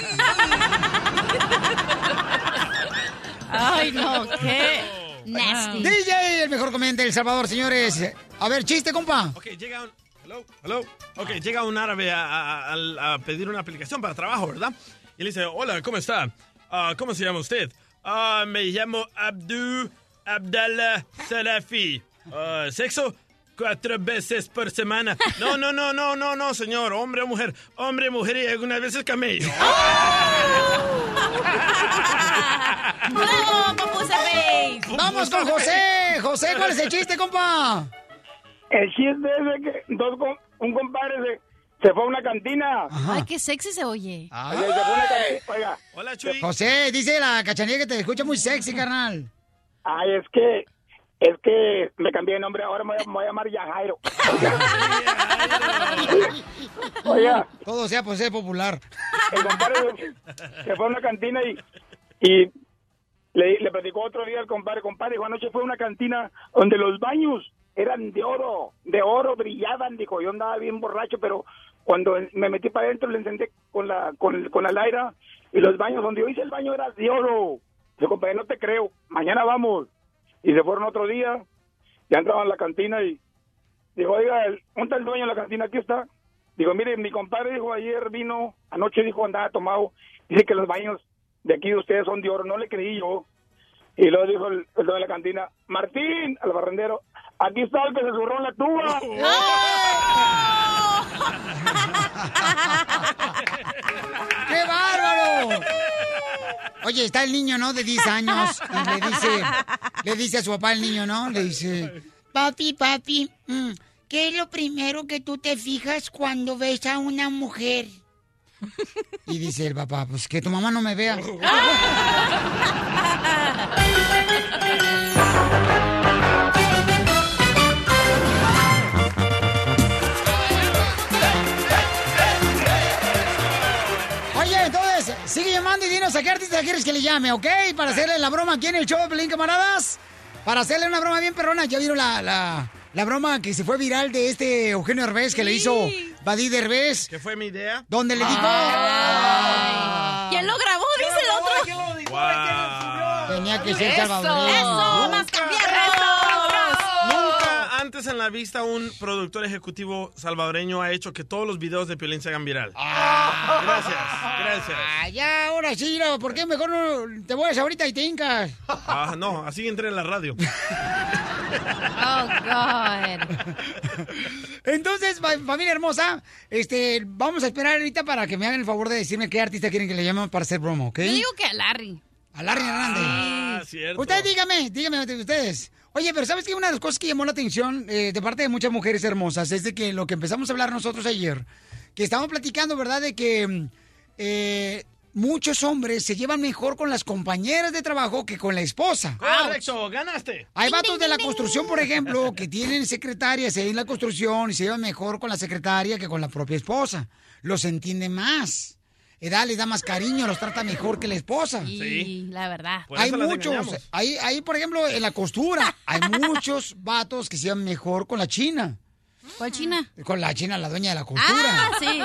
Speaker 4: Ay, no, qué nasty.
Speaker 3: DJ, el mejor comediante del Salvador, señores. A ver, chiste, compa.
Speaker 5: Ok, llega un... Hello, hello. Ok, llega un árabe a, a- a- a pedir una aplicación para trabajo, ¿verdad? Y le dice, hola, ¿cómo está? Ah, ¿Cómo se llama usted? "Ah, me llamo Abdu Abdallah Salafi. "Ah, ¿Sexo? Cuatro veces por semana. No, no, no, no, no, no, señor. Hombre o mujer. Hombre, mujer y algunas veces camello.
Speaker 4: ¡Bravo, papusa Face!
Speaker 3: Vamos con José. eh, José, ¿cuál es el chiste, compa?
Speaker 17: El chiste es de que dos, com- un compadre se, se fue a una cantina.
Speaker 4: Ay, qué sexy se oye.
Speaker 17: Se- se fue a una cantina, oiga.
Speaker 5: Hola,
Speaker 3: José, dice la cachanilla que te escucha muy sexy, carnal.
Speaker 17: Ay, es que, es que me cambié de nombre, ahora me voy a, me voy a llamar Yajairo. Oiga.
Speaker 3: Todo sea por ser popular.
Speaker 17: El compadre se- se fue a una cantina y, y le, le platicó otro día al compadre, compadre, dijo, anoche fue a una cantina donde los baños eran de oro, de oro, brillaban, dijo, yo andaba bien borracho, pero cuando me metí para adentro le encendí con la, con, con la laira y los baños donde yo hice el baño era de oro. Dijo, compadre, no te creo, mañana vamos. Y se fueron otro día, ya entraban a la cantina y dijo, oiga, el- ¿dónde está el dueño de la cantina? Aquí está. Digo, mire, mi compadre dijo ayer vino, anoche dijo andaba tomado, dice que los baños de aquí de ustedes son de oro, no le creí yo. Y luego dijo el, el dueño de la cantina, Martín, al barrendero, aquí está el que se zurró en la tuba.
Speaker 3: ¡Qué bárbaro! Oye, está el niño, ¿no? De 10 años. Y le dice, le dice a su papá el niño, ¿no? Le dice,
Speaker 25: Papi, papi, mm, ¿qué es lo primero que tú te fijas cuando ves a una mujer?
Speaker 3: y dice el papá, pues que tu mamá no me vea. Oye, entonces, sigue llamando y dinos a qué artista quieres que le llame, ¿ok? Para hacerle la broma aquí en el show de Pelín, camaradas. Para hacerle una broma bien perrona. Ya vieron la, la, la broma que se fue viral de este Eugenio Herbés que le hizo Badí Derbez.
Speaker 5: ¿Qué fue mi idea?
Speaker 3: Donde le dijo... Ah.
Speaker 4: ¿Quién lo grabó? Dice el otro.
Speaker 3: Tenía que ser
Speaker 5: Eso.
Speaker 3: salvadoreño.
Speaker 5: Eso,
Speaker 4: más
Speaker 5: Nunca antes en la vista un productor ejecutivo salvadoreño ha hecho que todos los videos de Piolín se hagan viral. Gracias. Gracias.
Speaker 3: Ah, ya, ahora sí, mira, ¿por qué mejor no te vuelves ahorita y te hincas?
Speaker 5: Ah, no, así entré en la radio.
Speaker 3: Oh, God. Entonces, fa- familia hermosa, este, vamos a esperar ahorita para que me hagan el favor de decirme qué artista quieren que le llamemos para hacer broma, ¿ok?
Speaker 4: Yo digo que a Larry.
Speaker 3: A Larry Hernández.
Speaker 5: Ah, cierto.
Speaker 3: Ustedes díganme, díganme de ustedes. Oye, pero ¿sabes qué? Una de las cosas que llamó la atención eh, de parte de muchas mujeres hermosas es de que lo que empezamos a hablar nosotros ayer, que estábamos platicando, ¿verdad? De que mm, eh, muchos hombres se llevan mejor con las compañeras de trabajo que con la esposa.
Speaker 5: Correcto, ganaste.
Speaker 3: Hay vatos de la construcción, por ejemplo, que tienen secretarias ahí en la construcción y se llevan mejor con la secretaria que con la propia esposa. Los entiende más. Edad les da más cariño, los trata mejor que la esposa.
Speaker 4: Sí, la verdad.
Speaker 3: Hay muchos. Ahí, ahí, por ejemplo, en la costura, hay muchos vatos que se llevan mejor con la china.
Speaker 4: ¿Cuál china?
Speaker 3: Con la china, la dueña de la costura.
Speaker 4: Ah, sí.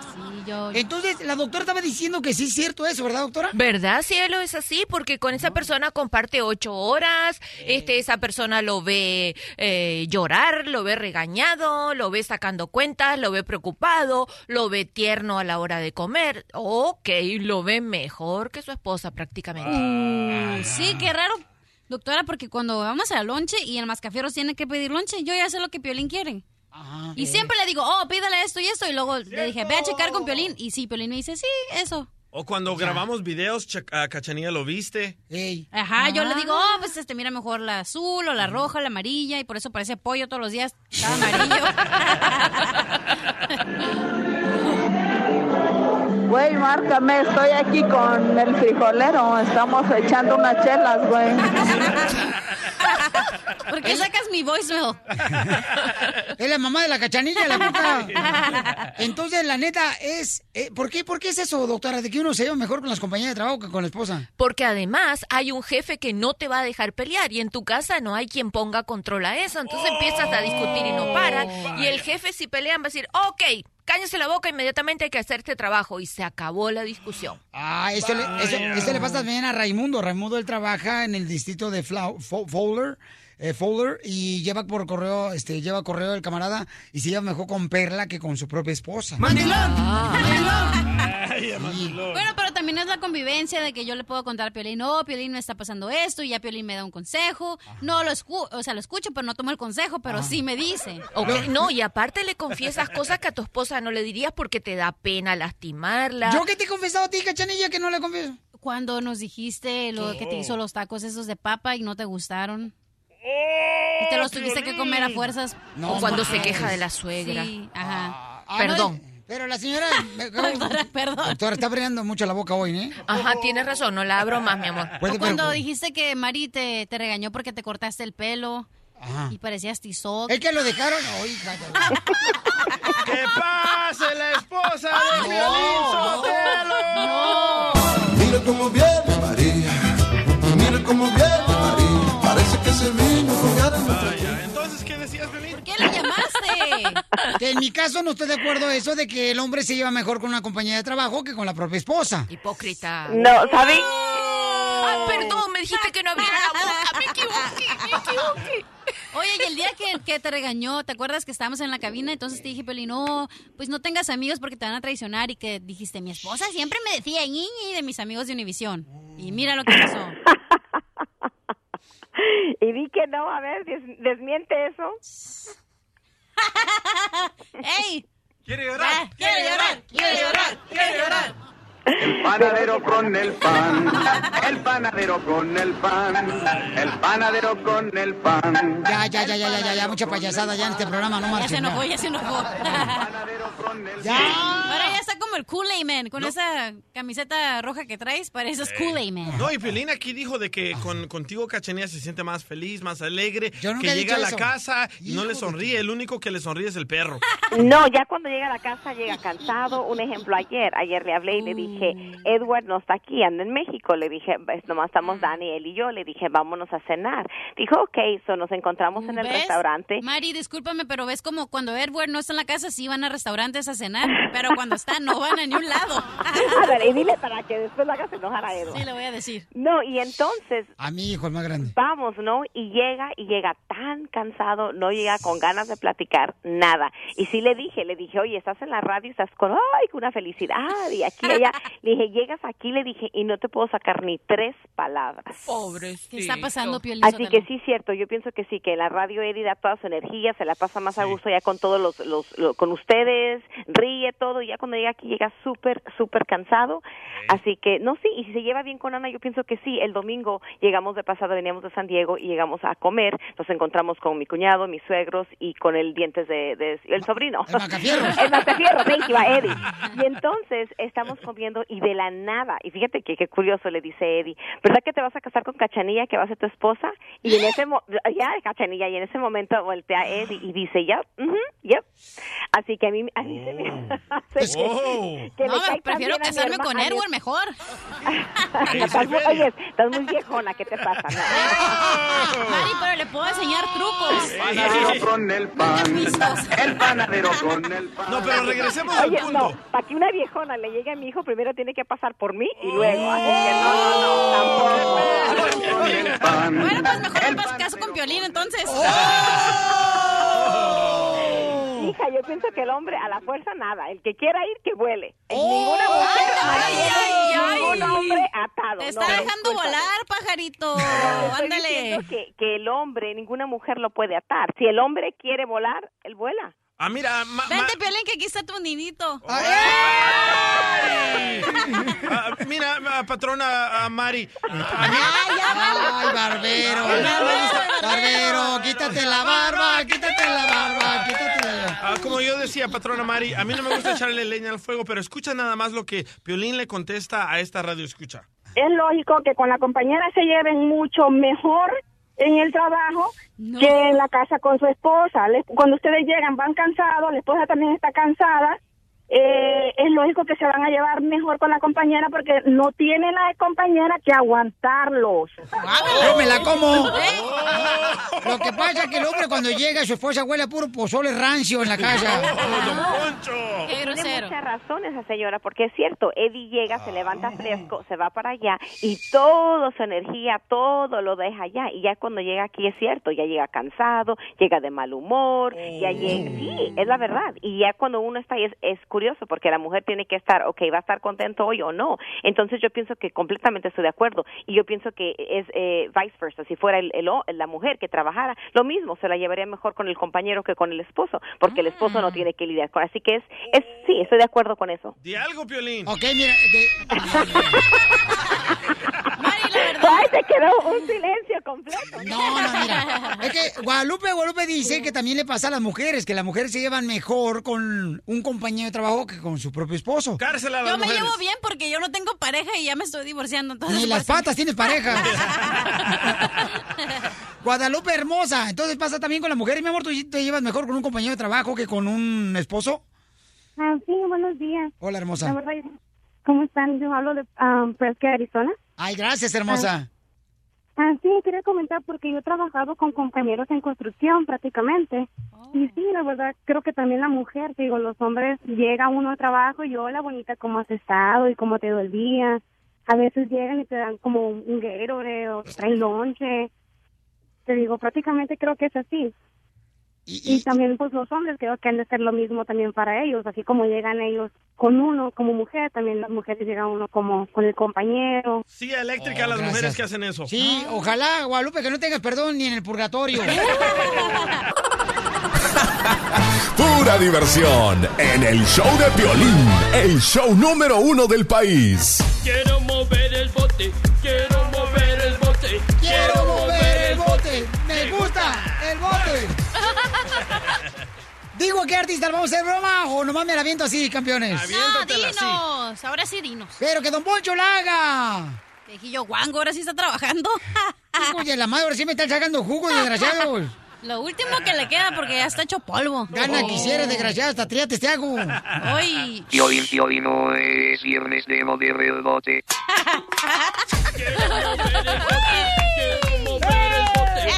Speaker 4: Sí, yo.
Speaker 3: Entonces, la doctora estaba diciendo que sí es cierto eso, ¿verdad, doctora?
Speaker 10: ¿Verdad, cielo? Es así, porque con esa persona comparte ocho horas,
Speaker 3: Eh.
Speaker 10: este, esa persona lo ve eh, llorar, lo ve regañado, lo ve sacando cuentas, lo ve preocupado, lo ve tierno a la hora de comer. Ok, lo ve mejor que su esposa prácticamente. Ah.
Speaker 3: Mm.
Speaker 4: Ay, Uh, Sí, qué raro, doctora, porque cuando vamos a lonche y el mascafierro tiene que pedir lonche, yo ya sé lo que Piolín quiere. y siempre le digo, oh, pídale esto y esto, y luego le dije, ve a checar con Piolín, y sí, Piolín me dice, sí, eso.
Speaker 5: O cuando grabamos videos, Cha- ah, Cachanilla lo viste.
Speaker 4: Ajá, yo le
Speaker 5: Ah.
Speaker 4: digo, oh, pues este, mira mejor la azul o la roja, la amarilla, y por eso parece pollo todos los días, está amarillo.
Speaker 13: Güey, márcame, estoy aquí con el frijolero. Estamos echando unas chelas, güey.
Speaker 4: ¿Por qué sacas mi voicemail?
Speaker 3: Es la mamá de la cachanilla, la puta. Entonces, la neta, es... eh, ¿por, qué, ¿Por qué es eso, doctora, de que uno se lleva mejor con las compañeras de trabajo que con la esposa?
Speaker 10: Porque además hay un jefe que no te va a dejar pelear y en tu casa no hay quien ponga control a eso. Entonces empiezas a discutir y
Speaker 3: Oh,
Speaker 10: no paran. Y el jefe si pelean va a decir, ok, cállese la boca, inmediatamente hay que hacer este trabajo. Y se acabó la discusión.
Speaker 3: Ah, Esto le, eso- eso le pasa también a Raimundo. Raimundo, él trabaja en el distrito de Flau- Fo- Fowler, eh, Fowler, y lleva por correo, este, lleva correo el camarada y se lleva mejor con Perla que con su propia esposa.
Speaker 4: Bueno, pero también es la convivencia de que yo le puedo contar a Piolín, no, Piolín me está pasando esto, y ya Piolín me da un consejo. No lo escucho, o sea, lo escucho, pero no tomo el consejo, pero sí me dice.
Speaker 10: Ok, No, y aparte le confiesas cosas que a tu esposa no le dirías porque te da pena lastimarla.
Speaker 3: ¿Yo qué te he confesado a ti, cachanilla, que no le confieso?
Speaker 4: Cuando nos dijiste lo que te hizo los tacos esos de papa y no te gustaron. y te los tuviste que comer a fuerzas.
Speaker 10: No Oh, O cuando se manches. queja de la suegra.
Speaker 4: Sí, ajá.
Speaker 10: Ah, Perdón.
Speaker 3: no, pero la señora...
Speaker 4: Doctora, perdón.
Speaker 3: Doctora, está abriendo mucho la boca hoy, ¿eh?
Speaker 4: Ah.
Speaker 10: Ajá, tienes razón, no la abro más, mi amor.
Speaker 3: Puede,
Speaker 4: O cuando
Speaker 3: Pues, pero-
Speaker 4: dijiste que Mari te, te regañó porque te cortaste el pelo
Speaker 3: Ajá.
Speaker 4: y parecías tizoc.
Speaker 3: Es que lo dejaron. hoy.
Speaker 5: ¡Que pase la esposa de Piolín Sotelo!
Speaker 14: Mira cómo viene María, mira cómo viene María, parece que se vino con ganas de
Speaker 5: Entonces, ¿qué decías, Piolín?
Speaker 4: ¿Por qué le llamaste?
Speaker 3: Que en mi caso no estoy de acuerdo eso de que el hombre se lleva mejor con una compañía de trabajo que con la propia esposa.
Speaker 10: Hipócrita.
Speaker 13: No, ¿saben?
Speaker 10: Ah, perdón, me dijiste que no abriera la boca. Me equivoqué, me equivoqué.
Speaker 4: Oye, y el día que, que te regañó, ¿te acuerdas que estábamos en la cabina? Entonces te dije, Peli, no, pues no tengas amigos porque te van a traicionar. Y que dijiste, mi esposa siempre me decía, ñiñi, de mis amigos de Univisión. Y mira lo que pasó.
Speaker 13: Y vi que no, a ver, des- desmiente eso.
Speaker 4: ¡Ey!
Speaker 5: ¡Quiere llorar!
Speaker 4: ¡Quiere llorar! ¡Quiere llorar! ¡Quiere llorar!
Speaker 17: El panadero con el pan, el panadero con el pan, el panadero con el pan.
Speaker 3: Ya, ya, ya, ya, ya, ya, ya, mucha payasada ya en este programa, no
Speaker 4: Ya se
Speaker 3: marchen.
Speaker 4: enojó, ya se enojó.
Speaker 3: Ya.
Speaker 4: Ahora ya está como el Kool-Aid Man, con esa camiseta roja que traes, pareces Kool-Aid Man.
Speaker 5: No, y Piolín aquí dijo de que con, contigo Cachanilla se siente más feliz, más alegre,
Speaker 13: nunca
Speaker 5: que
Speaker 13: he
Speaker 5: llega a
Speaker 13: dicho
Speaker 5: la
Speaker 13: eso.
Speaker 5: casa y no le sonríe, el único que le sonríe es el perro.
Speaker 13: No, ya cuando llega a la casa llega cansado. Un ejemplo, ayer, ayer le hablé y le dije,
Speaker 4: Mm.
Speaker 13: Edward no está aquí, anda en México. Le dije, "Pues, nomás
Speaker 4: Mm.
Speaker 13: estamos Dani, él y yo. Le dije, vámonos a cenar. Dijo, ok, so nos encontramos en el
Speaker 4: ¿Ves?
Speaker 26: este.
Speaker 13: restaurante.
Speaker 4: Mari, discúlpame, pero ves como cuando Edward no está en la casa, sí van a restaurantes a cenar, pero cuando está, no. no van a ni un lado.
Speaker 26: A ver, y dile para que después lo hagas enojar a Edward.
Speaker 4: Sí, le voy a decir.
Speaker 26: No, y entonces
Speaker 3: A mi hijo, el más grande.
Speaker 26: vamos, ¿no? Y llega, y llega tan cansado, no llega con ganas de platicar nada. Y sí le dije, le dije, oye, estás en la radio, estás con, ay, con una felicidad, y aquí, y allá. Le dije, llegas aquí, le dije, y no te puedo sacar ni tres palabras.
Speaker 4: Pobres. ¿Qué está pasando, Piolín
Speaker 26: Así
Speaker 4: Sotelo?
Speaker 26: que sí, cierto, yo pienso que sí, que la radio herida toda su energía, se la pasa más a gusto ya con todos los, los, lo- con ustedes, ríe todo, y ya cuando llega aquí llega súper, súper cansado, así que, no, sí, y si se lleva bien con Ana, yo pienso que sí, el domingo llegamos de pasada, veníamos de San Diego y llegamos a comer, nos encontramos con mi cuñado, mis suegros y con el dientes de, de- el sobrino. El
Speaker 3: Macafierro.
Speaker 26: el Macafierro, thank you, a Eddie. Y entonces estamos comiendo y de la nada, y fíjate que qué curioso le dice Eddie, ¿verdad que te vas a casar con Cachanilla, que va a ser tu esposa? Y en ese mo- ya Cachanilla, y en ese momento voltea a Eddie y dice, ya, yep. Así que a mí, a mí se
Speaker 5: Oh.
Speaker 26: me hace que- que le
Speaker 4: No,
Speaker 26: cae tan
Speaker 4: prefiero
Speaker 26: bien a mi
Speaker 4: casarme
Speaker 26: herma-
Speaker 4: con
Speaker 26: a mi-
Speaker 4: Edward mejor.
Speaker 26: Estás muy- oye, estás muy viejona, ¿qué te pasa? No.
Speaker 5: Ah.
Speaker 4: Mari, pero le puedo enseñar trucos.
Speaker 14: Panadero con el pan. El panadero con el pan.
Speaker 5: No, pero regresemos al
Speaker 26: Oye,
Speaker 5: punto.
Speaker 26: no, para que una viejona le llegue a mi hijo, primero tiene que pasar por mí y luego. Así que no, no, no,
Speaker 5: Oh.
Speaker 26: tampoco.
Speaker 4: Bueno, pues mejor me pas- caso con Piolín, entonces.
Speaker 5: Oh.
Speaker 26: Hija, yo pienso que el hombre a la fuerza nada. El que quiera ir, que vuele. Ninguna mujer mantiene ningún hombre atado.
Speaker 4: Te
Speaker 26: no,
Speaker 4: está dejando
Speaker 26: discúlpame.
Speaker 4: volar, pajarito.
Speaker 26: Estoy
Speaker 4: Ándale.
Speaker 26: diciendo que, que el hombre, ninguna mujer lo puede atar. Si el hombre quiere volar, él vuela.
Speaker 5: Ah, mira, ma- ma-
Speaker 4: Vente, Piolín, que aquí está tu ninito.
Speaker 5: ah, mira, ah, patrona ah, Mari. A mí-
Speaker 3: Ay, barbero. Barbero, quítate la barba, quítate la barba, quítate la barba.
Speaker 5: Ah, como yo decía, patrona Mari, a mí no me gusta echarle leña al fuego, pero escucha nada más lo que Piolín le contesta a esta radio escucha.
Speaker 27: Es lógico que con la compañera se lleven mucho mejor en el trabajo que en la casa con su esposa. Les- cuando ustedes llegan van cansados, la esposa también está cansada. eh, es lógico que se van a llevar mejor con la compañera porque no tiene la compañera que aguantarlos.
Speaker 3: Yo me la como.
Speaker 4: ¿Eh?
Speaker 3: Lo que pasa es que el hombre cuando llega su esposa huele a puro pozole rancio en la
Speaker 5: Oh,
Speaker 3: casa.
Speaker 26: Tiene mucha razón esa señora, porque es cierto, Eddie llega, se
Speaker 5: Ah.
Speaker 26: levanta fresco, se va para allá y toda su energía, todo lo deja allá. Y ya cuando llega aquí es cierto, ya llega cansado, llega de mal humor,
Speaker 5: Oh.
Speaker 26: ya llega... Sí, es la verdad. Y ya cuando uno está ahí es, es curioso, porque la mujer tiene que estar, ok, va a estar contento hoy o no. Entonces yo pienso que completamente estoy de acuerdo. Y yo pienso que es eh, vice versa. Si fuera el- el ho- la mujer que trabajara, lo mismo, se la llevaría mejor con el compañero que con el esposo, porque el esposo no tiene que lidiar con. Así que es, es sí, estoy de acuerdo con eso.
Speaker 5: Di algo, Piolín.
Speaker 3: Ok, mira,
Speaker 26: Ay, se quedó un silencio completo.
Speaker 3: No, no, mira. Es que Guadalupe, Guadalupe dice que también le pasa a las mujeres, que las mujeres se llevan mejor con un compañero de trabajo que con su propio esposo.
Speaker 5: Cárcel
Speaker 4: Yo me llevo bien porque yo no tengo pareja y ya me estoy divorciando. Entonces, pues,
Speaker 3: Ni las
Speaker 4: por eso-
Speaker 3: patas tienes pareja. Guadalupe hermosa. Entonces pasa también con las mujeres, mi amor, tú te llevas mejor con un compañero de trabajo que con un esposo.
Speaker 27: Ah, sí, buenos días.
Speaker 3: Hola, hermosa.
Speaker 27: La verdad, ¿Cómo están? Yo hablo de um, Presque, Arizona.
Speaker 3: Ay, gracias, hermosa.
Speaker 27: Ah, sí, quería comentar porque yo he trabajado con compañeros en construcción prácticamente. Y sí, la verdad, creo que también la mujer, digo, los hombres, llega uno al trabajo y hola bonita, ¿cómo has estado y cómo te dolía? A veces llegan y te dan como un Gatorade o te traen lonche. Te digo, prácticamente creo que es así.
Speaker 3: Y,
Speaker 27: también pues los hombres creo que han de ser lo mismo también para ellos, así como llegan ellos con uno como mujer, también las mujeres llegan uno como con el compañero.
Speaker 5: Silla eléctrica a las mujeres que hacen eso.
Speaker 3: Oh, Sí, ojalá, Guadalupe, que no tengas perdón ni en el purgatorio.
Speaker 23: Pura diversión en el show de Piolín, el show número uno del país.
Speaker 6: Quiero mover el bote, quiero mover el bote,
Speaker 3: Quiero mover el bote. Eh, Me gusta el bote. Digo, ¿qué artista vamos a hacer broma o nomás me la aviento así, campeones?
Speaker 4: No, Ah, dinos. Ahora sí, dinos.
Speaker 3: Pero que Don Poncho la haga.
Speaker 4: Te Dije yo, guango, ahora sí está trabajando.
Speaker 3: Oye, la madre sí me está sacando jugo, desgraciados.
Speaker 4: Lo último que le queda porque ya está hecho polvo.
Speaker 3: Gana
Speaker 10: Oh.
Speaker 3: quisiera, desgraciado, hasta triates te hago.
Speaker 4: Hoy.
Speaker 14: Piolín, Piolín, no es viernes de mover el bote.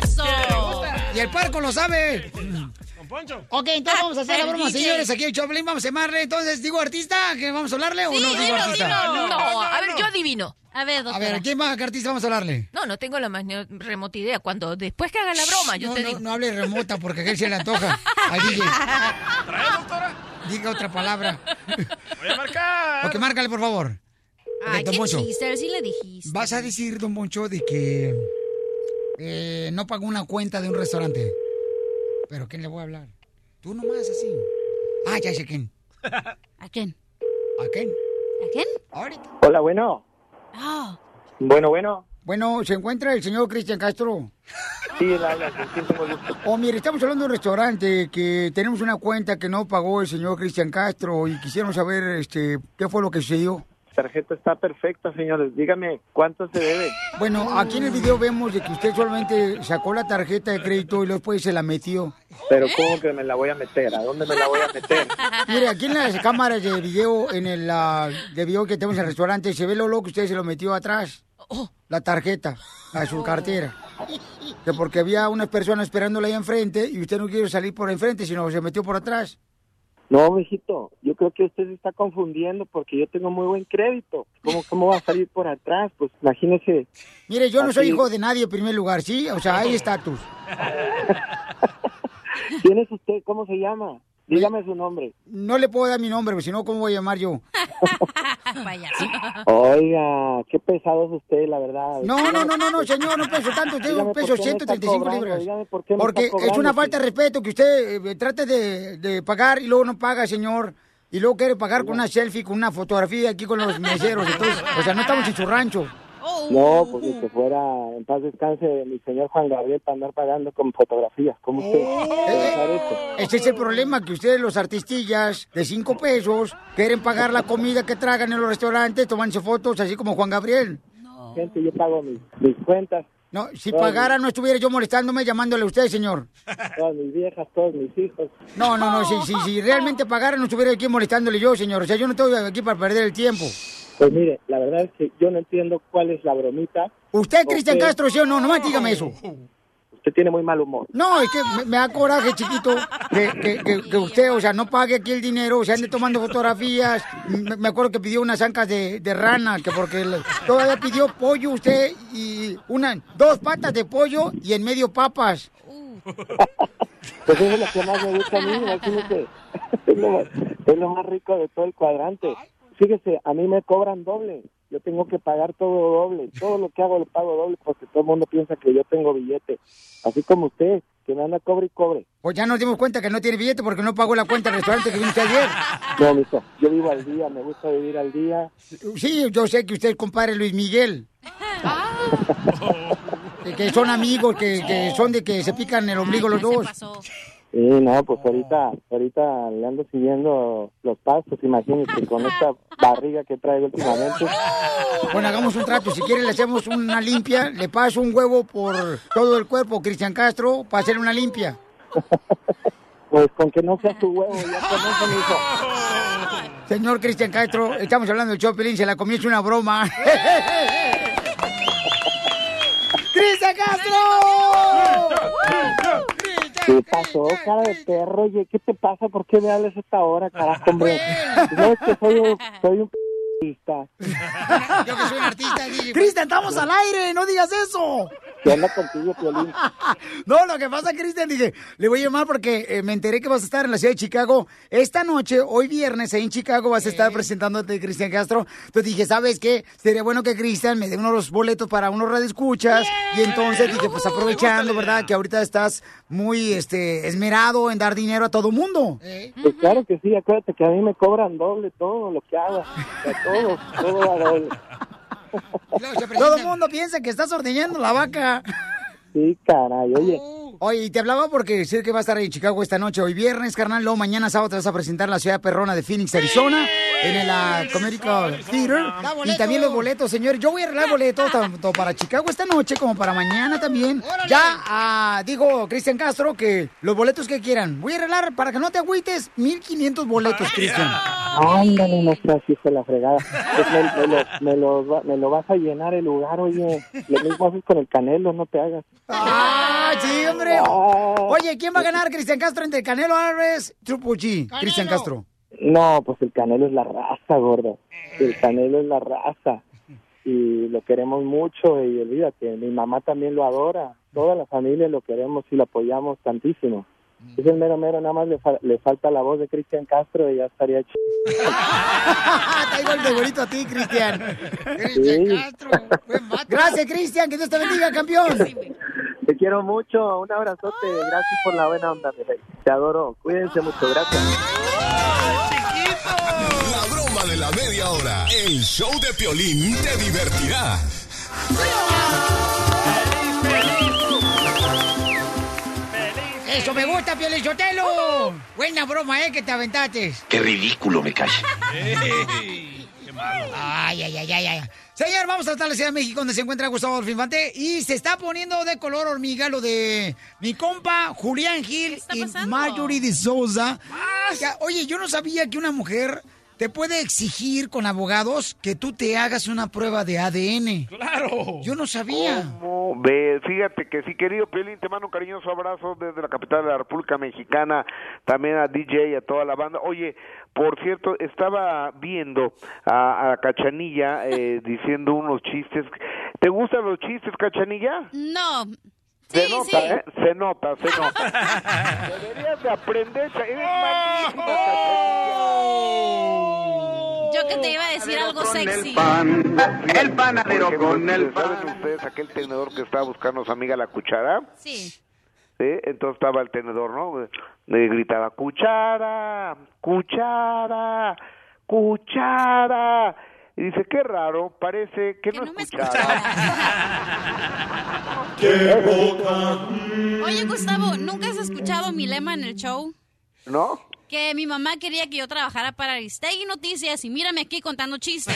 Speaker 4: Eso. ¡Eh!
Speaker 3: Y el parco lo sabe.
Speaker 5: Don Poncho.
Speaker 3: Ok,
Speaker 10: Ah,
Speaker 3: entonces vamos a hacer la
Speaker 5: el
Speaker 3: broma,
Speaker 5: DJ.
Speaker 3: señores. Aquí el Choplin, vamos a llamarle. Entonces, ¿digo artista que vamos a hablarle o
Speaker 10: Sí,
Speaker 3: no digo
Speaker 10: dilo,
Speaker 3: artista?
Speaker 10: dilo. No, a ver, yo adivino.
Speaker 4: A ver,
Speaker 3: A ver, ¿a quién más artista vamos a hablarle?
Speaker 10: No, no tengo la más ni- remota idea. Cuando después que haga la broma, yo
Speaker 3: no,
Speaker 10: te
Speaker 3: no,
Speaker 10: digo.
Speaker 3: No hable remota porque a él se le antoja. Al DJ. Diga otra palabra.
Speaker 5: Voy a marcar.
Speaker 3: Ok, márcale, por favor. Ok,
Speaker 4: Ay,
Speaker 3: don
Speaker 4: ¿qué
Speaker 3: Poncho.
Speaker 4: dijiste? A ver si le dijiste.
Speaker 3: Vas a decir, don Moncho, de que eh, no pagó una cuenta de un restaurante. ¿Pero quién le voy a hablar? Tú nomás así. Ah, ya sé quién.
Speaker 4: ¿A quién?
Speaker 3: ¿A quién?
Speaker 4: ¿A quién? Ah.
Speaker 3: Ahorita.
Speaker 16: Hola, bueno. Bueno, bueno.
Speaker 3: Bueno, ¿se encuentra el señor Cristian Castro?
Speaker 16: Sí, él habla, ¿con quién tengo el gusto?
Speaker 3: Oh, mire, estamos hablando de un restaurante que tenemos una cuenta que no pagó el señor Cristian Castro y quisiéramos saber este, qué fue lo que sucedió.
Speaker 16: Tarjeta está perfecta, señores. Dígame, ¿cuánto se debe?
Speaker 3: Bueno, aquí en el video vemos de que usted solamente sacó la tarjeta de crédito y después se la metió.
Speaker 16: Pero
Speaker 3: ¿Eh?
Speaker 16: ¿cómo que me la voy a meter? ¿A dónde me la voy a meter?
Speaker 3: Mire, aquí en las cámaras de video, en el ah, de video que tenemos en el restaurante, se ve lo loco que usted se lo metió atrás. La tarjeta, a su cartera. Que porque había unas personas esperándola ahí enfrente y usted no quiso salir por enfrente, sino se metió por atrás.
Speaker 16: No, mijito, yo creo que usted se está confundiendo porque yo tengo muy buen crédito. ¿Cómo, cómo va a salir por atrás? Pues imagínese.
Speaker 3: Mire, yo no soy
Speaker 16: Así.
Speaker 3: hijo de nadie en primer lugar, ¿sí? O sea, hay estatus.
Speaker 16: ¿Quién es usted? ¿Cómo se llama? Dígame su nombre.
Speaker 3: No le puedo dar mi nombre, porque si no, ¿cómo voy a llamar yo?
Speaker 16: Oiga, qué pesado es usted, la verdad.
Speaker 3: No, no, no, no, no, señor, no peso tanto, usted
Speaker 16: Dígame,
Speaker 3: un
Speaker 16: ¿por
Speaker 3: peso
Speaker 16: qué me está
Speaker 3: 135
Speaker 16: cobrando?
Speaker 3: libras.
Speaker 16: Dígame, ¿por qué me
Speaker 3: Porque
Speaker 16: está
Speaker 3: es
Speaker 16: cobrando,
Speaker 3: una falta de respeto que usted eh, trate de, de pagar y luego no paga, señor. Y luego quiere pagar con una selfie, con una fotografía aquí con los meseros. Entonces, o sea, no estamos en su rancho.
Speaker 16: No, pues ni que fuera en paz descanse mi señor Juan Gabriel para andar pagando con fotografías. ¿Cómo usted?
Speaker 3: Oh.
Speaker 16: puede hacer eso?
Speaker 3: Este es el problema, que ustedes los artistillas de cinco pesos quieren pagar la comida que tragan en los restaurantes, tomándose fotos, así como Juan Gabriel.
Speaker 16: Gente, yo pago mis, mis cuentas,
Speaker 3: No, si
Speaker 16: No,
Speaker 3: pagara
Speaker 16: no.
Speaker 3: no estuviera yo molestándome llamándole a usted, señor.
Speaker 16: todas mis viejas, todos mis hijos.
Speaker 3: No, no, no, si, si, si realmente pagara no estuviera aquí molestándole yo, señor. O sea, yo no estoy aquí para perder el tiempo.
Speaker 16: Pues mire, la verdad es que yo no entiendo cuál es la bromita.
Speaker 3: ¿Usted, Cristian
Speaker 16: Usted-
Speaker 3: Castro, sí o no? Nomás dígame eso.
Speaker 16: Usted tiene muy mal humor.
Speaker 3: No, es que me, me da coraje, chiquito, que, que- que- que usted, o sea, no pague aquí el dinero, se ande tomando fotografías. Me, me acuerdo que pidió unas ancas de, de rana, que porque le- todavía pidió pollo usted y una, dos patas de pollo y en medio papas.
Speaker 16: Pues eso es lo que más me gusta a mí, imagínese. Es lo, es lo más rico de todo el cuadrante. Fíjese, a mí me cobran doble. Yo tengo que pagar todo doble. Todo lo que hago lo pago doble porque todo el mundo piensa que yo tengo billete. Así como usted, que me anda cobre y cobre.
Speaker 3: Pues ya nos dimos cuenta que no tiene billete porque no pagó la cuenta del restaurante que vino usted ayer.
Speaker 16: No, mijo, yo vivo al día, me gusta vivir al día.
Speaker 3: Sí, yo sé que usted es compadre Luis Miguel. Que, que son amigos, que, que son de que se pican el ombligo los dos.
Speaker 16: Sí, no, pues ahorita, ahorita le ando siguiendo los pasos, imagínese, con esta barriga que traigo últimamente.
Speaker 3: Bueno, hagamos un trato. Si quiere, le hacemos una limpia. Le paso un huevo por todo el cuerpo, Cristian Castro, para hacer una limpia.
Speaker 16: Pues con que no sea tu huevo, ya con eso, mijo.
Speaker 3: Señor Cristian Castro, estamos hablando del Chopelín, se la comienza una broma. ¡Cristian Castro!
Speaker 16: ¿Qué pasó, cara de perro? Oye, ¿qué te pasa? ¿Por qué me hablas a esta hora, carajo, hombre? No, es que soy un, soy un p***ista.
Speaker 3: Yo que soy un artista, pues. Cristian, estamos al aire, no digas eso.
Speaker 16: ¿Qué onda contigo, Piolín?
Speaker 3: No, lo que pasa, Cristian, dije, le voy a llamar porque eh, me enteré que vas a estar en la ciudad de Chicago. Esta noche, hoy viernes, ahí en Chicago vas a estar presentándote, Cristian Castro. Entonces dije, ¿sabes qué? Sería bueno que Cristian me dé unos boletos para unos radioescuchas. Y entonces dije, pues aprovechando, ¿verdad? Que ahorita estás muy este, esmerado en dar dinero a todo mundo.
Speaker 16: Pues claro que sí, acuérdate que a mí me cobran doble todo lo que hago. A todo, todo a doble.
Speaker 3: Todo el mundo piensa que estás ordeñando la vaca.
Speaker 16: Sí, caray, oye.
Speaker 3: Oye, y te hablaba porque decir que va a estar en Chicago esta noche, hoy viernes, carnal. Luego mañana sábado te vas a presentar en la ciudad perrona de Phoenix, Arizona, en el ah, Comerica Theater. Y también los boletos, señor. Yo voy a arreglar boletos tanto para Chicago esta noche como para mañana también. Ya ah, digo, Cristian Castro, que los boletos que quieran. Voy a arreglar para que no te agüites 1500 boletos, Cristian.
Speaker 16: Ándale, no seas hijo de la fregada. Pues me, me lo, me, lo, va- me lo vas a llenar el lugar, oye. Lo mismo haces con el canelo, no te hagas.
Speaker 3: ¡Ah, sí, hombre! creo. Oye, ¿quién va a ganar, Cristian Castro, entre Canelo Álvarez, Triple G? Cristian Castro.
Speaker 16: No, pues el Canelo es la raza, gordo. El Canelo es la raza. Y lo queremos mucho y olvídate, mi mamá también lo adora. Toda la familia lo queremos y lo apoyamos tantísimo. Es el mero mero, nada más le, fa- le falta la voz de Cristian Castro y ya estaría ch...
Speaker 3: Está igual de bonito a ti, Cristian.
Speaker 16: Sí.
Speaker 3: Gracias, Cristian. Que Dios te bendiga, campeón.
Speaker 16: Te quiero mucho, un abrazote, gracias por la buena onda, mi rey. Te adoro, cuídense mucho, gracias.
Speaker 9: La broma de la media hora. El show de Piolín te divertirá.
Speaker 3: Eso me gusta, Piolín Sotelo. Buena broma, eh, que te aventaste.
Speaker 18: Qué ridículo me cae.
Speaker 3: Ay, ay, ay, ay, ay. Señor, vamos a estar en la Ciudad de México donde se encuentra Gustavo Infante y se está poniendo de color hormiga lo de mi compa Julián Gil y Marjorie de Souza. Ya, Oye, yo no sabía que una mujer te puede exigir con abogados que tú te hagas una prueba de ADN.
Speaker 5: Claro.
Speaker 3: Yo no sabía.
Speaker 19: ¿Cómo ves? Fíjate que sí, querido Piolín, te mando un cariñoso abrazo desde la capital de la República Mexicana, también a DJ y a toda la banda. Oye, por cierto, estaba viendo a, a Cachanilla eh, diciendo unos chistes. ¿Te gustan los chistes, Cachanilla?
Speaker 4: No.
Speaker 19: Se
Speaker 4: Sí,
Speaker 19: nota,
Speaker 4: sí.
Speaker 19: ¿eh? Se nota, se nota. Deberías de aprender, eres
Speaker 4: ¡Oh!
Speaker 19: malísima, Cachanilla.
Speaker 4: Yo que te iba a decir algo sexy.
Speaker 19: El panadero con el pan. ¿Saben ustedes aquel tenedor que estaba buscando a su amiga la cuchara?
Speaker 4: Sí.
Speaker 19: ¿Eh? Entonces estaba el tenedor, ¿no? Le gritaba, cuchara, cuchara, cuchara. Y dice, qué raro, parece que, no, es cuchara.
Speaker 4: Oye, Gustavo, ¿nunca has escuchado mi lema en el show?
Speaker 19: ¿No?
Speaker 4: Que mi mamá quería que yo trabajara para Aristegui Noticias y mírame aquí contando chistes.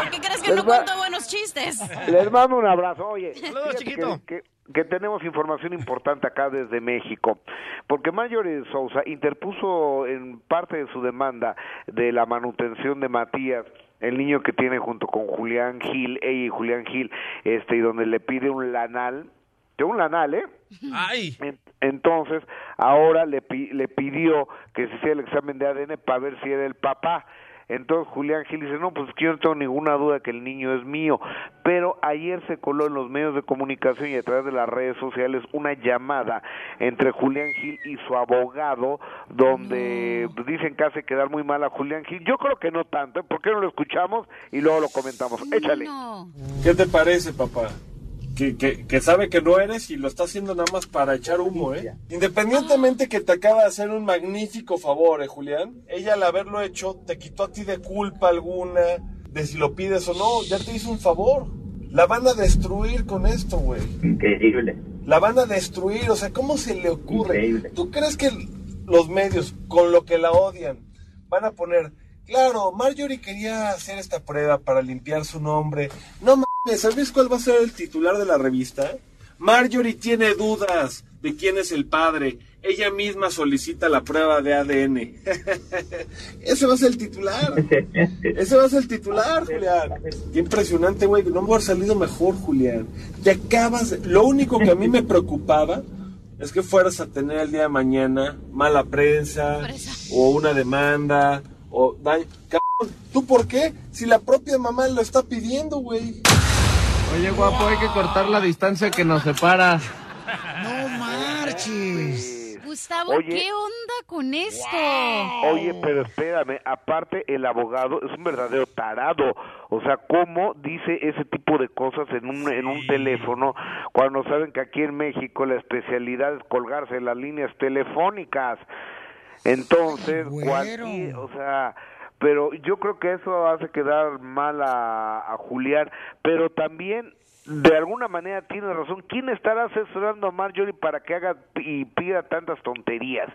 Speaker 4: ¿Por qué crees que no
Speaker 19: Les va-
Speaker 4: cuento buenos chistes?
Speaker 19: Les mando un abrazo. Oye,
Speaker 4: Saludos,
Speaker 19: fíjate
Speaker 4: chiquito.
Speaker 19: Que, que- que tenemos información importante acá desde México, porque Mayor Sousa interpuso en parte de su demanda de la manutención de Matías el niño que tiene junto con Julián Gil, ella y Julián Gil, este, y donde le pide un lanal, de un lanal, ¿eh?
Speaker 5: Ay.
Speaker 19: En- Entonces, ahora le, pi- le pidió que se hiciera el examen de ADN para ver si era el papá. Entonces Julián Gil dice, no, pues yo no tengo ninguna duda que el niño es mío. Pero ayer se coló en los medios de comunicación y a través de las redes sociales una llamada entre Julián Gil y su abogado, donde dicen que hace quedar muy mal a Julián Gil. Yo creo que no tanto, ¿eh? ¿por qué no lo escuchamos y luego lo comentamos? Échale.
Speaker 21: ¿Qué te parece, papá? Que, que- que sabe que no eres y lo está haciendo nada más para echar humo, ¿eh? Independientemente que te acaba de hacer un magnífico favor, ¿eh, Julián? Ella al haberlo hecho te quitó a ti de culpa alguna, de si lo pides o no, ya te hizo un favor. La van a destruir con esto, güey.
Speaker 23: Increíble.
Speaker 21: La van a destruir, o sea, ¿cómo se le ocurre? ¿Tú crees que los medios, con lo que la odian, van a poner, claro, Marjorie quería hacer esta prueba para limpiar su nombre. No mames, ¿sabes cuál va a ser el titular de la revista? Marjorie tiene dudas de quién es el padre. Ella misma solicita la prueba de ADN. Ese va a ser el titular. Ese va a ser el titular, Julián. Qué impresionante, güey. No me hubiera salido mejor, Julián. Te acabas. de- Lo único que a mí me preocupaba es que fueras a tener el día de mañana mala prensa o una demanda o daño. Cabrón, ¿Tú por qué? Si la propia mamá lo está pidiendo, güey.
Speaker 28: Oye, guapo, hay que cortar la distancia que nos separa.
Speaker 3: No marches.
Speaker 4: Gustavo,
Speaker 19: Oye.
Speaker 4: ¿qué onda con esto?
Speaker 19: Oye, pero espérame, aparte el abogado es un verdadero tarado. O sea, ¿cómo dice ese tipo de cosas en un, en un teléfono cuando saben que aquí en México la especialidad es colgarse las líneas telefónicas? Entonces, cualquier- o sea, pero yo creo que eso hace quedar mal a, a Julián, pero también de alguna manera tiene razón. ¿Quién estará asesorando a Marjorie para que haga y pida tantas tonterías?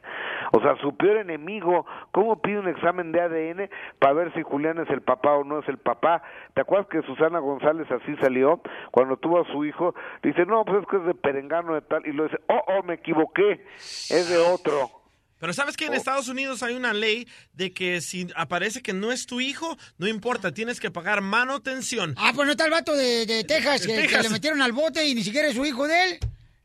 Speaker 19: O sea, su peor enemigo, ¿cómo pide un examen de ADN para ver si Julián es el papá o no es el papá? ¿Te acuerdas que Susana González así salió cuando tuvo a su hijo? Dice, no, pues es que es de Perengano de tal, y lo dice, oh, oh, me equivoqué, es de otro.
Speaker 5: Pero sabes que en Estados Unidos hay una ley de que si aparece que no es tu hijo, no importa, tienes que pagar manutención.
Speaker 3: Ah, pues no está el vato de, de Texas que, que
Speaker 5: Texas.
Speaker 3: le metieron al bote y ni siquiera es su hijo de él.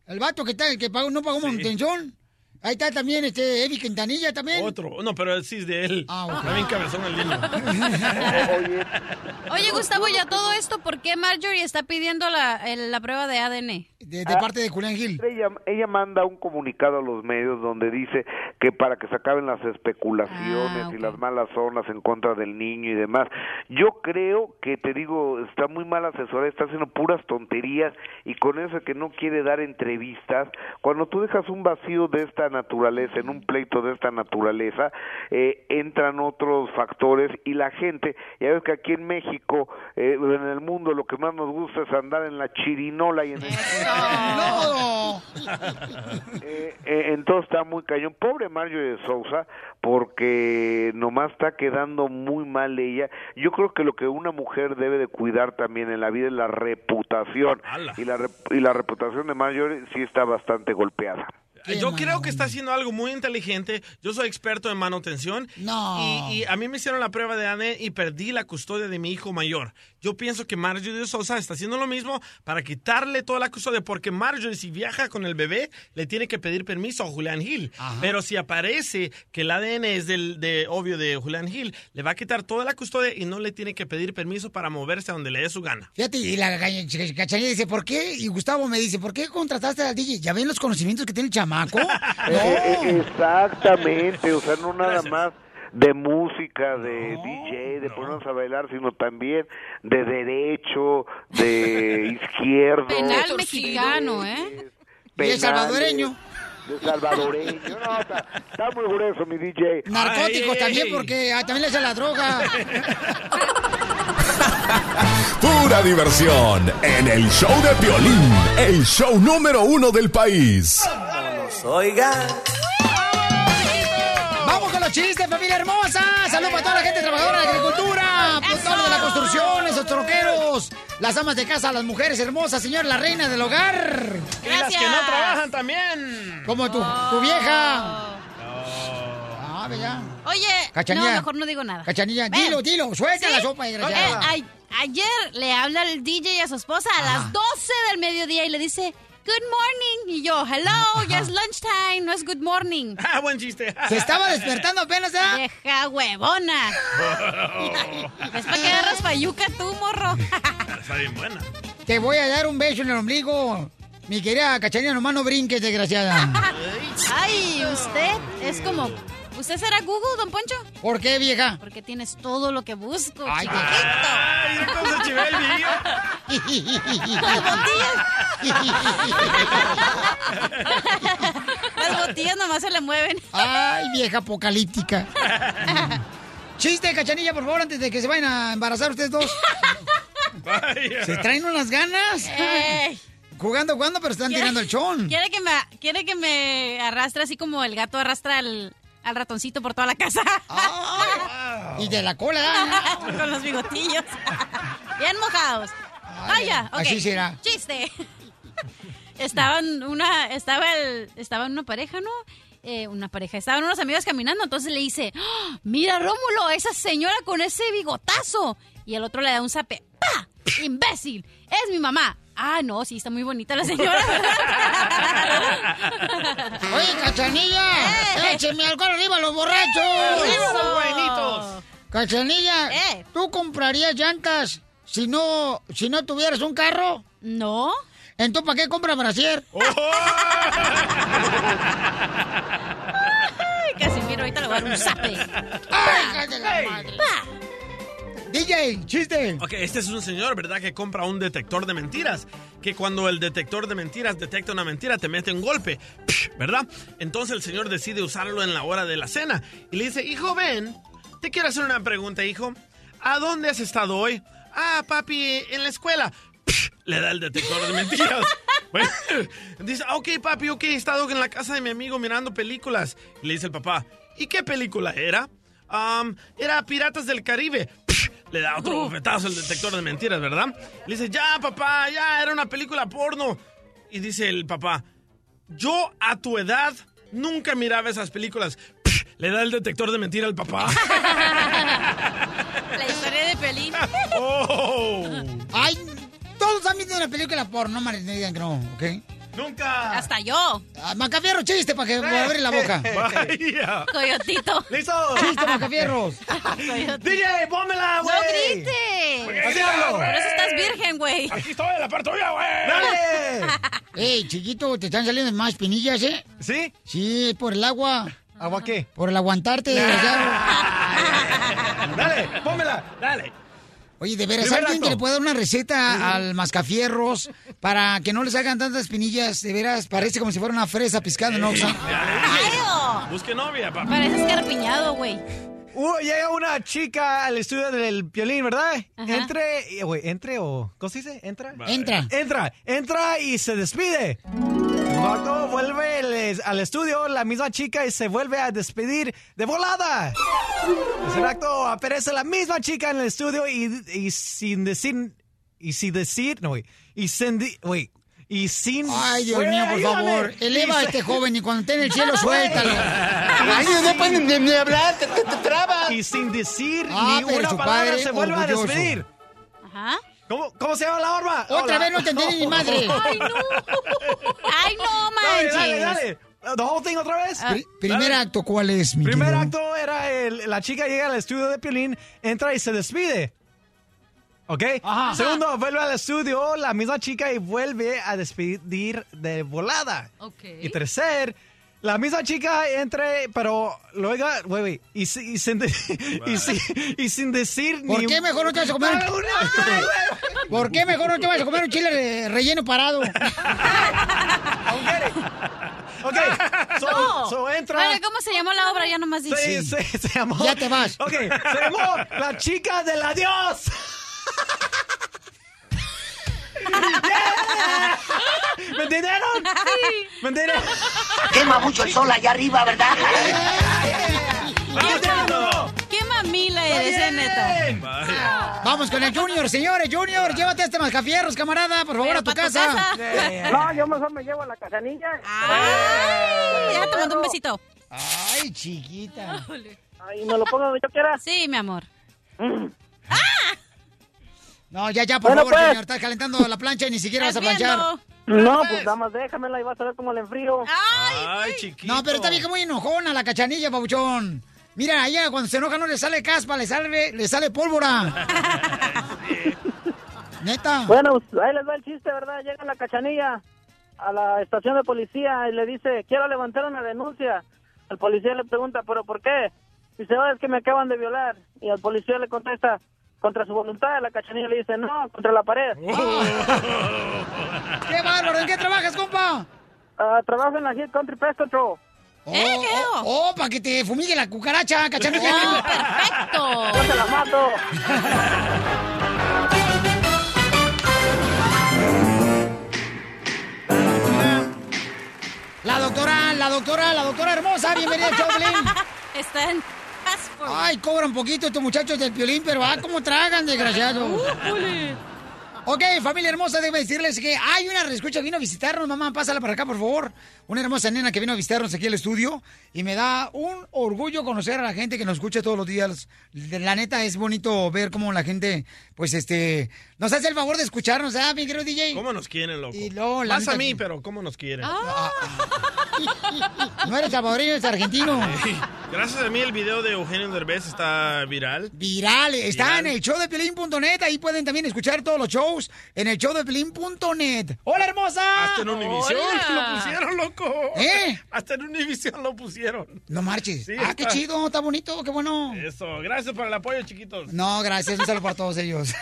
Speaker 3: El vato que está, el que pagó, no pagó manutención. Ahí está también este Eddie Quintanilla también.
Speaker 5: Otro. No, pero sí es de él. También cabezón el niño.
Speaker 4: Oye, Gustavo, ya todo esto, ¿por qué Marjorie está pidiendo la, el- la prueba de ADN?
Speaker 19: Ah,
Speaker 3: de Julián Gil.
Speaker 19: Ella, ella manda un comunicado a los medios donde dice que para que se acaben las especulaciones
Speaker 3: Ah,
Speaker 19: y las malas zonas en contra del niño y demás. Yo creo que, te digo, está muy mal asesorada, está haciendo puras tonterías y con eso que no quiere dar entrevistas. Cuando tú dejas un vacío de esta naturaleza, en un pleito de esta naturaleza, eh, entran otros factores y la gente, ya ves que aquí en México, eh, en el mundo, lo que más nos gusta es andar en la chirinola y en el...
Speaker 3: ¡No!
Speaker 19: Eh, entonces está muy cañón. Pobre Marjorie de Sousa, porque nomás está quedando muy mal ella. Yo creo que lo que una mujer debe de cuidar también en la vida es la reputación.
Speaker 5: Ala.
Speaker 19: Y la, rep- y la reputación de Marjorie sí está bastante golpeada.
Speaker 5: Yo creo que está haciendo algo muy inteligente. Yo soy experto en manutención.
Speaker 3: No.
Speaker 5: Y, y a mí me hicieron la prueba de ADN y perdí la custodia de mi hijo mayor. Yo pienso que Marjorie de Sosa está haciendo lo mismo para quitarle toda la custodia, porque Marjorie, si viaja con el bebé, le tiene que pedir permiso a Julián Hill. Pero si aparece que el ADN es del, de, obvio de Julián Hill, le va a quitar toda la custodia y no le tiene que pedir permiso para moverse a donde le dé su gana.
Speaker 3: Fíjate, y la ca- ca- cachanilla dice, ¿por qué? Y Gustavo me dice, ¿por qué contrataste al DJ? ¿Ya ven los conocimientos que tiene el chamaco?
Speaker 19: Eh, eh,
Speaker 3: Ah, No.
Speaker 19: eh, exactamente, o sea, no nada más de música, de DJ, de ponernos a bailar, sino también de derecho, de izquierdo.
Speaker 4: Penal mexicano, ¿eh?
Speaker 19: penales, De salvadoreño. No, está, está muy grueso mi DJ.
Speaker 3: Narcóticos también, porque ah, también le hace la droga.
Speaker 9: Pura diversión en el show de violín, el show número uno del país.
Speaker 3: Oiga. Vamos con los chistes, familia hermosa. Salud para toda la gente trabajadora de la agricultura, para todos los de la construcción, esos troqueros, las amas de casa, las mujeres hermosas, señor, la reina del hogar.
Speaker 5: Y las que no trabajan también.
Speaker 3: Como tu,
Speaker 4: Oh.
Speaker 3: tu vieja. Ah, ve ya.
Speaker 4: Oye,
Speaker 3: Cachanilla.
Speaker 4: no, mejor no digo nada.
Speaker 3: Cachanilla,
Speaker 4: Ven.
Speaker 3: dilo, dilo, suelta
Speaker 4: ¿Sí?
Speaker 3: la sopa, desgraciada.
Speaker 4: Eh, a- ayer le habla el DJ a su esposa a
Speaker 3: Ah.
Speaker 4: las 12 del mediodía y le dice, good morning. Y yo, hello, ya es lunchtime, no es good morning.
Speaker 5: Ah, buen chiste.
Speaker 3: Se estaba despertando apenas, ¿eh?
Speaker 4: Deja huevona. Es para que agarras payuca tú, morro.
Speaker 5: Está bien buena.
Speaker 3: Te voy a dar un beso en el ombligo. Mi querida Cachanilla, nomás no brinques, desgraciada.
Speaker 4: Ay, usted es como... ¿Usted será Google, don Poncho?
Speaker 3: ¿Por qué,
Speaker 5: Ah.
Speaker 3: vieja?
Speaker 4: Porque tienes todo lo que busco,
Speaker 3: Ay,
Speaker 4: chiquito.
Speaker 5: ¡Ay, cómo se chivea el video!
Speaker 4: Las botillas. Las botillas nomás se le mueven.
Speaker 3: Ay, vieja apocalíptica. Chiste, Cachanilla, por favor, antes de que se vayan a embarazar ustedes dos. Se traen unas ganas.
Speaker 4: Ey.
Speaker 3: Jugando, jugando, pero están tirando el chon.
Speaker 4: Quiere que me, quiere que me arrastre así como el gato arrastra al, al ratoncito por toda la casa.
Speaker 3: Y de la cola.
Speaker 4: Con los bigotillos. Bien mojados. Vaya, Ah, ok.
Speaker 3: así será.
Speaker 4: Chiste. Estaban una, estaba el, estaba una pareja, ¿no? Eh, una pareja, estaban unos amigos caminando, entonces le dice, "¡Ah! mira Rómulo, esa señora con ese bigotazo. Y el otro le da un zape, ¡pa! ¡Imbécil! Es mi mamá. Ah, no, sí, está muy bonita la señora.
Speaker 3: Oye, Cachanilla, écheme alcohol arriba a los borrachos.
Speaker 4: ¡Arriba los buenitos!
Speaker 3: Cachanilla, ¿tú comprarías llantas si no, si no tuvieras un carro?
Speaker 4: No.
Speaker 3: Entonces, ¿para qué compras brasier?
Speaker 4: Ay, Casimiro, ahorita le voy a dar un zape.
Speaker 3: DJ, chiste.
Speaker 5: Ok, este es un señor, ¿verdad? Que compra un detector de mentiras. Que cuando el detector de mentiras detecta una mentira, te mete un golpe, ¿verdad? Entonces el señor decide usarlo en la hora de la cena. Y le dice, hijo, ven, te quiero hacer una pregunta, hijo. ¿A dónde has estado hoy? Ah, papi, en la escuela. Le da el detector de mentiras. Bueno, dice, "Ah, ok, papi, ok, he estado en la casa de mi amigo mirando películas. Y le dice el papá, ¿y qué película era? "Am, era Piratas del Caribe. Le da otro bofetazo el detector de mentiras, ¿verdad? Le dice, ya, papá, ya, era una película porno. Y dice el papá, yo a tu edad nunca miraba esas películas. Le da el detector de mentira al papá.
Speaker 4: La historia de Pelín.
Speaker 5: ¡Oh!
Speaker 3: Ay, todos han visto una película porno, no me digan que no, ¿ok?
Speaker 5: Nunca.
Speaker 4: Hasta yo.
Speaker 3: Ah, Macafierro, chiste para que para abrir la boca.
Speaker 5: Vaya.
Speaker 4: Coyotito.
Speaker 5: ¿Listo?
Speaker 3: Chiste, Macafierros.
Speaker 5: DJ, pónmela,
Speaker 4: ¡No
Speaker 5: güey.
Speaker 4: grites!
Speaker 5: Así hablo.
Speaker 4: Por eso estás virgen, güey.
Speaker 5: Aquí estoy, en la parte tuya, güey.
Speaker 3: ¡Dale! Ey, chiquito, te están saliendo más pinillas, ¿eh?
Speaker 29: ¿Sí?
Speaker 3: Sí, por el agua.
Speaker 29: ¿Agua qué?
Speaker 3: Por el aguantarte, desgraciado.
Speaker 5: Dale, pónmela. Dale.
Speaker 3: Oye, de veras,
Speaker 5: Primer
Speaker 3: alguien
Speaker 5: acto.
Speaker 3: que le pueda dar una receta al mascafierros para que no les hagan tantas pinillas, de veras, parece como si fuera una fresa piscada en Oxxo.
Speaker 5: Dale. Busque novia, papá.
Speaker 4: Pareces carpiñado, güey.
Speaker 15: Uh, llega una chica al estudio del violín, ¿verdad? Entre, eh, güey, entre o. ¿Cómo se dice? ¿Entra?
Speaker 5: Eh,
Speaker 3: Entra.
Speaker 15: Entra, entra y se despide. Cuando vuelve les- al estudio la misma chica y se vuelve a despedir de volada. Tercer acto, aparece la misma chica en el estudio y, y sin decir. Y sin decir. No, güey. Y sin. di- Güey. Y sin.
Speaker 3: Ay, Dios
Speaker 15: Güey,
Speaker 3: mío, por
Speaker 15: ayúdame.
Speaker 3: favor, eleva
Speaker 15: Y
Speaker 3: a
Speaker 15: se-
Speaker 3: este joven y cuando esté en el cielo, suéltalo.
Speaker 15: Ay, no pueden ni hablar, te, trabas. Y sin decir
Speaker 3: Ah,
Speaker 15: ni
Speaker 3: pero
Speaker 15: una
Speaker 3: su
Speaker 15: palabra
Speaker 3: padre
Speaker 15: se vuelve
Speaker 3: orgulloso.
Speaker 15: a despedir.
Speaker 4: Ajá.
Speaker 15: ¿Cómo, cómo se llama la horma?
Speaker 3: Otra vez no te entendí ni madre.
Speaker 4: Ay, no. Ay, no
Speaker 15: Dale,
Speaker 4: manches.
Speaker 15: dale, dale. Uh, The whole thing otra vez.
Speaker 3: Pri- primer acto, ¿cuál es, mi
Speaker 15: Ah. Primer
Speaker 3: querido?
Speaker 15: acto era el- la chica llega al estudio de Piolín, entra y se despide. ¿Ok? Segundo, vuelve al estudio la misma chica y vuelve a despedir de volada.
Speaker 4: Ok.
Speaker 15: Y tercer, la misma chica entre, pero luego, güey, güey, y, si- y sin, de- y, si- y sin decir
Speaker 3: ¿Por
Speaker 15: ni...
Speaker 3: qué mejor no te vas a comer? ¡Ah!
Speaker 15: Dame una-
Speaker 3: ¿Por qué mejor no te vas a comer un chile re- relleno parado?
Speaker 15: Ok, so,
Speaker 4: No.
Speaker 15: so entra...
Speaker 4: Vale, ¿cómo se llamó la obra? Ya nomás dice.
Speaker 15: Se, se- se llamó...
Speaker 3: Ya te vas.
Speaker 15: Ok, se llamó La Chica del Adiós. ¿Me entendieron? ¿Me entendieron?
Speaker 6: Quema mucho el sol allá arriba, ¿verdad?
Speaker 4: ¡Qué, mam- qué mamila eres, eh, neta!
Speaker 3: Vamos con el Junior, señores, Junior, llévate a este mascafierros, camarada, por favor,
Speaker 4: Pero
Speaker 3: a tu
Speaker 4: Eh, pa' tu
Speaker 3: casa.
Speaker 4: casa.
Speaker 22: No, yo mejor me llevo a la cajanilla.
Speaker 4: ¡Ay! Ya te mando un besito.
Speaker 3: Ay, chiquita.
Speaker 22: Ay, me lo pongo donde yo quiera. Mm.
Speaker 4: Sí, mi amor. ¡Ah!
Speaker 3: No, ya, ya, por
Speaker 22: Bueno,
Speaker 3: favor,
Speaker 22: pues.
Speaker 3: Junior, estás calentando la plancha y ni siquiera vas a planchar.
Speaker 4: Hirviendo.
Speaker 22: No, pues nada más déjamela y vas a ver cómo la enfrío.
Speaker 5: Ay, chiquito.
Speaker 3: No, pero está vieja muy enojona la cachanilla, pabuchón. Mira, ella cuando se enoja no le sale caspa, le sale, le sale pólvora. Neta.
Speaker 22: Bueno, pues, ahí les va el chiste, ¿verdad? Llega la cachanilla a la estación de policía y le dice, quiero levantar una denuncia. El policía le pregunta, ¿pero por qué? Dice, "Oh, es que me acaban de violar. Y el policía le contesta, contra su voluntad. La cachanilla le dice, no, contra la pared.
Speaker 3: ¡Qué bárbaro! ¿En qué trabajas, compa?
Speaker 22: Ah, trabajo en la Hit Country Pest Control.
Speaker 3: Oh, oh, oh, para que te fumigue la cucaracha,
Speaker 4: ¡Oh,
Speaker 3: cachanilla.
Speaker 4: perfecto!
Speaker 22: Yo se la mato.
Speaker 3: La doctora, la doctora, la doctora hermosa, bienvenida al show, Piolín.
Speaker 4: Está en Passport.
Speaker 3: Ay, cobran poquito estos muchachos del piolín, pero ah, cómo tragan, desgraciado. Ok, familia hermosa, debo decirles que hay una reescucha, vino a visitarnos, mamá, pásala para acá, por favor. Una hermosa nena que vino a visitarnos aquí al estudio y me da un orgullo conocer a la gente que nos escucha todos los días. De- La neta, es bonito ver cómo la gente, pues, este, nos hace el favor de escucharnos, ¿ah, mi querido DJ?
Speaker 5: ¿Cómo nos quieren, loco?
Speaker 3: Y luego, la
Speaker 5: Más a
Speaker 3: neta,
Speaker 5: mí,
Speaker 3: que-
Speaker 5: pero ¿cómo nos quieren?
Speaker 4: Ah.
Speaker 3: No eres salvadoreño, eres argentino.
Speaker 5: Gracias a mí el video de Eugenio Derbez está viral.
Speaker 3: Viral, está
Speaker 5: Viral.
Speaker 3: en el show de Piolín.net, ahí pueden también escuchar todos los shows en el show de Piolín.net. ¡Hola, hermosa!
Speaker 5: Hasta en Univision
Speaker 4: Hola.
Speaker 5: lo pusieron, loco.
Speaker 3: ¿Eh?
Speaker 5: Hasta en Univision lo pusieron.
Speaker 3: No marches.
Speaker 5: Sí,
Speaker 3: ah,
Speaker 5: está. Eh.
Speaker 3: qué chido, está bonito, qué bueno.
Speaker 5: Eso, gracias por el apoyo, chiquitos.
Speaker 3: No, gracias, un saludo para todos ellos.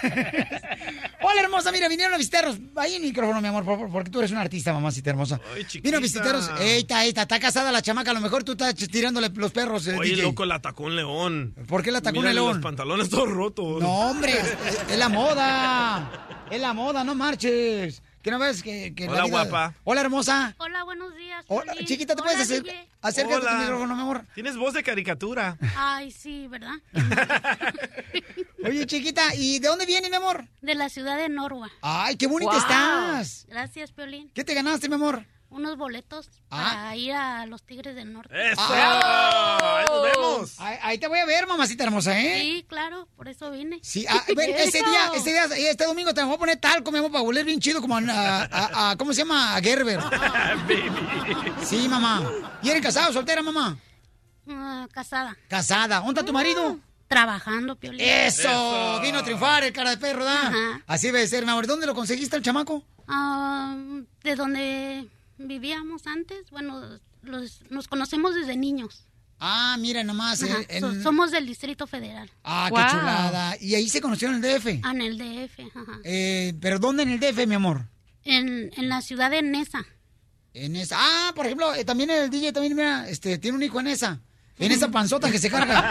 Speaker 3: Hola, hermosa, mira, vinieron a visitarnos. Ahí el micrófono, mi amor, por favor, porque tú eres una artista, mamacita hermosa.
Speaker 5: Ay, chiquita.
Speaker 3: Vino a visitarnos. Eita, eita, está casada la chamaca, a lo mejor tú estás ch- tirándole los perros, eh,
Speaker 5: Oye,
Speaker 3: DJ.
Speaker 5: loco, la atacó un león.
Speaker 3: ¿Por qué la atacó un
Speaker 5: Mírale
Speaker 3: león?
Speaker 5: los pantalones todos rotos.
Speaker 3: No, hombre, es, es la moda. Es la moda, no marches. Que no ves que, que la
Speaker 5: Hola,
Speaker 3: vida-
Speaker 5: guapa.
Speaker 3: Hola, hermosa.
Speaker 30: Hola, buenos días.
Speaker 3: Hola,
Speaker 30: Piolín.
Speaker 3: chiquita, ¿te
Speaker 30: Hola,
Speaker 3: puedes acer-
Speaker 30: DJ.
Speaker 3: acercar tu
Speaker 5: Hola.
Speaker 3: micrófono, mi amor?
Speaker 5: Tienes voz de caricatura.
Speaker 30: Ay, sí, ¿verdad?
Speaker 3: Oye, chiquita, ¿y de dónde vienes, mi amor?
Speaker 30: De la ciudad de Norwa.
Speaker 3: Ay, qué bonita
Speaker 30: Wow.
Speaker 3: estás.
Speaker 30: Gracias, Piolín.
Speaker 3: ¿Qué te ganaste, mi amor?
Speaker 2: unos boletos
Speaker 3: Ah.
Speaker 2: para ir a los Tigres del Norte.
Speaker 3: ¡Bravo!
Speaker 5: ¡Ahí nos vemos!
Speaker 3: Ah, Ahí, ahí te voy a ver, mamacita hermosa, ¿eh?
Speaker 2: Sí, claro, por eso vine.
Speaker 3: Sí, ah, ven, este
Speaker 2: Eso.
Speaker 3: día, este día, este domingo te vamos a poner talco, mi amor, para volver bien chido como a, a- a- ¿cómo se llama? A Gerber. Sí, mamá. ¿Y eres casada o soltera, mamá?
Speaker 2: Ah, casada.
Speaker 3: Casada. ¿Dónde está tu marido?
Speaker 2: Mm, Trabajando, Piolín.
Speaker 3: Eso, vino a triunfar el cara de perro, ¿da?
Speaker 2: Ajá.
Speaker 3: Así debe ser, mi amor. ¿Dónde lo conseguiste el chamaco?
Speaker 2: Ah, de donde vivíamos antes, bueno, los- nos conocemos desde niños.
Speaker 3: Ah, mira nomás.
Speaker 2: Ajá,
Speaker 3: eh, en-
Speaker 2: so- somos del Distrito Federal.
Speaker 3: Ah, qué chulada. ¿Y ahí se conocieron en el DF?
Speaker 2: Ah, En el DF, ajá.
Speaker 3: Eh, ¿Pero dónde en el DF, mi amor?
Speaker 2: En, en la ciudad de Nesa.
Speaker 3: En esa. Ah, por ejemplo, eh, también el DJ también, mira, este, tiene un hijo en esa. En esa panzota que se carga.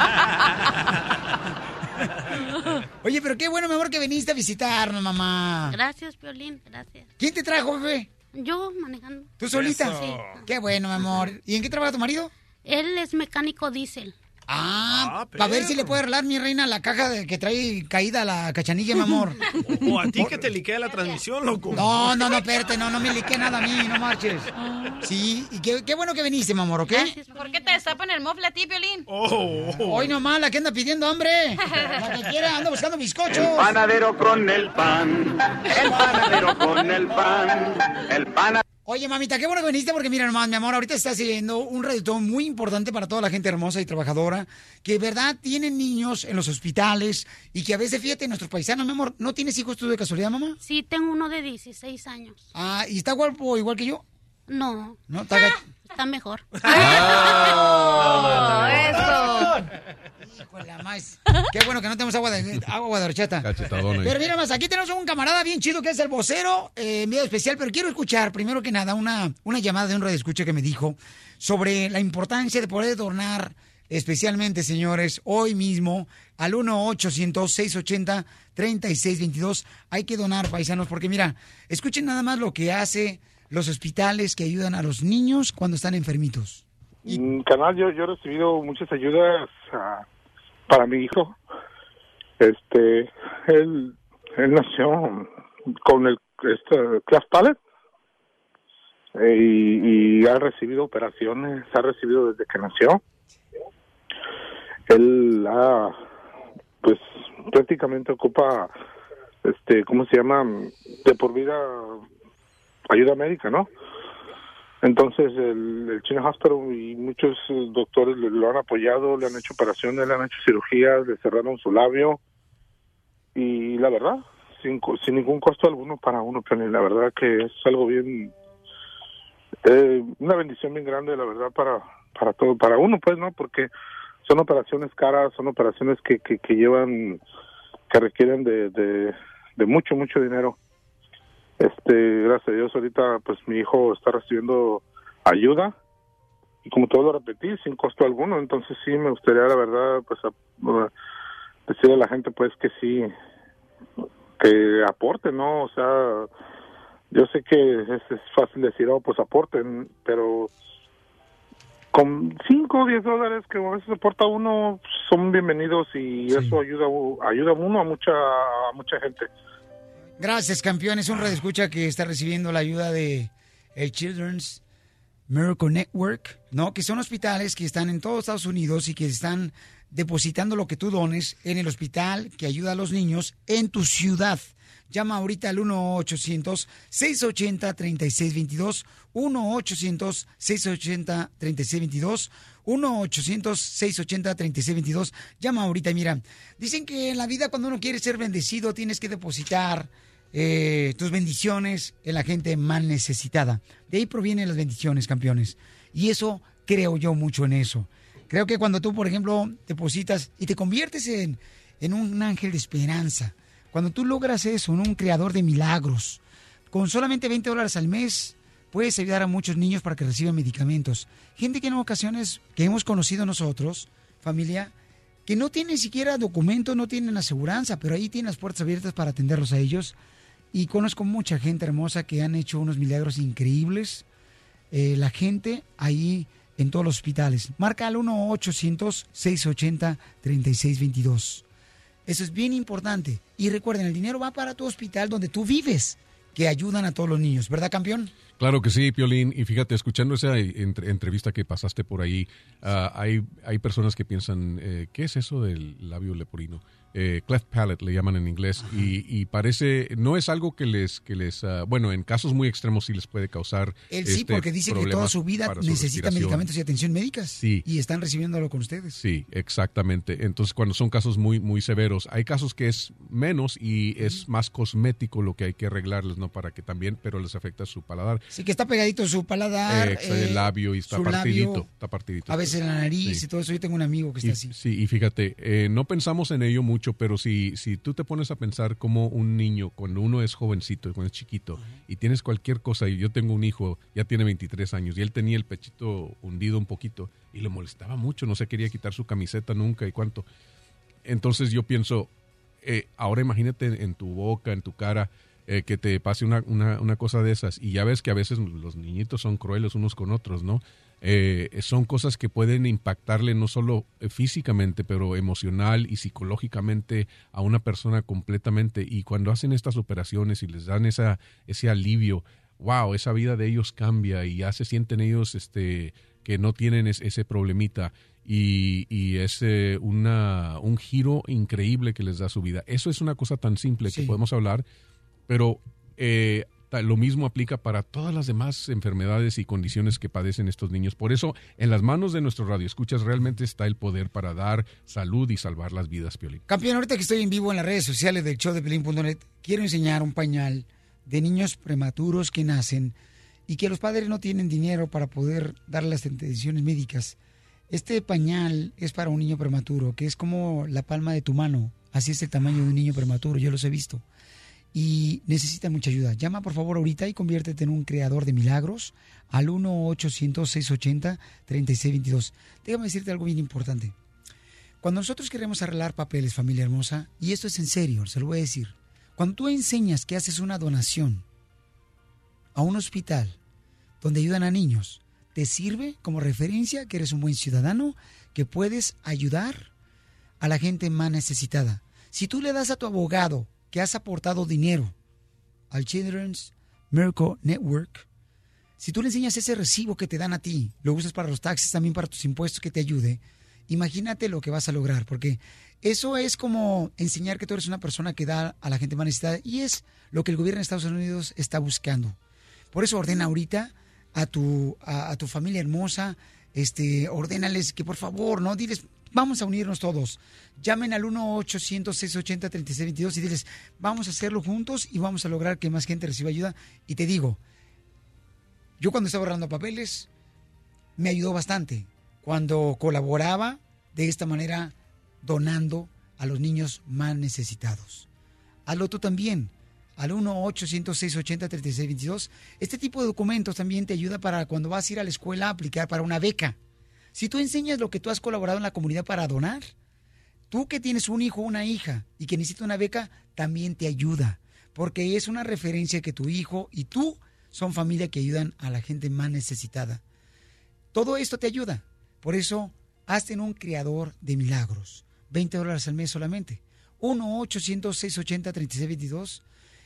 Speaker 3: Oye, pero qué bueno, mi amor, que viniste a visitarnos, mamá.
Speaker 2: Gracias, Piolín, gracias.
Speaker 3: ¿Quién te trajo, bebé?
Speaker 2: Yo manejando.
Speaker 3: ¿Tú solita?
Speaker 2: Sí.
Speaker 3: Qué bueno, mi amor. ¿Y en qué trabaja tu marido?
Speaker 2: Él es mecánico diésel.
Speaker 3: Ah, para ver si le puede arreglar, mi reina, la caja de- que trae caída la cachanilla, mi amor.
Speaker 5: O a ti que te liquea la transmisión, loco.
Speaker 3: No, no, no, espérate, no, no me liqué nada a mí, no marches. Sí, y qué, qué bueno que viniste, mi amor, ¿ok?
Speaker 4: Mejor que te destapan el mofle a ti, Piolín. Oh.
Speaker 3: Hoy nomás la que anda pidiendo hambre. La que quiera, anda buscando bizcochos.
Speaker 17: El panadero con el pan, el panadero con el pan, el panadero.
Speaker 3: Oye, mamita, qué bueno que viniste porque mira nomás, mi amor, ahorita está haciendo un reditón muy importante para toda la gente hermosa y trabajadora que de verdad tienen niños en los hospitales y que a veces, fíjate, nuestros paisanos, mi amor, ¿no tienes hijos tú de casualidad, mamá?
Speaker 2: Sí, tengo uno de 16 años.
Speaker 3: Ah, ¿y está guapo igual que yo?
Speaker 2: No,
Speaker 3: No, está gacho.
Speaker 2: está mejor.
Speaker 3: Hijo de la maíz. Ah. Qué bueno que no tenemos agua de, agua de horchata.
Speaker 7: Cachetadón, eh.
Speaker 3: Pero mira más, aquí tenemos un camarada bien chido que es el vocero, eh, enviado especial, pero quiero escuchar primero que nada una, una llamada de un radioescucha que me dijo sobre la importancia de poder donar especialmente, señores, hoy mismo al 1-800-680-3622. Hay que donar, paisanos, porque mira, escuchen nada más lo que hace los hospitales que ayudan a los niños cuando están enfermitos.
Speaker 18: Mm, Canal, yo, yo he recibido muchas ayudas ah, para mi hijo. Este, él, él nació con el este, class palate eh, y, y ha recibido operaciones, ha recibido desde que nació. Él ha, pues, prácticamente ocupa, este, ¿cómo se llama? De por vida ayuda médica, ¿no? Entonces el, el China Hospital y muchos eh, doctores le- lo han apoyado, le han hecho operaciones, le han hecho cirugías, le cerraron su labio y la verdad, sin, co- sin ningún costo alguno para uno, pero la verdad que es algo bien, eh, una bendición bien grande, la verdad, para, para todo, para uno, pues, ¿no? Porque son operaciones caras, son operaciones que, que, que llevan, que requieren de, de, de mucho, mucho dinero. Este, gracias a Dios, ahorita, pues, mi hijo está recibiendo ayuda. Y como todo lo repetí, sin costo alguno. Entonces, sí, me gustaría, la verdad, pues, a- decirle a la gente, pues, que sí, que aporte, ¿no? O sea, yo sé que es, es fácil decir, oh, pues aporten, pero con 5 o 10 dólares que a veces aporta uno, son bienvenidos y eso ayuda, ayuda a uno a mucha, a mucha gente.
Speaker 3: Gracias, campeón. Es un radioescucha que está recibiendo la ayuda de el Children's Miracle Network, ¿no? Que son hospitales que están en todos Estados Unidos y que están depositando lo que tú dones en el hospital que ayuda a los niños en tu ciudad. Llama ahorita al 1-800-680-3622, 1-800-680-3622, 1-800-680-3622. Llama ahorita y mira, dicen que en la vida cuando uno quiere ser bendecido tienes que depositar eh, tus bendiciones en la gente más necesitada. De ahí provienen las bendiciones, campeones. Y eso creo yo mucho en eso. Creo que cuando tú, por ejemplo, depositas y te conviertes en, en un ángel de esperanza, cuando tú logras eso, en un creador de milagros, con solamente 20 dólares al mes, puedes ayudar a muchos niños para que reciban medicamentos. Gente que en ocasiones que hemos conocido nosotros, familia, que no tienen siquiera documento, no tienen aseguranza, pero ahí tienen las puertas abiertas para atenderlos a ellos. Y conozco mucha gente hermosa que han hecho unos milagros increíbles. eh, la gente ahí en todos los hospitales. Marca al 1-800-680-3622. Eso es bien importante. Y recuerden, el dinero va para tu hospital donde tú vives, que ayudan a todos los niños. ¿Verdad, campeón?
Speaker 7: Claro que sí, Piolín. Y fíjate, escuchando esa eh, entre- entrevista que pasaste por ahí, ah, hay, hay personas que piensan, eh, ¿qué es eso del labio leporino? Eh, cleft palate le llaman en inglés. Y, y parece, no es algo que les, que les ah, bueno, en casos muy extremos sí les puede causar.
Speaker 3: Él sí,
Speaker 7: este,
Speaker 3: porque dice que toda
Speaker 7: problemas
Speaker 3: su vida
Speaker 7: para su
Speaker 3: necesita
Speaker 7: respiración.
Speaker 3: medicamentos y atención médica.
Speaker 7: Sí.
Speaker 3: Y están recibiéndolo con ustedes.
Speaker 7: Sí, exactamente. Entonces, cuando son casos muy, muy severos, hay casos que es menos y es más cosmético lo que hay que arreglarles, ¿no? Para que también, pero les afecta su paladar.
Speaker 3: Sí, que está pegadito su paladar.
Speaker 7: Ex- el
Speaker 3: eh,
Speaker 7: labio y está
Speaker 3: su labio,
Speaker 7: partidito. Está partidito.
Speaker 3: a veces la nariz
Speaker 7: Sí.
Speaker 3: y todo eso. Yo tengo un amigo que
Speaker 7: Y-
Speaker 3: está así.
Speaker 7: Sí, y fíjate, eh, no pensamos en ello mucho, pero si, si tú te pones a pensar como un niño, cuando uno es jovencito, cuando es chiquito, y tienes cualquier cosa, y yo tengo un hijo, ya tiene 23 años, y él tenía el pechito hundido un poquito, y lo molestaba mucho, no se quería quitar su camiseta nunca y cuánto. Entonces yo pienso, eh, ahora imagínate en tu boca, en tu cara, eh, que te pase una, una, una cosa de esas. Y ya ves que a veces los niñitos son crueles unos con otros, ¿no? Eh, son cosas que pueden impactarle no solo eh, físicamente, pero emocional y psicológicamente a una persona completamente. Y cuando hacen estas operaciones y les dan esa, ese alivio, wow, esa vida de ellos cambia y ya se sienten ellos este, que no tienen es- ese problemita y, y es eh, una, un giro increíble que les da su vida. Eso es una cosa tan simple que podemos hablar, pero eh, ta- lo mismo aplica para todas las demás enfermedades y condiciones que padecen estos niños. Por eso, en las manos de nuestro radio escuchas realmente está el poder para dar salud y salvar las vidas, Piolín.
Speaker 3: Campeón, ahorita que estoy en vivo en las redes sociales del show de Pelín.net, quiero enseñar un pañal de niños prematuros que nacen y que los padres no tienen dinero para poder dar las atenciones médicas. Este pañal es para un niño prematuro, que es como la palma de tu mano. Así es el tamaño de un niño prematuro, yo los he visto. Y necesita mucha ayuda. Llama por favor ahorita y conviértete en un creador de milagros al 1-800-680-3622. Déjame decirte algo bien importante. Cuando nosotros queremos arreglar papeles, familia hermosa, y esto es en serio, se lo voy a decir. Cuando tú enseñas que haces una donación a un hospital donde ayudan a niños, te sirve como referencia que eres un buen ciudadano, que puedes ayudar a la gente más necesitada. Si tú le das a tu abogado que has aportado dinero al Children's Miracle Network, si tú le enseñas ese recibo que te dan a ti, lo usas para los taxes, también para tus impuestos, que te ayude, imagínate lo que vas a lograr, porque eso es como enseñar que tú eres una persona que da a la gente más necesitada y es lo que el gobierno de Estados Unidos está buscando. Por eso ordena ahorita a tu, a, a tu familia hermosa, este, ordénales que por favor, ¿no? Diles, vamos a unirnos todos. Llamen al 1-800-680-3622 y diles, vamos a hacerlo juntos y vamos a lograr que más gente reciba ayuda. Y te digo, yo cuando estaba ahorrando papeles, me ayudó bastante. Cuando colaboraba de esta manera, donando a los niños más necesitados. Hazlo tú también. Al 1-800-680-3622. Este tipo de documentos también te ayuda para cuando vas a ir a la escuela a aplicar para una beca. Si tú enseñas lo que tú has colaborado en la comunidad para donar, tú que tienes un hijo o una hija y que necesita una beca, también te ayuda. Porque es una referencia que tu hijo y tú son familia que ayudan a la gente más necesitada. Todo esto te ayuda. Por eso, hazte en un creador de milagros. 20 dólares al mes solamente. 1-800-680-3622.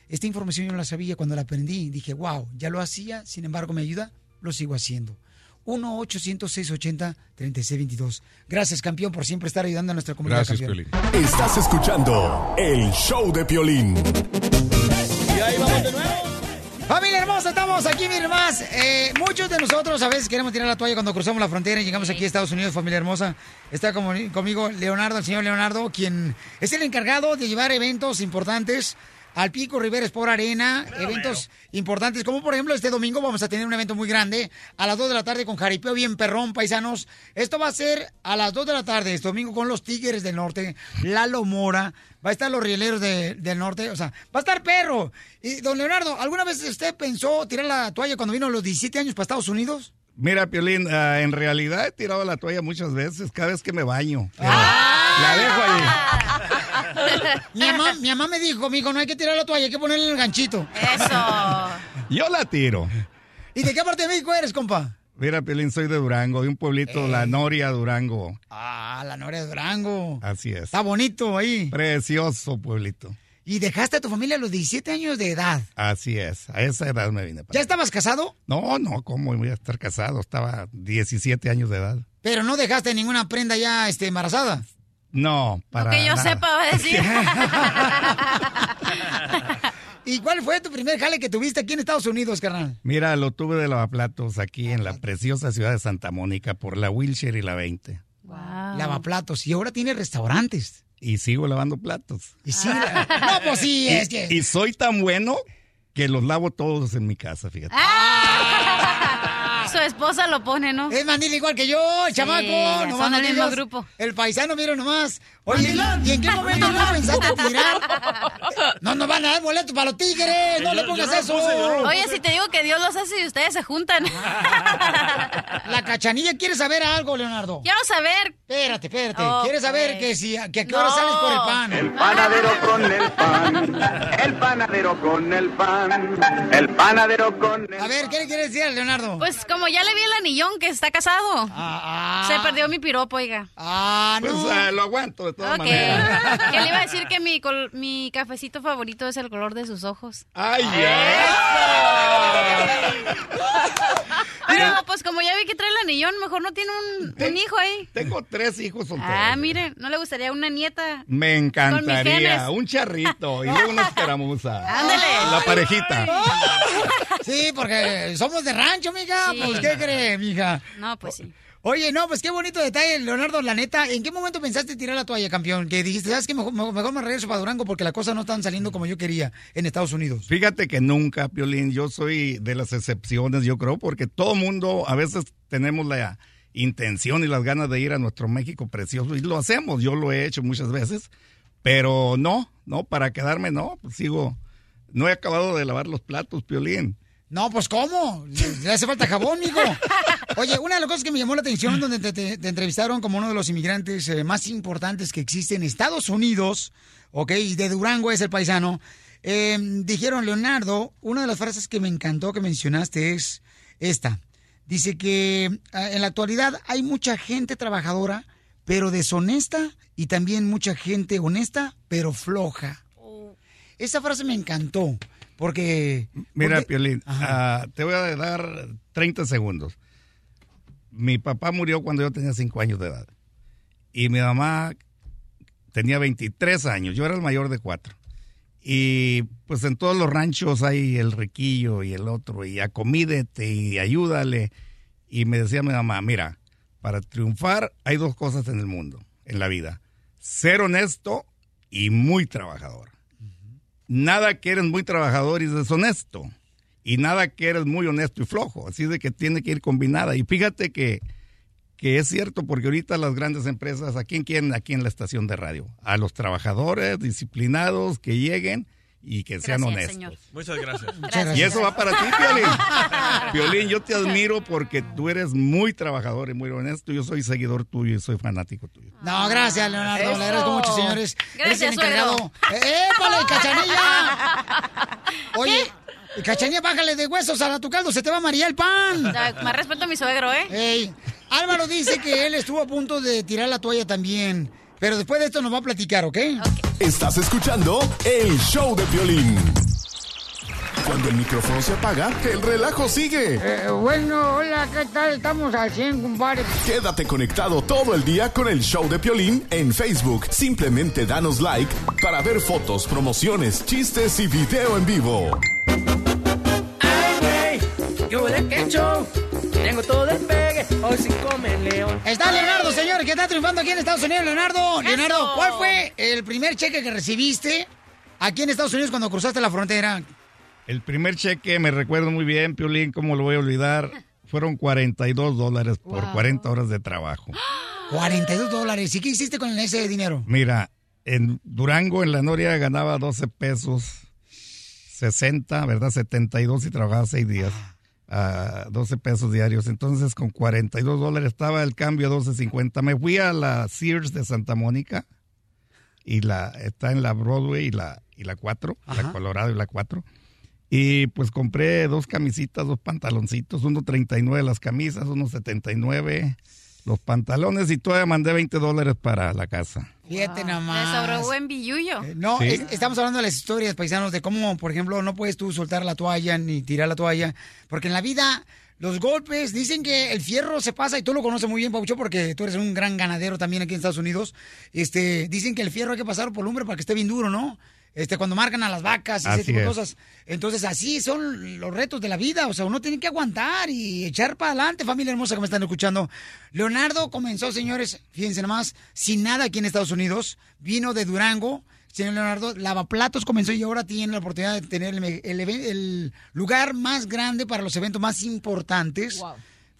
Speaker 3: Esta información yo no la sabía cuando la aprendí. Dije, wow, ya lo hacía, sin embargo me ayuda, lo sigo haciendo. 1-800-680-3622. Gracias, campeón, por siempre estar ayudando a nuestra comunidad.
Speaker 23: Gracias,
Speaker 3: campeón.
Speaker 23: Piolín. Estás escuchando el show de Piolín.
Speaker 3: Familia hermosa, estamos aquí, miren más. Eh, muchos de nosotros a veces queremos tirar la toalla cuando cruzamos la frontera y llegamos aquí a Estados Unidos, familia hermosa. Está como- conmigo Leonardo, el señor Leonardo, quien es el encargado de llevar eventos importantes al Pico Rivera por Arena, eventos importantes, como por ejemplo este domingo vamos a tener un evento muy grande a las 2 de la tarde con Jaripeo Bien Perrón, paisanos. Esto va a ser a las 2 de la tarde, este domingo con los Tigres del Norte, Lalo Mora, va a estar los Rieleros de- del Norte, o sea, va a estar perro. Y don Leonardo, ¿alguna vez usted pensó tirar la toalla cuando vino a los 17 años para Estados Unidos?
Speaker 11: Mira, Piolín, ah, en realidad he tirado la toalla muchas veces, cada vez que me baño. Pero
Speaker 2: Ah.
Speaker 11: La dejo ahí.
Speaker 3: mi, mamá, mi mamá me dijo, mijo, no hay que tirar la toalla, hay que ponerle el ganchito. Eso.
Speaker 11: Yo la tiro.
Speaker 3: ¿Y de qué parte de México eres, compa?
Speaker 11: Mira, Piolín, soy de Durango, de un pueblito, La Noria, Durango.
Speaker 3: Ah, la Noria de Durango.
Speaker 11: Así es.
Speaker 3: Está bonito ahí.
Speaker 11: Precioso pueblito.
Speaker 3: Y dejaste a tu familia a los 17 años de edad.
Speaker 11: Así es, a esa edad me vine. para-
Speaker 3: ¿Ya estabas casado?
Speaker 11: No, no, ¿cómo voy a estar casado? Estaba 17 años de edad.
Speaker 3: Pero no dejaste ninguna prenda ya este, embarazada.
Speaker 11: No, para
Speaker 3: que yo
Speaker 11: nada.
Speaker 3: sepa, va a decir. ¿Y cuál fue tu primer jale que tuviste aquí en Estados Unidos, carnal?
Speaker 11: Mira, lo tuve de lavaplatos aquí en la preciosa ciudad de Santa Mónica por la Wilshire y la 20.
Speaker 3: Ah. Lavaplatos. Y ahora tiene restaurantes.
Speaker 11: Y sigo lavando platos. Ah.
Speaker 3: Y sí, la- No, pues sí, es que...
Speaker 11: y soy tan bueno que los lavo todos en mi casa, fíjate.
Speaker 4: Ah. Su esposa lo pone, ¿no?
Speaker 3: Es mandil igual que yo, chamaco.
Speaker 4: son
Speaker 3: nomás no
Speaker 4: del mismo
Speaker 3: digas.
Speaker 4: grupo.
Speaker 3: El paisano, mira nomás. Oye, ¿y en qué momento no pensaste tirar? No nos van a dar boleto para los tigres. No
Speaker 4: Yo-
Speaker 3: le
Speaker 4: yo
Speaker 3: pongas
Speaker 4: no lo
Speaker 3: eso.
Speaker 4: puse, yo no lo Oye, puse. si te digo que Dios los hace y ustedes se juntan.
Speaker 3: La cachanilla quiere saber algo, Leonardo.
Speaker 4: Quiero saber.
Speaker 3: Espérate, espérate.
Speaker 4: Oh,
Speaker 3: quiere saber
Speaker 4: pues.
Speaker 3: que, si, que a qué hora
Speaker 4: No.
Speaker 3: sales por el pan.
Speaker 13: El panadero con el pan, el panadero con el pan, el panadero con el
Speaker 3: A ver, ¿qué le quieres decir a Leonardo?
Speaker 4: Pues como ya le vi el anillón que está casado. Se perdió mi piropo, oiga.
Speaker 3: Ah,
Speaker 11: Pues ah, lo aguanto de todas
Speaker 4: Ok.
Speaker 11: maneras.
Speaker 4: Que le iba a decir que mi, col- mi cafecito favorito es el color de sus ojos.
Speaker 11: ¡Ay,
Speaker 4: Pero pues como ya vi que trae el anillón, mejor no tiene un, un hijo ahí.
Speaker 11: Tengo tres hijos solteros.
Speaker 4: Ah, mire, ¿no le gustaría una nieta?
Speaker 11: Me
Speaker 4: Con mis
Speaker 11: encantaría
Speaker 4: genes.
Speaker 11: un charrito y luego una escaramuza.
Speaker 4: Ándale.
Speaker 11: La parejita.
Speaker 3: Sí, porque somos de rancho, mija.
Speaker 4: Sí.
Speaker 3: Pues, ¿qué cree, mija?
Speaker 4: No, pues sí.
Speaker 3: Oye, no, pues qué bonito detalle, Leonardo, la neta. ¿En qué momento pensaste tirar la toalla, campeón? Que dijiste, ¿sabes qué? Mejor, mejor- mejor me regreso para Durango porque las cosas no están saliendo como yo quería en Estados Unidos.
Speaker 11: Fíjate que nunca, Piolín, yo soy de las excepciones, yo creo, porque todo mundo a veces tenemos la intención y las ganas de ir a nuestro México precioso y lo hacemos, yo lo he hecho muchas veces, pero no, no, para quedarme no, pues sigo, no he acabado de lavar los platos, Piolín.
Speaker 3: No, pues ¿cómo? Le hace falta jabón, mijo. Oye, una de las cosas que me llamó la atención donde te, te- te entrevistaron como uno de los inmigrantes eh, más importantes que existe en Estados Unidos, ok, y de Durango es el paisano, eh, dijeron, Leonardo, una de las frases que me encantó que mencionaste es esta. Dice que eh, en la actualidad hay mucha gente trabajadora, pero deshonesta, y también mucha gente honesta, pero floja. Esa frase me encantó, porque...
Speaker 11: Mira,
Speaker 3: porque-
Speaker 11: Piolín, ah, te voy a dar 30 segundos. Mi papá murió cuando yo tenía 5 años de edad. Y mi mamá tenía 23 años. Yo era el mayor de 4. Y pues en todos los ranchos hay el riquillo y el otro. Y acomídete y ayúdale. Y me decía mi mamá, mira, para triunfar hay dos cosas en el mundo, en la vida. Ser honesto y muy trabajador. Nada que eres muy trabajador y deshonesto. Y nada que eres muy honesto y flojo. Así de que tiene que ir combinada. Y fíjate que, que es cierto, porque ahorita las grandes empresas, ¿a quién quieren aquí en la estación de radio? A los trabajadores disciplinados que lleguen y que sean honestos.
Speaker 5: Muchas gracias.
Speaker 11: Y eso va para ti, Piolín. Piolín, yo te admiro porque tú eres muy trabajador y muy honesto. Yo soy seguidor tuyo y soy fanático tuyo.
Speaker 3: No, Ah, gracias, Leonardo.
Speaker 11: Eso.
Speaker 3: Le agradezco mucho, señores. Eres
Speaker 11: Gracias,
Speaker 3: el encargado.
Speaker 11: suegro.
Speaker 3: ¡Eh, ¡Épale, cachanilla! Oye, cachanilla, bájale de huesos a la tu caldo, se te va a marear el pan.
Speaker 4: Ya, Más respeto a mi suegro, ¿eh?
Speaker 3: Ey, Álvaro dice que él estuvo a punto de tirar la toalla también. Pero después de esto nos va a platicar, ¿ok?
Speaker 9: Estás escuchando el show de violín. Cuando el micrófono se apaga, Eh, el relajo sigue.
Speaker 3: bueno, hola, ¿qué tal? Estamos al 100, compadre.
Speaker 9: Quédate conectado todo el día con el show de Piolín en Facebook. Simplemente danos like para ver fotos, promociones, chistes y video en vivo.
Speaker 13: ¡Ay, güey! ¡Yo le que show! Tengo todo el pegue, hoy sí come león.
Speaker 3: Está Leonardo, señor, que está triunfando aquí en Estados Unidos, Leonardo. Leonardo, ¿cuál fue el primer cheque que recibiste aquí en Estados Unidos cuando cruzaste la frontera?
Speaker 11: El primer cheque, me recuerdo muy bien, Piolín, ¿cómo lo voy a olvidar? Fueron 42 dólares por 40 horas de trabajo.
Speaker 3: 42 dólares. ¿Y qué hiciste con ese dinero?
Speaker 11: Mira, en Durango, en la Noria, ganaba 12 pesos, 60, ¿verdad? 72 y trabajaba 6 días.
Speaker 3: Ah.
Speaker 11: a 12 pesos diarios. Entonces, con 42 dólares estaba el cambio a 12.50. Me fui a la Sears de Santa Mónica y la está en la Broadway y la, y la 4, la Colorado y la 4. Y pues compré dos camisitas, dos pantaloncitos, uno 39 las camisas, uno 79, los pantalones y todavía mandé 20 dólares para la casa.
Speaker 3: Fíjate
Speaker 4: Ah, Me
Speaker 3: nomás. Eh,
Speaker 4: sobró buen billullo.
Speaker 3: No,
Speaker 11: Sí.
Speaker 3: es- estamos hablando de las historias, paisanos, de cómo, por ejemplo, no puedes tú soltar la toalla ni tirar la toalla, porque en la vida los golpes, dicen que el fierro se pasa, y tú lo conoces muy bien, Paucho, porque tú eres un gran ganadero también aquí en Estados Unidos, este, dicen que el fierro hay que pasar por lumbre para que esté bien duro, ¿no? Este, cuando marcan a las vacas y ese
Speaker 11: Así
Speaker 3: tipo de
Speaker 11: es.
Speaker 3: cosas. Entonces, así son los retos de la vida. O sea, uno tiene que aguantar y echar para adelante, familia hermosa que me están escuchando. Leonardo comenzó, señores, fíjense nomás, sin nada aquí en Estados Unidos. Vino de Durango. Señor Leonardo, Lavaplatos comenzó y ahora tiene la oportunidad de tener el, me- el eve- el lugar más grande para los eventos más importantes.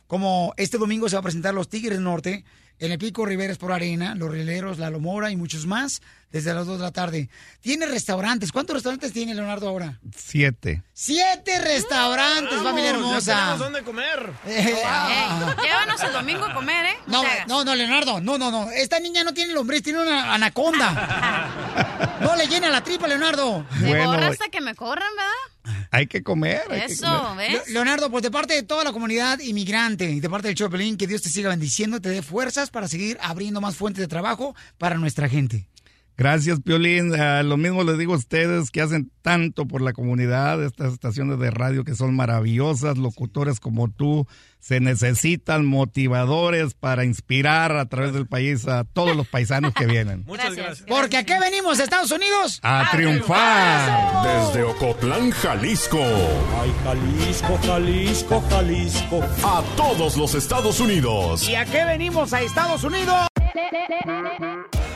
Speaker 3: Como este domingo se va a presentar los Tigres del Norte, en el Pico Riveres por Arena, los Rieleros, la Lomora y muchos más, desde las 2 de la tarde. Tiene restaurantes. ¿Cuántos restaurantes tiene Leonardo ahora?
Speaker 11: Siete.
Speaker 3: Siete restaurantes,
Speaker 4: Mm,
Speaker 31: Vamos,
Speaker 3: familia
Speaker 31: ya
Speaker 3: hermosa.
Speaker 31: tenemos dónde comer.
Speaker 3: Eh, ah.
Speaker 4: Ey, llévanos el domingo a comer, ¿eh?
Speaker 3: No,
Speaker 4: te hagas.
Speaker 3: no, no, Leonardo, no, no, no. Esta niña no tiene lombriz, tiene una anaconda. No le llena la tripa, Leonardo.
Speaker 4: Me
Speaker 11: Bueno,
Speaker 4: borra hasta que me corran, ¿verdad?
Speaker 11: Hay que comer. hay que comer.
Speaker 4: Eso, ¿ves?
Speaker 3: Le- Leonardo, pues de parte de toda la comunidad inmigrante y de parte del Chopelín, que Dios te siga bendiciendo, te dé fuerzas para seguir abriendo más fuentes de trabajo para nuestra gente.
Speaker 11: Gracias, Piolín. Ah, lo mismo les digo a ustedes que hacen tanto por la comunidad, estas estaciones de radio que son maravillosas, locutores como tú, se necesitan motivadores para inspirar a través del país a todos los paisanos que vienen.
Speaker 31: Muchas gracias.
Speaker 3: Porque aquí venimos, Estados Unidos.
Speaker 11: A triunfar.
Speaker 23: Desde Ocotlán, Jalisco. Ay, Jalisco, Jalisco, Jalisco. A todos los Estados Unidos.
Speaker 3: ¿Y a qué venimos a Estados Unidos?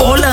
Speaker 6: Hola